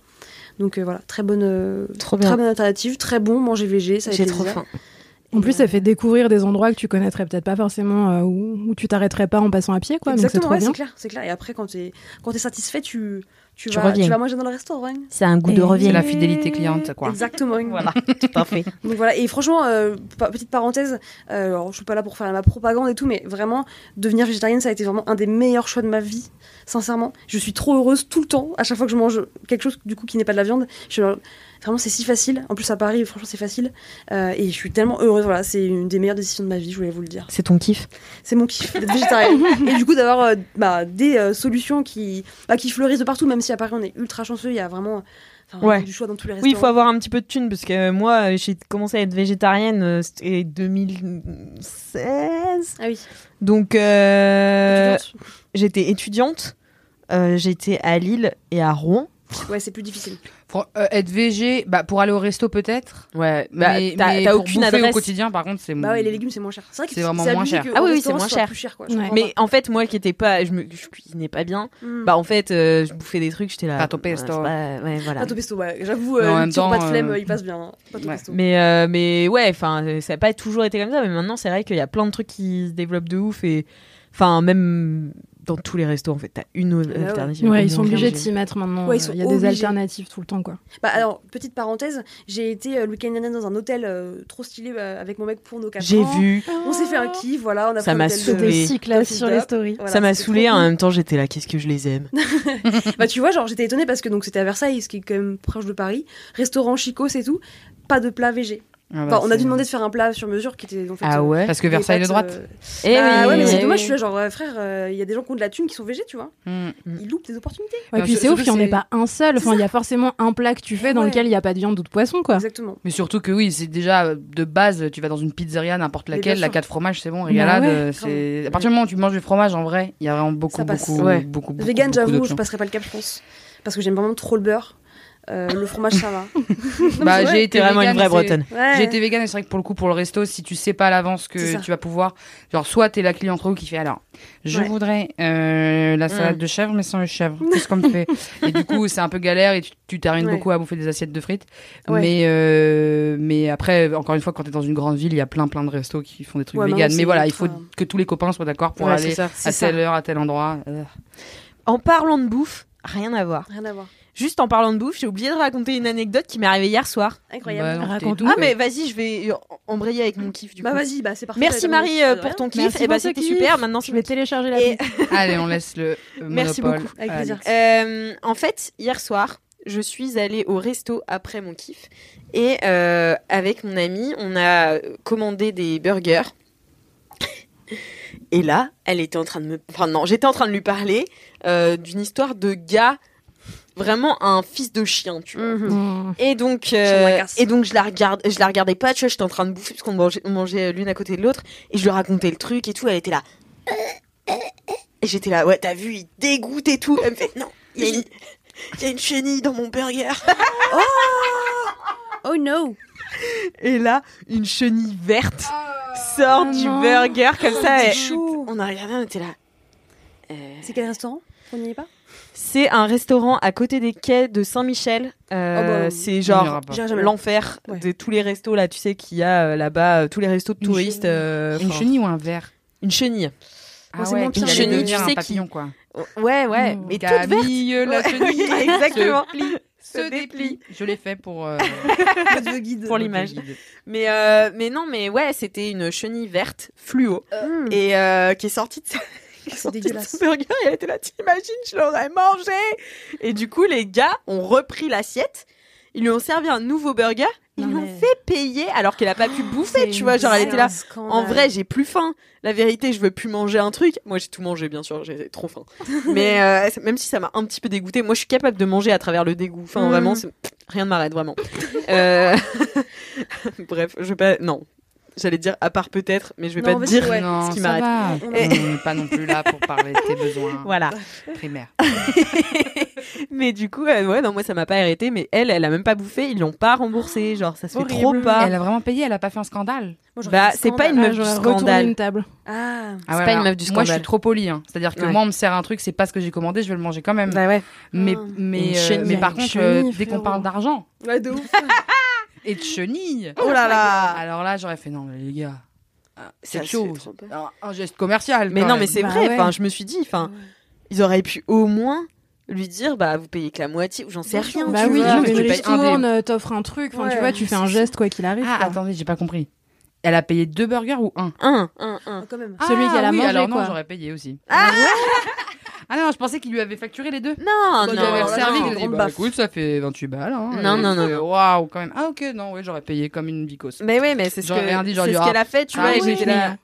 Speaker 5: Donc euh, voilà, très bonne, euh,
Speaker 9: Trop
Speaker 5: très
Speaker 9: bien.
Speaker 5: bonne alternative, très bon, manger végé, ça fait
Speaker 9: J'ai trop
Speaker 5: plaisir.
Speaker 9: faim.
Speaker 6: En plus, ça fait découvrir des endroits que tu connaîtrais peut-être pas forcément euh, ou ou tu t'arrêterais pas en passant à pied, quoi. donc c'est
Speaker 5: Exactement, ouais,
Speaker 6: trop bien.
Speaker 5: c'est clair, c'est clair. Et après, quand t'es quand t'es satisfait, tu tu
Speaker 9: Tu
Speaker 5: vas
Speaker 9: reviens.
Speaker 5: tu vas manger dans le restaurant.
Speaker 9: C'est un goût de
Speaker 6: Et-
Speaker 4: C'est
Speaker 9: revient.
Speaker 4: la fidélité cliente, quoi.
Speaker 5: Exactement.
Speaker 9: Voilà, tout à fait.
Speaker 5: Donc voilà, et franchement, euh, pa- petite parenthèse, euh, alors, je suis pas là pour faire ma propagande et tout, mais vraiment, devenir végétarienne, ça a été vraiment un des meilleurs choix de ma vie, sincèrement. Je suis trop heureuse tout le temps, à chaque fois que je mange quelque chose du coup qui n'est pas de la viande. Je suis genre, vraiment, c'est si facile. En plus, à Paris, franchement, c'est facile. Euh, et je suis tellement heureuse, voilà, c'est une des meilleures décisions de ma vie, je voulais vous le dire.
Speaker 9: C'est ton kiff.
Speaker 5: C'est mon kiff d'être végétarienne. et du coup, d'avoir euh, bah, des euh, solutions qui, bah, qui fleurissent de partout, même si à Paris, on est ultra chanceux, il y a vraiment. enfin,
Speaker 9: Ouais.
Speaker 5: du choix dans tous les
Speaker 9: Oui,
Speaker 5: restaurants.
Speaker 9: il faut avoir un petit peu de thunes parce que euh, moi, euh, j'ai commencé à être végétarienne, euh, c'était 2016.
Speaker 5: Ah oui.
Speaker 9: Donc, euh,
Speaker 5: Étudiante.
Speaker 9: j'étais étudiante.
Speaker 3: Euh, J'étais à Lille et à Rouen.
Speaker 5: Ouais, c'est plus difficile.
Speaker 4: Pour euh, être VG, bah, pour aller au resto peut-être.
Speaker 3: Ouais,
Speaker 4: mais mais
Speaker 3: t'as
Speaker 4: pour
Speaker 3: aucune
Speaker 4: bouffer
Speaker 3: adresse.
Speaker 4: au quotidien, par contre, c'est.
Speaker 5: Bah ouais, les légumes, c'est moins cher. vrai que
Speaker 4: C'est vraiment moins
Speaker 5: abusé
Speaker 4: cher.
Speaker 5: que
Speaker 3: Ah
Speaker 5: au
Speaker 3: oui, oui,
Speaker 5: restaurant,
Speaker 3: c'est moins
Speaker 5: ce soit
Speaker 3: cher.
Speaker 5: plus quoi, je
Speaker 6: Ouais.
Speaker 5: comprends
Speaker 3: Mais en fait, moi qui étais pas, je me, je cuisinais pas bien.
Speaker 5: pas. Hmm.
Speaker 3: Bah en fait, euh, je bouffais des trucs, j'étais là.
Speaker 4: Pâte au
Speaker 3: ouais,
Speaker 4: pesto.
Speaker 3: c'est pas- ouais, voilà.
Speaker 5: Pâte au pesto, ouais. J'avoue,
Speaker 4: Mais
Speaker 5: euh,
Speaker 4: en même
Speaker 5: le petit
Speaker 4: temps,
Speaker 5: repas de flemme,
Speaker 4: euh,
Speaker 5: il passe bien. hein. Pâte au
Speaker 4: ouais.
Speaker 5: pesto.
Speaker 3: Mais euh, mais ouais, enfin, euh, ça n'a pas toujours été comme ça, mais maintenant c'est vrai qu'il y a plein de trucs qui se développent de ouf et enfin même dans tous les restos en fait, t'as une
Speaker 5: Ah ouais.
Speaker 3: alternative.
Speaker 6: Ouais,
Speaker 3: au
Speaker 6: ils sont
Speaker 3: moins.
Speaker 6: obligés de s'y mettre maintenant.
Speaker 5: Ouais,
Speaker 6: euh,
Speaker 5: ils sont
Speaker 6: Il y a des
Speaker 5: obligés.
Speaker 6: alternatives tout le temps, quoi.
Speaker 5: Bah alors, petite parenthèse, j'ai été euh, le week-end dernier dans un hôtel euh, trop stylé bah, avec mon mec pour nos 4
Speaker 3: J'ai
Speaker 5: ans.
Speaker 3: vu,
Speaker 5: Ah. On s'est fait un kiff, voilà. On a
Speaker 3: Ça
Speaker 5: pris
Speaker 3: m'a
Speaker 5: l'hôtel de-
Speaker 3: saoulé. C'était
Speaker 6: cycle là
Speaker 5: Office
Speaker 6: sur les
Speaker 5: Doc.
Speaker 6: stories.
Speaker 5: Voilà,
Speaker 3: ça m'a
Speaker 5: c'était trop
Speaker 3: saoulé.
Speaker 5: cool.
Speaker 3: En même temps, j'étais là, qu'est-ce que je les aime.
Speaker 5: Bah tu vois, genre j'étais étonnée parce que donc c'était à Versailles, ce qui est quand même proche de Paris. Restaurant chicos et tout, pas de plat végé.
Speaker 4: Ah bah,
Speaker 5: Enfin, on a
Speaker 4: c'est-
Speaker 5: dû demander de faire un plat sur mesure qui était en fait.
Speaker 3: Ah
Speaker 5: euh,
Speaker 3: ouais.
Speaker 4: Parce que
Speaker 5: des
Speaker 4: Versailles de
Speaker 5: pâtes,
Speaker 4: droite.
Speaker 5: euh,
Speaker 3: Eh
Speaker 2: Ah
Speaker 5: bah
Speaker 3: oui,
Speaker 5: ouais, mais c'est
Speaker 3: eh
Speaker 5: dommage, je
Speaker 3: oui.
Speaker 5: suis là, genre, euh, frère, euh, il y a des gens qui ont de la thune qui sont végés, tu vois.
Speaker 4: Mm.
Speaker 5: Ils loupent des opportunités.
Speaker 6: Ouais,
Speaker 4: Non,
Speaker 6: puis
Speaker 4: sur-
Speaker 6: c'est ouf, il n'y
Speaker 4: surtout,
Speaker 6: en ait
Speaker 4: c'est-
Speaker 6: pas un seul. Enfin, il y a forcément un plat que tu fais dans
Speaker 5: Ouais.
Speaker 6: lequel il n'y a pas de viande ou de poisson,
Speaker 4: Ah.
Speaker 6: quoi.
Speaker 5: Exactement.
Speaker 4: Mais surtout que oui, c'est déjà euh, de base, tu vas dans une pizzeria, n'importe
Speaker 5: Mais
Speaker 4: laquelle,
Speaker 5: bien
Speaker 4: la
Speaker 5: sûr. Bah
Speaker 4: 4 fromages, c'est bon, régalade.
Speaker 6: ouais,
Speaker 4: euh, c'est... À partir du moment où tu manges du fromage, en vrai, il y a vraiment beaucoup,
Speaker 5: Ça passe.
Speaker 4: beaucoup,
Speaker 3: Ouais.
Speaker 4: beaucoup, beaucoup.
Speaker 5: Vegan,
Speaker 4: beaucoup
Speaker 5: j'avoue, je
Speaker 4: d'options.
Speaker 5: passerai pas le cap, je pense. Parce que j'aime vraiment trop le beurre. Euh, le fromage, ça va.
Speaker 4: Bah, j'ai été
Speaker 3: T'es vraiment une
Speaker 4: vegan,
Speaker 3: vraie
Speaker 4: c'est-
Speaker 3: bretonne.
Speaker 5: Ouais.
Speaker 4: J'ai été vegan et c'est vrai que pour le coup, pour le resto, si tu sais pas à l'avance
Speaker 5: C'est
Speaker 4: que
Speaker 5: ça.
Speaker 4: tu vas pouvoir, genre, soit t'es la cliente relou qui fait alors, je
Speaker 5: Ouais. Mm.
Speaker 4: voudrais euh, la salade de chèvre mais sans le chèvre, qu'est-ce qu'on me fait Et du coup, c'est un peu galère et tu- tu t'arrêtes
Speaker 5: Ouais.
Speaker 4: beaucoup à bouffer des assiettes de frites.
Speaker 5: Ouais.
Speaker 4: Mais euh, mais après, encore une fois, quand t'es dans une grande ville, il y a plein plein de restos qui font des trucs
Speaker 5: Ouais,
Speaker 4: vegan.
Speaker 5: maintenant,
Speaker 4: Mais
Speaker 5: c'est
Speaker 4: voilà, il faut
Speaker 5: ultra-
Speaker 4: que tous les copains soient d'accord pour
Speaker 5: euh, Ouais,
Speaker 4: aller
Speaker 5: c'est ça.
Speaker 4: à
Speaker 5: C'est ça.
Speaker 4: telle heure, à tel endroit. Euh,
Speaker 3: En parlant de bouffe, rien à voir.
Speaker 5: Rien à voir.
Speaker 3: Juste en parlant de bouffe, j'ai oublié de raconter une anecdote qui m'est arrivée hier soir.
Speaker 5: Incroyable.
Speaker 4: bah non,
Speaker 6: Raconte-nous.
Speaker 4: t'es doux,
Speaker 3: Ah
Speaker 4: quoi.
Speaker 3: mais vas-y, je vais euh, embrayer avec mon kiff du
Speaker 5: Bah,
Speaker 3: coup.
Speaker 5: vas-y, bah, c'est parfait.
Speaker 3: Merci
Speaker 5: T'as
Speaker 3: Marie
Speaker 5: raison.
Speaker 3: euh, pour ton kiff.
Speaker 6: Merci
Speaker 3: Et
Speaker 6: pour
Speaker 3: bah
Speaker 6: ce
Speaker 3: c'était
Speaker 6: kiff.
Speaker 3: super. Maintenant
Speaker 6: Je
Speaker 3: c'est
Speaker 6: vais télécharger la
Speaker 3: Et-
Speaker 6: piste.
Speaker 4: Allez, on laisse le euh,
Speaker 3: Merci
Speaker 4: monopole.
Speaker 3: beaucoup.
Speaker 5: Avec
Speaker 4: Allez.
Speaker 5: plaisir.
Speaker 3: Euh, en fait, hier soir, je suis allée au resto après mon kiff. Et euh, avec mon ami, on a commandé des burgers. Et là, elle était en train de me. Enfin, non, j'étais en train de lui parler euh, d'une histoire de gars, vraiment un fils de chien, tu vois.
Speaker 6: Mmh.
Speaker 3: Et donc, euh,
Speaker 5: Sur ma casse.
Speaker 3: et donc je la regarde, je la regardais pas, tu vois, j'étais en train de bouffer parce qu'on mangeait, on mangeait l'une à côté de l'autre et je lui racontais le truc et tout, elle était là. Et j'étais là, ouais, t'as vu, il dégoûte et tout. Elle me fait, non, il y a une, il y a une chenille dans mon burger.
Speaker 5: Oh no!
Speaker 3: Et là, une chenille verte
Speaker 5: Oh.
Speaker 3: sort
Speaker 6: Ah
Speaker 3: du
Speaker 6: non.
Speaker 3: burger comme ça.
Speaker 5: C'est
Speaker 3: elle-
Speaker 5: chaud!
Speaker 3: on a regardé, on était là. Euh,
Speaker 5: C'est quel restaurant? On n'y est pas?
Speaker 3: C'est un restaurant à côté des quais de Saint-Michel. Euh,
Speaker 5: Oh bah,
Speaker 3: c'est
Speaker 4: on ira
Speaker 3: genre
Speaker 4: pas.
Speaker 5: J'irai jamais là.
Speaker 3: l'enfer
Speaker 5: Ouais.
Speaker 3: de tous les restos là, tu sais qu'il y a euh, là-bas, euh, tous les restos de
Speaker 4: Une
Speaker 3: touristes.
Speaker 4: chenille.
Speaker 3: euh,
Speaker 4: Une
Speaker 3: enfin,
Speaker 4: chenille ou un verre
Speaker 3: une chenille.
Speaker 4: ah
Speaker 5: Oh, c'est
Speaker 4: ouais,
Speaker 5: moins
Speaker 4: qui
Speaker 5: pire.
Speaker 4: allait
Speaker 3: Chenille,
Speaker 4: devenir
Speaker 3: tu
Speaker 4: un
Speaker 3: sais qui-
Speaker 4: papillon, quoi.
Speaker 3: Ouais, ouais,
Speaker 6: Mmh.
Speaker 3: mais toute verte.
Speaker 4: Camille, la
Speaker 3: Ouais.
Speaker 4: chenille,
Speaker 3: Oui, exactement.
Speaker 4: se plie, se,
Speaker 3: Se
Speaker 4: déplie. Je l'ai fait pour euh,
Speaker 5: de guide.
Speaker 3: Pour l'image. Mais, euh, mais non, mais ouais, c'était une chenille verte fluo
Speaker 5: Mmh.
Speaker 3: et euh, qui est sortie de sa. qui est sortie de
Speaker 5: dégueulasse.
Speaker 3: son burger, et elle était là, t'imagines, je l'aurais mangé! Et du coup, les gars ont repris l'assiette, ils lui ont servi un nouveau burger, ils
Speaker 6: Non,
Speaker 3: l'ont
Speaker 6: mais-
Speaker 3: fait payer alors qu'elle a pas pu bouffer,
Speaker 6: c'est
Speaker 3: tu vois. Genre, elle était là, En
Speaker 5: En
Speaker 3: vrai, j'ai plus faim. La vérité, je veux plus manger un truc. Moi, j'ai tout mangé, bien sûr, j'ai trop faim. Mais euh, ça- même si ça m'a un petit peu dégoûté, moi, je suis capable de manger à travers le dégoût. Enfin,
Speaker 5: Mhm.
Speaker 3: vraiment, c'est- pff, rien ne m'arrête, vraiment. Euh, Bref, je vais pas. Non, j'allais dire à part peut-être, mais je vais
Speaker 5: Non,
Speaker 3: pas te
Speaker 5: vas-y,
Speaker 3: dire.
Speaker 5: ouais.
Speaker 4: non,
Speaker 3: ce qui
Speaker 4: ça va.
Speaker 5: On
Speaker 4: On
Speaker 5: a-
Speaker 4: n'est pas non plus là pour parler de tes besoins
Speaker 3: Voilà.
Speaker 4: primaires.
Speaker 3: mais du coup, euh, ouais, non, moi, ça m'a pas arrêté. Mais elle, elle a même pas bouffé. Ils l'ont pas remboursé. Genre, ça se fait
Speaker 5: Horrible.
Speaker 3: trop pas.
Speaker 4: Elle a vraiment payé, elle a pas fait un scandale.
Speaker 3: Bah, c'est pas une
Speaker 6: Ah,
Speaker 3: meuf du
Speaker 6: j'aurais retourné
Speaker 3: scandale.
Speaker 6: une table.
Speaker 5: Ah,
Speaker 4: Ah
Speaker 3: C'est
Speaker 4: ouais,
Speaker 3: pas une
Speaker 4: alors,
Speaker 3: meuf du
Speaker 4: Moi, je
Speaker 3: scandale.
Speaker 4: suis trop polie. hein. C'est-à-dire que
Speaker 3: Ouais.
Speaker 4: moi, on me sert un truc, c'est pas ce que j'ai commandé, je vais le manger quand même.
Speaker 3: Bah ouais.
Speaker 4: Mais,
Speaker 5: Ah.
Speaker 4: mais,
Speaker 3: Une
Speaker 4: euh,
Speaker 3: chenille.
Speaker 4: mais par
Speaker 6: Une
Speaker 4: contre,
Speaker 6: chenille,
Speaker 4: euh, dès
Speaker 6: frérot.
Speaker 4: qu'on parle d'argent
Speaker 5: ouais, de ouf.
Speaker 4: et de chenille,
Speaker 3: Oh là là.
Speaker 4: alors là, j'aurais fait non, mais les gars,
Speaker 3: Ça
Speaker 4: c'est
Speaker 3: se
Speaker 4: chaud.
Speaker 3: fait trop pas.
Speaker 4: Un, un geste commercial.
Speaker 3: Mais
Speaker 4: quand
Speaker 3: non,
Speaker 4: même.
Speaker 3: mais c'est
Speaker 6: Bah
Speaker 3: vrai.
Speaker 6: ouais.
Speaker 3: Enfin, je me suis dit, enfin, ils auraient pu au moins lui dire, bah, vous payez que la moitié ou j'en sais rien.
Speaker 6: Bah
Speaker 3: tu
Speaker 6: oui,
Speaker 3: vois.
Speaker 6: tu
Speaker 4: tu
Speaker 6: fais une
Speaker 4: payes un des-
Speaker 6: ristourne, euh, t'offres un truc, enfin,
Speaker 5: Ouais,
Speaker 6: tu vois, tu fais un geste quoi qu'il arrive.
Speaker 4: Ah,
Speaker 6: quoi.
Speaker 4: attendez, j'ai pas compris. Elle a payé deux burgers ou un
Speaker 3: Un, un, un.
Speaker 5: Ah, quand même.
Speaker 6: Celui qui a la
Speaker 4: oui,
Speaker 6: mangé,
Speaker 4: alors non,
Speaker 6: quoi.
Speaker 4: j'aurais payé aussi. Ah non, je pensais qu'il lui avait facturé les deux.
Speaker 3: Non,
Speaker 4: Bah, il
Speaker 3: non,
Speaker 4: avait
Speaker 3: non,
Speaker 4: servi, il a
Speaker 3: non.
Speaker 4: dit, bah, écoute, ça fait 28 balles. hein.
Speaker 3: Non,
Speaker 4: Et
Speaker 3: non, non,
Speaker 4: c'est- Waouh, quand même. Ah, ok, non, ouais, j'aurais payé comme une bicos.
Speaker 3: Mais oui, mais c'est ce
Speaker 4: J'aurais
Speaker 3: que-
Speaker 4: rien dit,
Speaker 3: c'est
Speaker 4: j'aurais
Speaker 3: ce
Speaker 4: dit,
Speaker 3: qu'elle a fait, tu
Speaker 4: ah,
Speaker 3: vois. et
Speaker 4: oui,
Speaker 3: j'étais
Speaker 4: mais-
Speaker 3: là.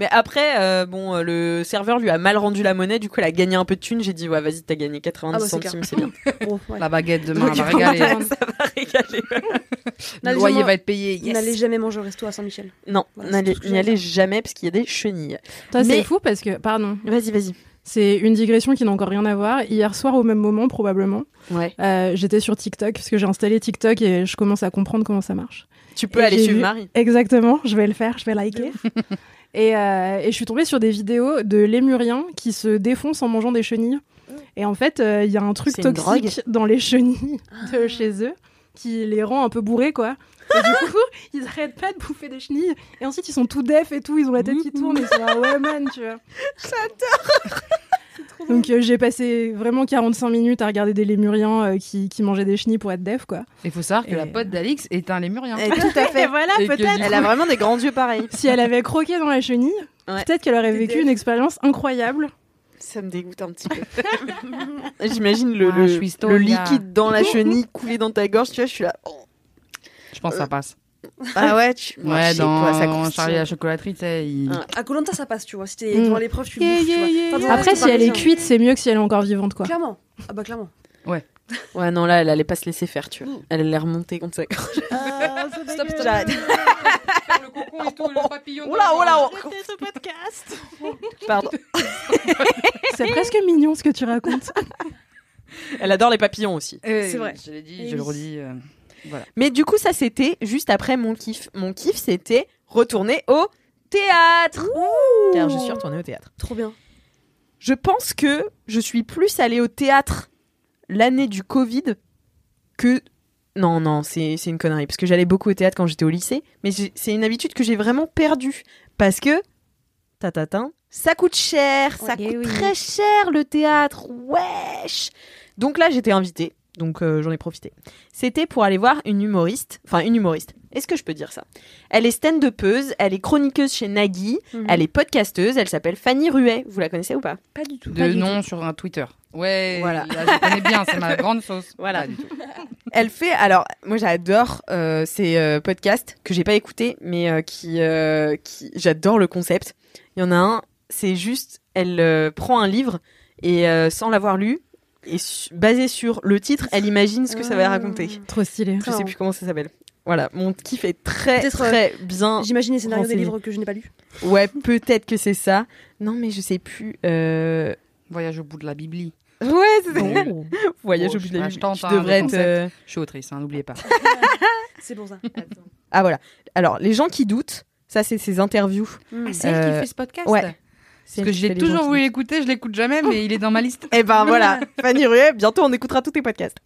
Speaker 3: Mais après, euh, bon, euh, le serveur lui a mal rendu la monnaie, du coup, elle a gagné un peu de thunes. J'ai dit, ouais, vas-y, t'as gagné 90
Speaker 5: Ah, bah, c'est
Speaker 3: centimes, c'est bien.
Speaker 5: Bon, ouais.
Speaker 4: La baguette demain, elle va régaler.
Speaker 3: ça va régaler.
Speaker 4: Le
Speaker 5: N'allez
Speaker 4: loyer
Speaker 5: jamais-
Speaker 4: va être payé. yes.
Speaker 5: N'allez jamais manger au resto à Saint-Michel.
Speaker 3: Non,
Speaker 5: Voilà, c'est
Speaker 3: n'allez-
Speaker 5: tout ce que
Speaker 3: n'y
Speaker 5: j'allais
Speaker 3: allez jamais parce qu'il y a des chenilles.
Speaker 6: Toi,
Speaker 3: Mais-
Speaker 6: c'est fou parce que, pardon,
Speaker 3: Vas-y, vas-y.
Speaker 6: C'est une digression qui n'a encore rien à voir. Hier soir, au même moment, probablement,
Speaker 3: Ouais.
Speaker 6: euh, j'étais sur TikTok, parce que j'ai installé TikTok et je commence à comprendre comment ça marche.
Speaker 3: Tu peux
Speaker 6: Et
Speaker 3: aller
Speaker 6: j'ai
Speaker 3: suivre
Speaker 6: vu-
Speaker 3: Marie.
Speaker 6: Exactement, je vais le faire, je vais liker. et, euh, et je suis tombée sur des vidéos de lémuriens qui se défoncent en mangeant des chenilles. Et en fait, euh, il y a un truc
Speaker 7: C'est une
Speaker 6: toxique dans les chenilles de chez eux qui les rend un peu bourrés, quoi. Et du coup, ils arrêtent pas de bouffer des chenilles. Et ensuite, ils sont tout def et tout, ils ont la tête qui tourne et ils sont là, ouais, man, tu vois. J'adore Donc, euh, j'ai passé vraiment 45 minutes à regarder des lémuriens euh, qui, qui mangeaient des chenilles pour être def, quoi.
Speaker 4: Il faut savoir que
Speaker 6: Et-
Speaker 4: la pote d'Alix est un lémurien.
Speaker 7: Eh, tout à fait.
Speaker 6: voilà,
Speaker 4: Et que du
Speaker 7: Elle a vraiment des grands yeux pareils.
Speaker 6: si elle avait croqué dans la chenille,
Speaker 3: Ouais.
Speaker 6: peut-être qu'elle aurait vécu
Speaker 3: Peut-être.
Speaker 6: une expérience incroyable.
Speaker 3: Ça me dégoûte un petit peu. J'imagine le,
Speaker 4: Ah,
Speaker 3: le-
Speaker 4: je suis stone,
Speaker 3: le
Speaker 4: là.
Speaker 3: liquide dans la chenille coulé dans ta gorge. Tu vois, je suis là. oh.
Speaker 4: Je pense que ça passe.
Speaker 3: Ah ouais, tu... moi, je
Speaker 4: Ouais,
Speaker 3: sais pas, ça
Speaker 4: dans
Speaker 3: croustille.
Speaker 4: Charlie la chocolaterie, tu sais, il-
Speaker 3: Ah.
Speaker 5: À Colanta, ça passe, tu vois. Si t'es
Speaker 6: Mm.
Speaker 5: devant l'épreuve, tu le
Speaker 4: Yeah,
Speaker 5: bouffes, tu
Speaker 4: yeah,
Speaker 5: vois.
Speaker 4: yeah,
Speaker 5: Enfin,
Speaker 4: yeah.
Speaker 5: dans la
Speaker 6: Après,
Speaker 5: reste
Speaker 6: si elle est
Speaker 5: parisienne.
Speaker 6: cuite, c'est mieux que si elle est encore vivante, quoi.
Speaker 5: Clairement. Ah bah clairement.
Speaker 3: Ouais, non, là, elle allait pas se laisser faire, tu vois. Elle allait remonter contre sa gorge.
Speaker 7: Stop, stop.
Speaker 3: J'arrête.
Speaker 4: le cocon et tout, le papillon.
Speaker 3: Oh là, oh là, oh.
Speaker 7: podcast.
Speaker 3: Pardon.
Speaker 6: C'est presque mignon ce que tu racontes.
Speaker 3: Elle adore les papillons aussi.
Speaker 4: C'est
Speaker 3: vrai.
Speaker 4: Je l'ai dit, je le redis. euh,
Speaker 3: Mais du coup, ça c'était juste après mon kiff. Mon kiff, c'était retourner au théâtre. Car je suis retournée au théâtre.
Speaker 5: Trop bien.
Speaker 3: Je pense que je suis plus allée au théâtre l'année du Covid que. Non, non, c'est c'est une connerie. Parce que j'allais beaucoup au théâtre quand j'étais au lycée. Mais j'ai- c'est une habitude que j'ai vraiment perdue. Parce que. Tatatin. Ça coûte cher. ça
Speaker 7: Ouais, eh
Speaker 3: coûte
Speaker 7: oui.
Speaker 3: très cher le théâtre. Wesh. Donc là, j'étais invitée. Donc euh, j'en ai profité. C'était pour aller voir une humoriste. Enfin, une humoriste. Est-ce que je peux dire ça Elle est stand-upeuse. Elle est chroniqueuse chez Nagui.
Speaker 7: Mhm.
Speaker 3: Elle est podcasteuse. Elle s'appelle Fanny Ruet. Vous la connaissez ou pas
Speaker 5: Pas du tout.
Speaker 4: De nom sur un Twitter. Ouais,
Speaker 3: Voilà.
Speaker 4: là, je connais bien, c'est ma grande sauce.
Speaker 3: Voilà.
Speaker 4: Pas du tout.
Speaker 3: Elle fait alors moi j'adore euh, ces euh, podcasts que j'ai pas écouté mais euh, qui euh, qui j'adore le concept. Il y en a un, c'est juste elle euh, prend un livre et euh, sans l'avoir lu et su- basé sur le titre, elle imagine ce que ça va raconter.
Speaker 6: Trop stylé.
Speaker 3: Je sais plus comment ça s'appelle. Voilà, mon kiff est très
Speaker 5: Peut-être, euh,
Speaker 3: très bien.
Speaker 5: J'imagine les scénarios des
Speaker 3: Renseigné.
Speaker 5: livres que je n'ai pas lus.
Speaker 3: Ouais, peut-être que c'est ça. Non mais je sais plus. euh,
Speaker 4: Voyage au bout de la Bibli.
Speaker 3: Ouais, c'est Voyage au bout de la
Speaker 4: Ouais,
Speaker 3: vie.
Speaker 4: je tente,
Speaker 3: Je
Speaker 4: hein, le
Speaker 3: devrais être.
Speaker 4: concept.
Speaker 3: euh,
Speaker 4: Je suis autrice, hein, n'oubliez pas.
Speaker 5: C'est pour ça.
Speaker 3: Ah voilà. Alors les gens qui doutent, ça c'est ces interviews.
Speaker 5: Mm.
Speaker 4: c'est
Speaker 3: elle qui Euh, fait
Speaker 4: ce podcast
Speaker 3: ouais.
Speaker 4: Parce que je l'ai toujours voulu écouter, je l'écoute jamais, mais il est dans ma liste.
Speaker 3: Eh ben voilà, Fanny Ruet, bientôt on écoutera tous tes podcasts.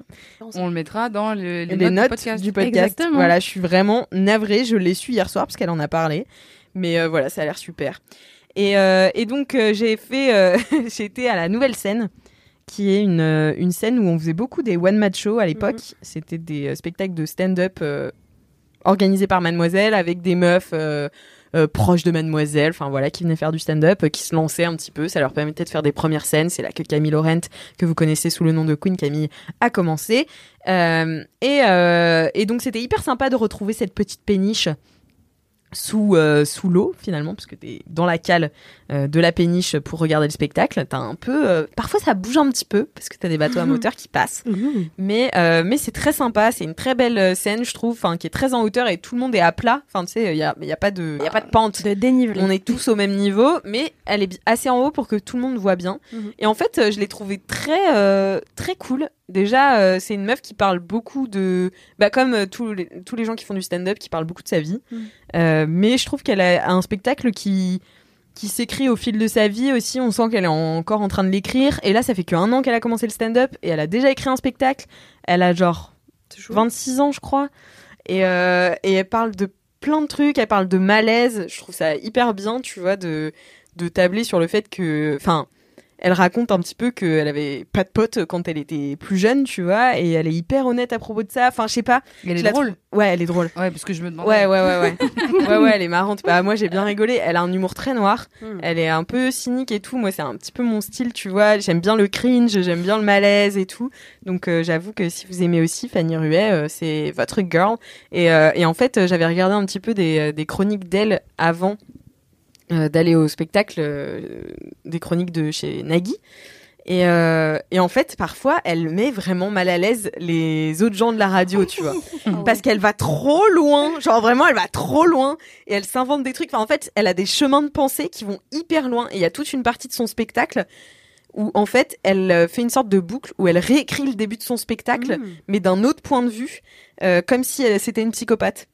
Speaker 4: On le mettra dans le- les,
Speaker 3: Les, notes
Speaker 4: du podcast.
Speaker 3: du podcast.
Speaker 6: Exactement.
Speaker 3: Voilà, je suis vraiment navrée, je l'ai su hier soir parce qu'elle en a parlé. Mais euh, voilà, ça a l'air super. Et, euh, et donc euh, j'ai fait, euh, j'étais à la nouvelle scène, qui est une, euh, une scène où on faisait beaucoup des one-man show à l'époque. C'était des euh, spectacles de stand-up euh, organisés par Mademoiselle avec des meufs euh, euh, proches de Mademoiselle, enfin voilà, qui venaient faire du stand-up, euh, qui se lançaient un petit peu. Ça leur permettait de faire des premières scènes. C'est là que Camille Laurent, que vous connaissez sous le nom de Queen Camille, a commencé. Euh, et, euh, et donc c'était hyper sympa de retrouver cette petite péniche sous, euh, sous l'eau finalement, parce que t'es dans la cale euh, de la péniche pour regarder le spectacle. T'as un peu, euh, parfois ça bouge un petit peu parce que t'as des bateaux à moteur qui passent, mais euh, mais c'est très sympa. C'est une très belle euh, scène, je trouve, enfin, qui est très en hauteur et tout le monde est à plat. Enfin tu sais, il y a, y a pas de, y a pas de pente.
Speaker 6: De dénivelé.
Speaker 3: On est tous au même niveau, mais elle est bi- assez en haut pour que tout le monde voit bien.
Speaker 5: Mhm.
Speaker 3: Et en fait, euh, je l'ai trouvée très, euh, très cool. Déjà, euh, c'est une meuf qui parle beaucoup de. Bah, comme euh, tous, les, tous les gens qui font du stand-up, qui parlent beaucoup de sa vie.
Speaker 5: Mhm.
Speaker 3: Euh, mais je trouve qu'elle a un spectacle qui qui s'écrit au fil de sa vie aussi, on sent qu'elle est encore en train de l'écrire, et là ça fait que un an qu'elle a commencé le stand-up, et elle a déjà écrit un spectacle, elle a genre 26 ans, je crois. Et, euh, et elle parle de plein de trucs, elle parle de malaise. Je trouve ça hyper bien, tu vois, de, de tabler sur le fait que. Enfin, elle raconte un petit peu qu'elle avait pas de potes quand elle était plus jeune, tu vois, et elle est hyper honnête à propos de ça. Enfin, je sais pas.
Speaker 4: Il
Speaker 3: je
Speaker 4: est
Speaker 3: la
Speaker 4: drôle.
Speaker 3: trouve- Ouais, elle est drôle.
Speaker 4: Ouais, parce que je me demandais.
Speaker 3: Ouais, ouais, ouais, ouais. ouais, ouais, elle est marrante. Bah, moi, j'ai bien rigolé. Elle a un humour très noir. Elle est un peu cynique et tout. Moi, c'est un petit peu mon style, tu vois. J'aime bien le cringe, j'aime bien le malaise et tout. Donc, euh, j'avoue que si vous aimez aussi Fanny Ruet, euh, c'est votre girl. Et, euh, et en fait, euh, j'avais regardé un petit peu des, euh, des chroniques d'elle avant euh, d'aller au spectacle, euh, des chroniques de chez Nagui. Et, euh, et en fait, parfois, elle met vraiment mal à l'aise les autres gens de la radio, tu vois. Parce qu'elle va trop loin. Genre, vraiment, elle va trop loin. Et elle s'invente des trucs. Enfin, en fait, elle a des chemins de pensée qui vont hyper loin. Et il y a toute une partie de son spectacle où en fait elle euh, fait une sorte de boucle où elle réécrit le début de son spectacle,
Speaker 5: Mmh.
Speaker 3: mais d'un autre point de vue, euh, comme si elle- c'était une psychopathe.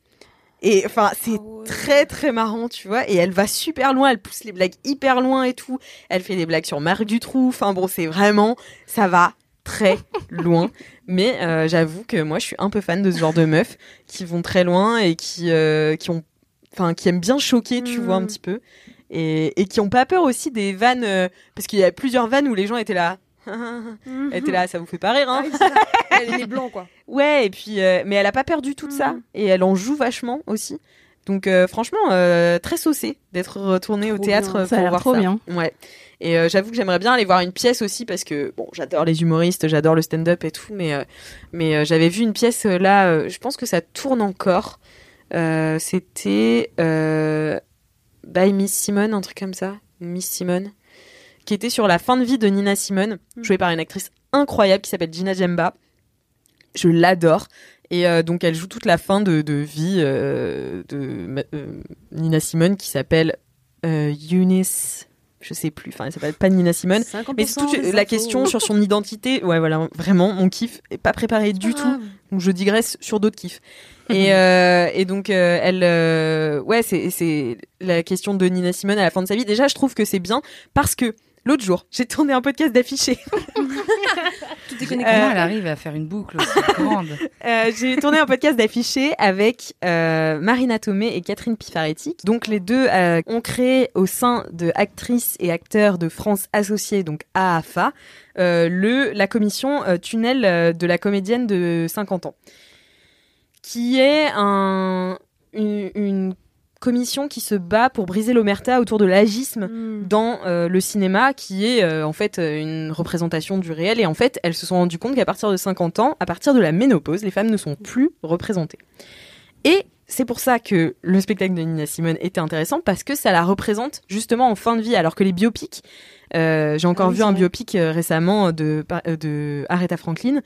Speaker 3: Et enfin, c'est
Speaker 5: Ah
Speaker 3: très très marrant, tu vois. Et elle va super loin, elle pousse les blagues hyper loin et tout. Elle fait des blagues sur Marc Dutroux. Enfin bon, c'est vraiment, ça va très loin. Mais euh, j'avoue que moi, je suis un peu fan de ce genre de meufs qui vont très loin et qui, euh, qui ont, enfin, qui aiment bien choquer, tu vois, un petit peu. Et, et qui ont pas peur aussi des vannes, euh, parce qu'il y a plusieurs vannes où les gens étaient là.
Speaker 5: Mm.
Speaker 3: étaient là, ça vous fait pas rire,
Speaker 5: Ah
Speaker 3: hein
Speaker 5: Elle est blanc, quoi.
Speaker 3: Ouais, et puis, euh, mais elle a pas peur du tout de
Speaker 6: Mm.
Speaker 3: ça. Et elle en joue vachement aussi. Donc, euh, franchement, euh, très saucée d'être retournée au
Speaker 6: Trop
Speaker 3: théâtre
Speaker 6: bien.
Speaker 3: euh,
Speaker 6: Ça a
Speaker 3: pour
Speaker 6: l'air
Speaker 3: voir
Speaker 6: trop
Speaker 3: ça.
Speaker 6: bien.
Speaker 3: Ouais. Et euh, j'avoue que j'aimerais bien aller voir une pièce aussi parce que, bon, j'adore les humoristes, j'adore le stand-up et tout, mais, euh, mais euh, j'avais vu une pièce euh, là, euh, je pense que ça tourne encore. Euh, C'était euh, By Miss Simone, un truc comme ça. Miss Simone. Qui était sur la fin de vie de Nina Simone, jouée par une actrice incroyable qui s'appelle Gina Djemba. Je l'adore. Et euh, donc, elle joue toute la fin de, de vie euh, de euh, Nina Simone qui s'appelle euh, Eunice. Je sais plus. Enfin, elle s'appelle pas Nina Simone. Mais c'est toute la
Speaker 5: Mm.
Speaker 3: question sur son identité. Ouais, voilà, vraiment, mon kiff est pas préparé
Speaker 5: Ah.
Speaker 3: du tout. Donc je digresse sur d'autres kiffs. Et, euh, et donc, euh, elle, euh, ouais, c'est- c'est la question de Nina Simone à la fin de sa vie. Déjà, je trouve que c'est bien parce que l'autre jour, j'ai tourné un podcast d'affiché.
Speaker 5: Tout
Speaker 4: Comment elle arrive à faire une boucle aussi grande
Speaker 3: Euh, j'ai tourné un podcast d'affiché avec euh, Marina Tomé et Catherine Pifaretti. Donc les deux euh, ont créé au sein de actrices et acteurs de France Associés, donc AAFA, euh, le la commission euh, tunnel euh, de la comédienne de 50 ans, qui est un une, une commission qui se bat pour briser l'omerta autour de
Speaker 5: Ah,
Speaker 3: l'agisme
Speaker 5: mm.
Speaker 3: dans euh, le cinéma, qui est euh, en fait euh, une représentation du réel. Et en fait, elles se sont rendues compte qu'à partir de 50 ans, à partir de la ménopause, les femmes ne sont plus représentées. Et c'est pour ça que le spectacle de Nina Simone était intéressant, parce que ça la représente justement en fin de vie, alors que les biopics, euh, j'ai encore
Speaker 5: Ah oui,
Speaker 3: vu
Speaker 5: c'est
Speaker 3: un
Speaker 5: vrai.
Speaker 3: biopic euh, récemment de, par- euh, de Aretha Franklin,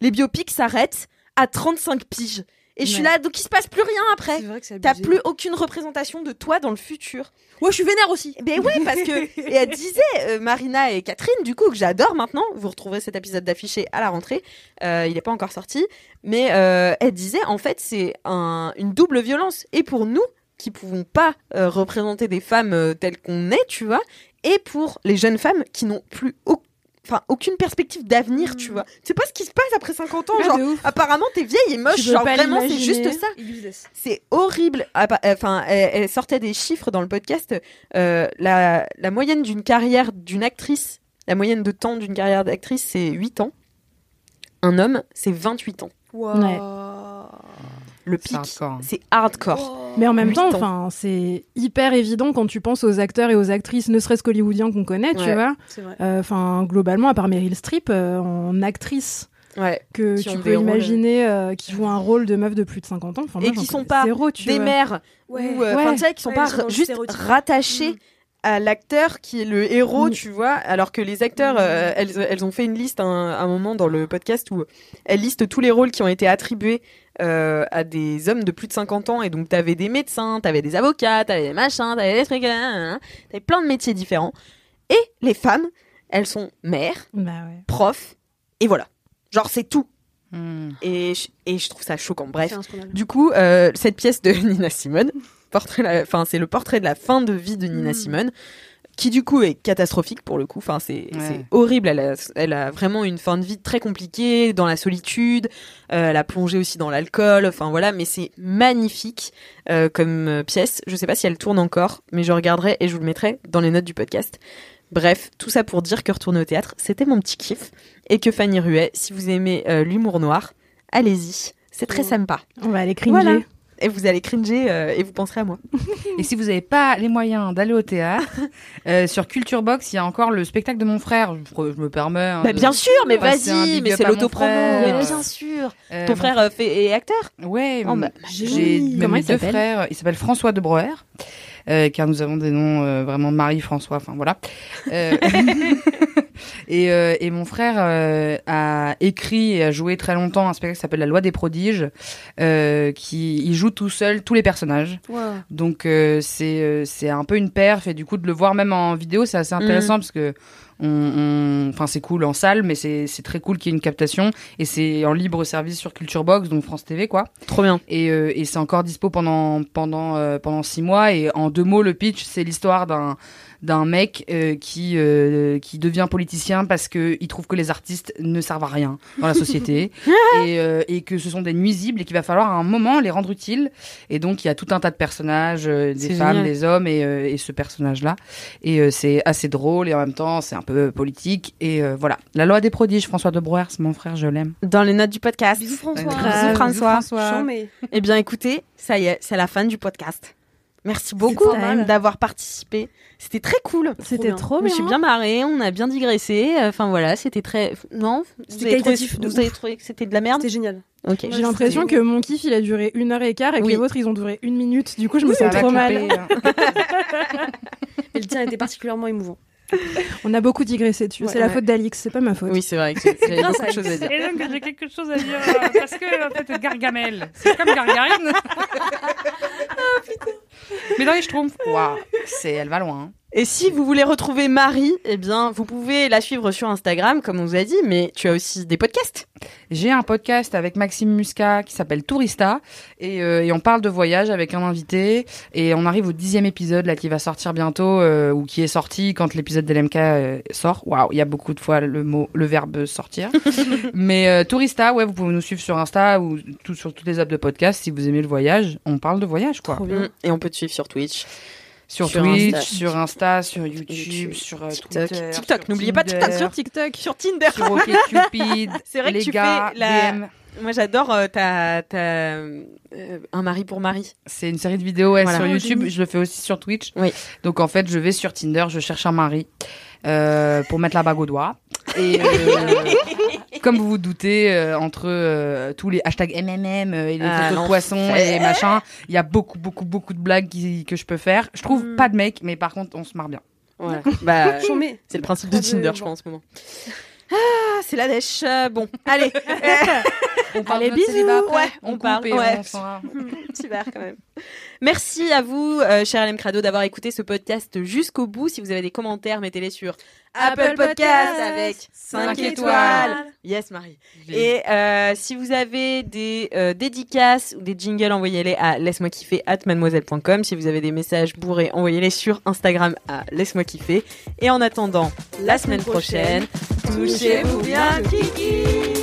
Speaker 3: les biopics s'arrêtent à 35 piges. Et je suis
Speaker 5: Ouais.
Speaker 3: là, donc il se passe plus rien après.
Speaker 5: C'est vrai que c'est
Speaker 3: T'as
Speaker 5: abusé.
Speaker 3: plus aucune représentation de toi dans le futur.
Speaker 5: Ouais, je suis vénère aussi.
Speaker 3: Ben ouais, parce que et elle disait euh, Marina et Catherine du coup que j'adore maintenant. Vous retrouverez cet épisode d'affiché à la rentrée. Euh, il n'est pas encore sorti, mais euh, elle disait en fait c'est un- une double violence et pour nous qui pouvons pas euh, représenter des femmes euh, telles qu'on est, tu vois, et pour les jeunes femmes qui n'ont plus au- Enfin, aucune perspective d'avenir, tu vois. C'est pas ce qui se passe après 50 ans.
Speaker 5: Mm. Ouais,
Speaker 3: genre,
Speaker 5: de ouf.
Speaker 3: apparemment, t'es vieille et moche.
Speaker 5: Tu peux
Speaker 3: Genre,
Speaker 5: pas
Speaker 3: vraiment, c'est
Speaker 5: l'imaginer.
Speaker 3: juste ça.
Speaker 5: Useless.
Speaker 3: C'est horrible. Ah, bah, Enfin, elle, elle sortait des chiffres dans le podcast. Euh, la, la moyenne d'une carrière d'une actrice, la moyenne de temps d'une carrière d'actrice, c'est 8 ans. Un homme, c'est 28 ans.
Speaker 5: Wow.
Speaker 6: Ouais.
Speaker 3: Le
Speaker 4: C'est
Speaker 3: pic,
Speaker 4: hardcore.
Speaker 3: c'est hardcore.
Speaker 6: Mais en même
Speaker 3: Huit
Speaker 6: temps,
Speaker 3: ans.
Speaker 6: enfin, c'est hyper évident quand tu penses aux acteurs et aux actrices, ne serait-ce qu'hollywoodiens qu'on connaît, tu
Speaker 3: Ouais.
Speaker 6: vois.
Speaker 5: C'est vrai.
Speaker 6: Euh, Enfin, globalement, à part Meryl Streep, euh, en actrice
Speaker 3: Ouais.
Speaker 6: que
Speaker 3: Qui ont
Speaker 6: tu
Speaker 3: des
Speaker 6: peux
Speaker 3: rôles,
Speaker 6: imaginer euh, qui joue un rôle de meuf de plus de 50 ans. Enfin, moi,
Speaker 3: Et
Speaker 6: j'en
Speaker 3: qui sont
Speaker 6: connais
Speaker 3: pas
Speaker 6: zéro, tu
Speaker 3: Des
Speaker 6: vois.
Speaker 3: mères
Speaker 5: Ouais.
Speaker 3: ou euh, enfin, tu sais, qui sont
Speaker 5: Ouais,
Speaker 3: pas
Speaker 5: ils sont dans le
Speaker 3: juste
Speaker 5: stéréotype.
Speaker 3: rattachés
Speaker 5: Mm.
Speaker 3: à l'acteur qui est le héros,
Speaker 6: Mm.
Speaker 3: tu vois, alors que les
Speaker 5: Mm.
Speaker 3: acteurs, euh, elles, elles ont fait une liste à un, à un moment dans le podcast où elles listent tous les rôles qui ont été attribués euh, à des hommes de plus de 50 ans, et donc t'avais des médecins, t'avais des avocats, t'avais des machins, t'avais des trucs, hein, hein, hein. t'avais plein de métiers différents. Et les femmes, elles sont mères,
Speaker 6: Bah ouais.
Speaker 3: profs, et voilà. Genre c'est tout.
Speaker 4: Hmm.
Speaker 3: Et je- et je trouve ça choquant. Bref.
Speaker 5: C'est un scandale.
Speaker 3: Du coup, euh, cette pièce de Nina Simone, portrait la- enfin, c'est le portrait de la fin de vie de Nina
Speaker 5: Mm.
Speaker 3: Simone, qui du coup est catastrophique pour le coup. Enfin, c'est
Speaker 4: Ouais.
Speaker 3: c'est horrible. Elle a, elle a vraiment une fin de vie très compliquée, dans la solitude. Euh, elle a plongé aussi dans l'alcool. Enfin voilà, mais c'est magnifique euh, comme euh, pièce. Je sais pas si elle tourne encore, mais je regarderai et je vous le mettrai dans les notes du podcast. Bref, tout ça pour dire que retourner au théâtre, c'était mon petit kiff. Et que Fanny Ruet, si vous aimez euh, l'humour noir, allez-y. C'est très
Speaker 5: Mm.
Speaker 3: sympa.
Speaker 6: On va aller cringer.
Speaker 3: Voilà. Et vous allez cringer euh, et vous penserez à moi.
Speaker 4: Et si vous n'avez pas les moyens d'aller au théâtre, euh, sur Culture Box, il y a encore le spectacle de mon frère. Je, je me permets. hein,
Speaker 3: Bah,
Speaker 4: de-
Speaker 3: bien sûr, mais
Speaker 4: Ouais, c'est un
Speaker 3: vas-y,
Speaker 4: big
Speaker 3: mais
Speaker 4: up
Speaker 3: c'est
Speaker 4: à mon
Speaker 3: l'autopromo.
Speaker 4: frère.
Speaker 3: Mais bien sûr.
Speaker 4: Euh,
Speaker 3: Ton
Speaker 4: mon-
Speaker 3: frère euh, fait, est acteur
Speaker 4: Ouais.
Speaker 3: Oh, bah,
Speaker 4: J'ai
Speaker 6: joli.
Speaker 4: même
Speaker 6: Comment il
Speaker 4: deux
Speaker 6: s'appelle
Speaker 4: frères. euh, Il s'appelle François de Broer, euh, car nous avons des noms euh, vraiment Marie, François, enfin voilà. Euh, et, euh, et mon frère euh, a écrit et a joué très longtemps un spectacle qui s'appelle La Loi des prodiges, euh, qui il joue tout seul tous les personnages.
Speaker 5: Wow.
Speaker 6: Mm.
Speaker 4: Donc euh, c'est euh, c'est un peu une perf et du coup de le voir même en vidéo c'est assez intéressant parce que on, On- on- Enfin, c'est cool en salle, mais c'est c'est très cool qu'il y ait une captation. Et c'est en libre service sur Culture Box, donc France TV, quoi.
Speaker 3: Trop bien.
Speaker 4: Et, euh, et c'est encore dispo pendant pendant euh, pendant six mois. Et en deux mots, le pitch, c'est l'histoire d'un d'un mec euh, qui euh, qui devient politicien parce que il trouve que les artistes ne servent à rien dans la société et, euh, et que ce sont des nuisibles et qu'il va falloir à un moment les rendre utiles. Et donc il y a tout un tas de personnages, euh, des
Speaker 3: C'est
Speaker 4: femmes,
Speaker 3: génial.
Speaker 4: des hommes et, euh, et ce personnage là. Et euh, c'est assez drôle et en même temps c'est un peu politique. Et euh, voilà, la loi des prodiges, François de Brouwer, c'est mon frère, je l'aime.
Speaker 3: Dans les notes du podcast.
Speaker 5: Bisous
Speaker 3: François.
Speaker 5: François.
Speaker 3: Bisous, François.
Speaker 5: Chant, mais-
Speaker 3: Eh bien, écoutez, ça y est, c'est la fin du podcast. Merci beaucoup
Speaker 5: pas mal.
Speaker 3: d'avoir participé. C'était très cool.
Speaker 6: C'était trop
Speaker 3: Je me suis bien
Speaker 6: bien.
Speaker 3: marrée, on a bien digressé. Enfin voilà, c'était très. Non
Speaker 5: C'était
Speaker 3: vous avez trouvé-
Speaker 5: qualitatif de
Speaker 3: Vous
Speaker 5: ouf.
Speaker 3: avez trouvé que c'était de la merde
Speaker 5: C'était génial.
Speaker 3: Ok.
Speaker 6: J'ai l'impression que mon kiff, il a duré une heure et quart et que
Speaker 3: Oui.
Speaker 6: les vôtres, ils ont duré une minute. Du coup, je me
Speaker 4: Ça
Speaker 6: sens
Speaker 4: va
Speaker 6: trop mal.
Speaker 4: couper, hein.
Speaker 5: Mais le tien était particulièrement émouvant.
Speaker 6: On a beaucoup digressé dessus.
Speaker 5: Ouais,
Speaker 6: c'est la
Speaker 5: ouais.
Speaker 6: faute d'Alix, c'est pas ma faute.
Speaker 3: Oui, c'est vrai que j'avais
Speaker 5: bien,
Speaker 3: beaucoup de
Speaker 5: ça.
Speaker 3: choses à dire.
Speaker 2: Et donc j'ai quelque chose à dire euh, parce que en fait Gargamel, c'est comme Gargarine.
Speaker 4: Ah, Mais dans les schtroumpfs, waouh, c'est elle va loin. hein.
Speaker 3: Et si vous voulez retrouver Marie, eh bien, vous pouvez la suivre sur Instagram, comme on vous a dit, mais tu as aussi des podcasts.
Speaker 4: J'ai un podcast avec Maxime Musca qui s'appelle Tourista et, euh, et on parle de voyage avec un invité et on arrive au dixième épisode là qui va sortir bientôt euh, ou qui est sorti quand l'épisode d'LMK euh, sort. Waouh, il y a beaucoup de fois le mot, le verbe sortir. Mais euh, Tourista, ouais, vous pouvez nous suivre sur Insta ou tout, sur toutes les apps de podcast si vous aimez le voyage. On parle de voyage quoi.
Speaker 3: Mm. Et on peut te suivre sur Twitch.
Speaker 4: Sur,
Speaker 3: Sur
Speaker 4: Twitch,
Speaker 3: Insta.
Speaker 4: sur Insta, sur YouTube,
Speaker 3: YouTube,
Speaker 4: sur euh,
Speaker 3: TikTok.
Speaker 4: Twitter,
Speaker 3: TikTok,
Speaker 4: sur
Speaker 3: n'oubliez pas TikTok
Speaker 4: Tinder,
Speaker 3: sur TikTok. Sur Tinder.
Speaker 4: sur OkCupid.
Speaker 3: C'est vrai que
Speaker 4: les
Speaker 3: tu
Speaker 4: gars,
Speaker 3: fais la-
Speaker 4: DM.
Speaker 3: Moi, j'adore euh, ta, ta, euh, Un mari pour Marie.
Speaker 4: C'est une série de vidéos ouais,
Speaker 3: Voilà.
Speaker 4: sur YouTube. Je le fais aussi sur Twitch.
Speaker 3: Oui.
Speaker 4: Donc en fait, je vais sur Tinder, je cherche un mari euh, pour mettre la bague au doigt. Et euh, comme vous vous doutez, euh, entre euh, tous les hashtags MMM euh, et les
Speaker 3: Ah,
Speaker 4: photos de
Speaker 3: l'enfer.
Speaker 4: poissons et machin, il y a beaucoup, beaucoup, beaucoup de blagues qui- que je peux faire. Je trouve
Speaker 3: Hmm.
Speaker 4: pas de mec, mais par contre, on se marre bien.
Speaker 3: Voilà. bah,
Speaker 5: Chant, mais-
Speaker 3: c'est le principe de
Speaker 5: Pas de-
Speaker 3: Tinder, je
Speaker 5: bon.
Speaker 3: crois, en ce moment. Ah, c'est la dèche. Euh, bon, allez.
Speaker 4: On parle de
Speaker 6: Allez,
Speaker 4: notre
Speaker 6: bisous.
Speaker 4: célibat après.
Speaker 3: Ouais, on
Speaker 4: on coupe
Speaker 3: parle,
Speaker 4: et
Speaker 3: ouais.
Speaker 4: on s'en va.
Speaker 3: Super quand même. Merci à vous, euh, cher LM Crado, d'avoir écouté ce podcast jusqu'au bout. Si vous avez des commentaires, mettez-les sur Apple, Podcast, avec 5 étoiles. Yes, Marie. Et euh, si vous avez des euh, dédicaces ou des jingles, envoyez-les à laisse-moi kiffer at mademoiselle.com. Si vous avez des messages bourrés, envoyez-les sur Instagram à laisse-moi kiffer. Et en attendant, la semaine prochaine, touchez-vous bien, Kiki!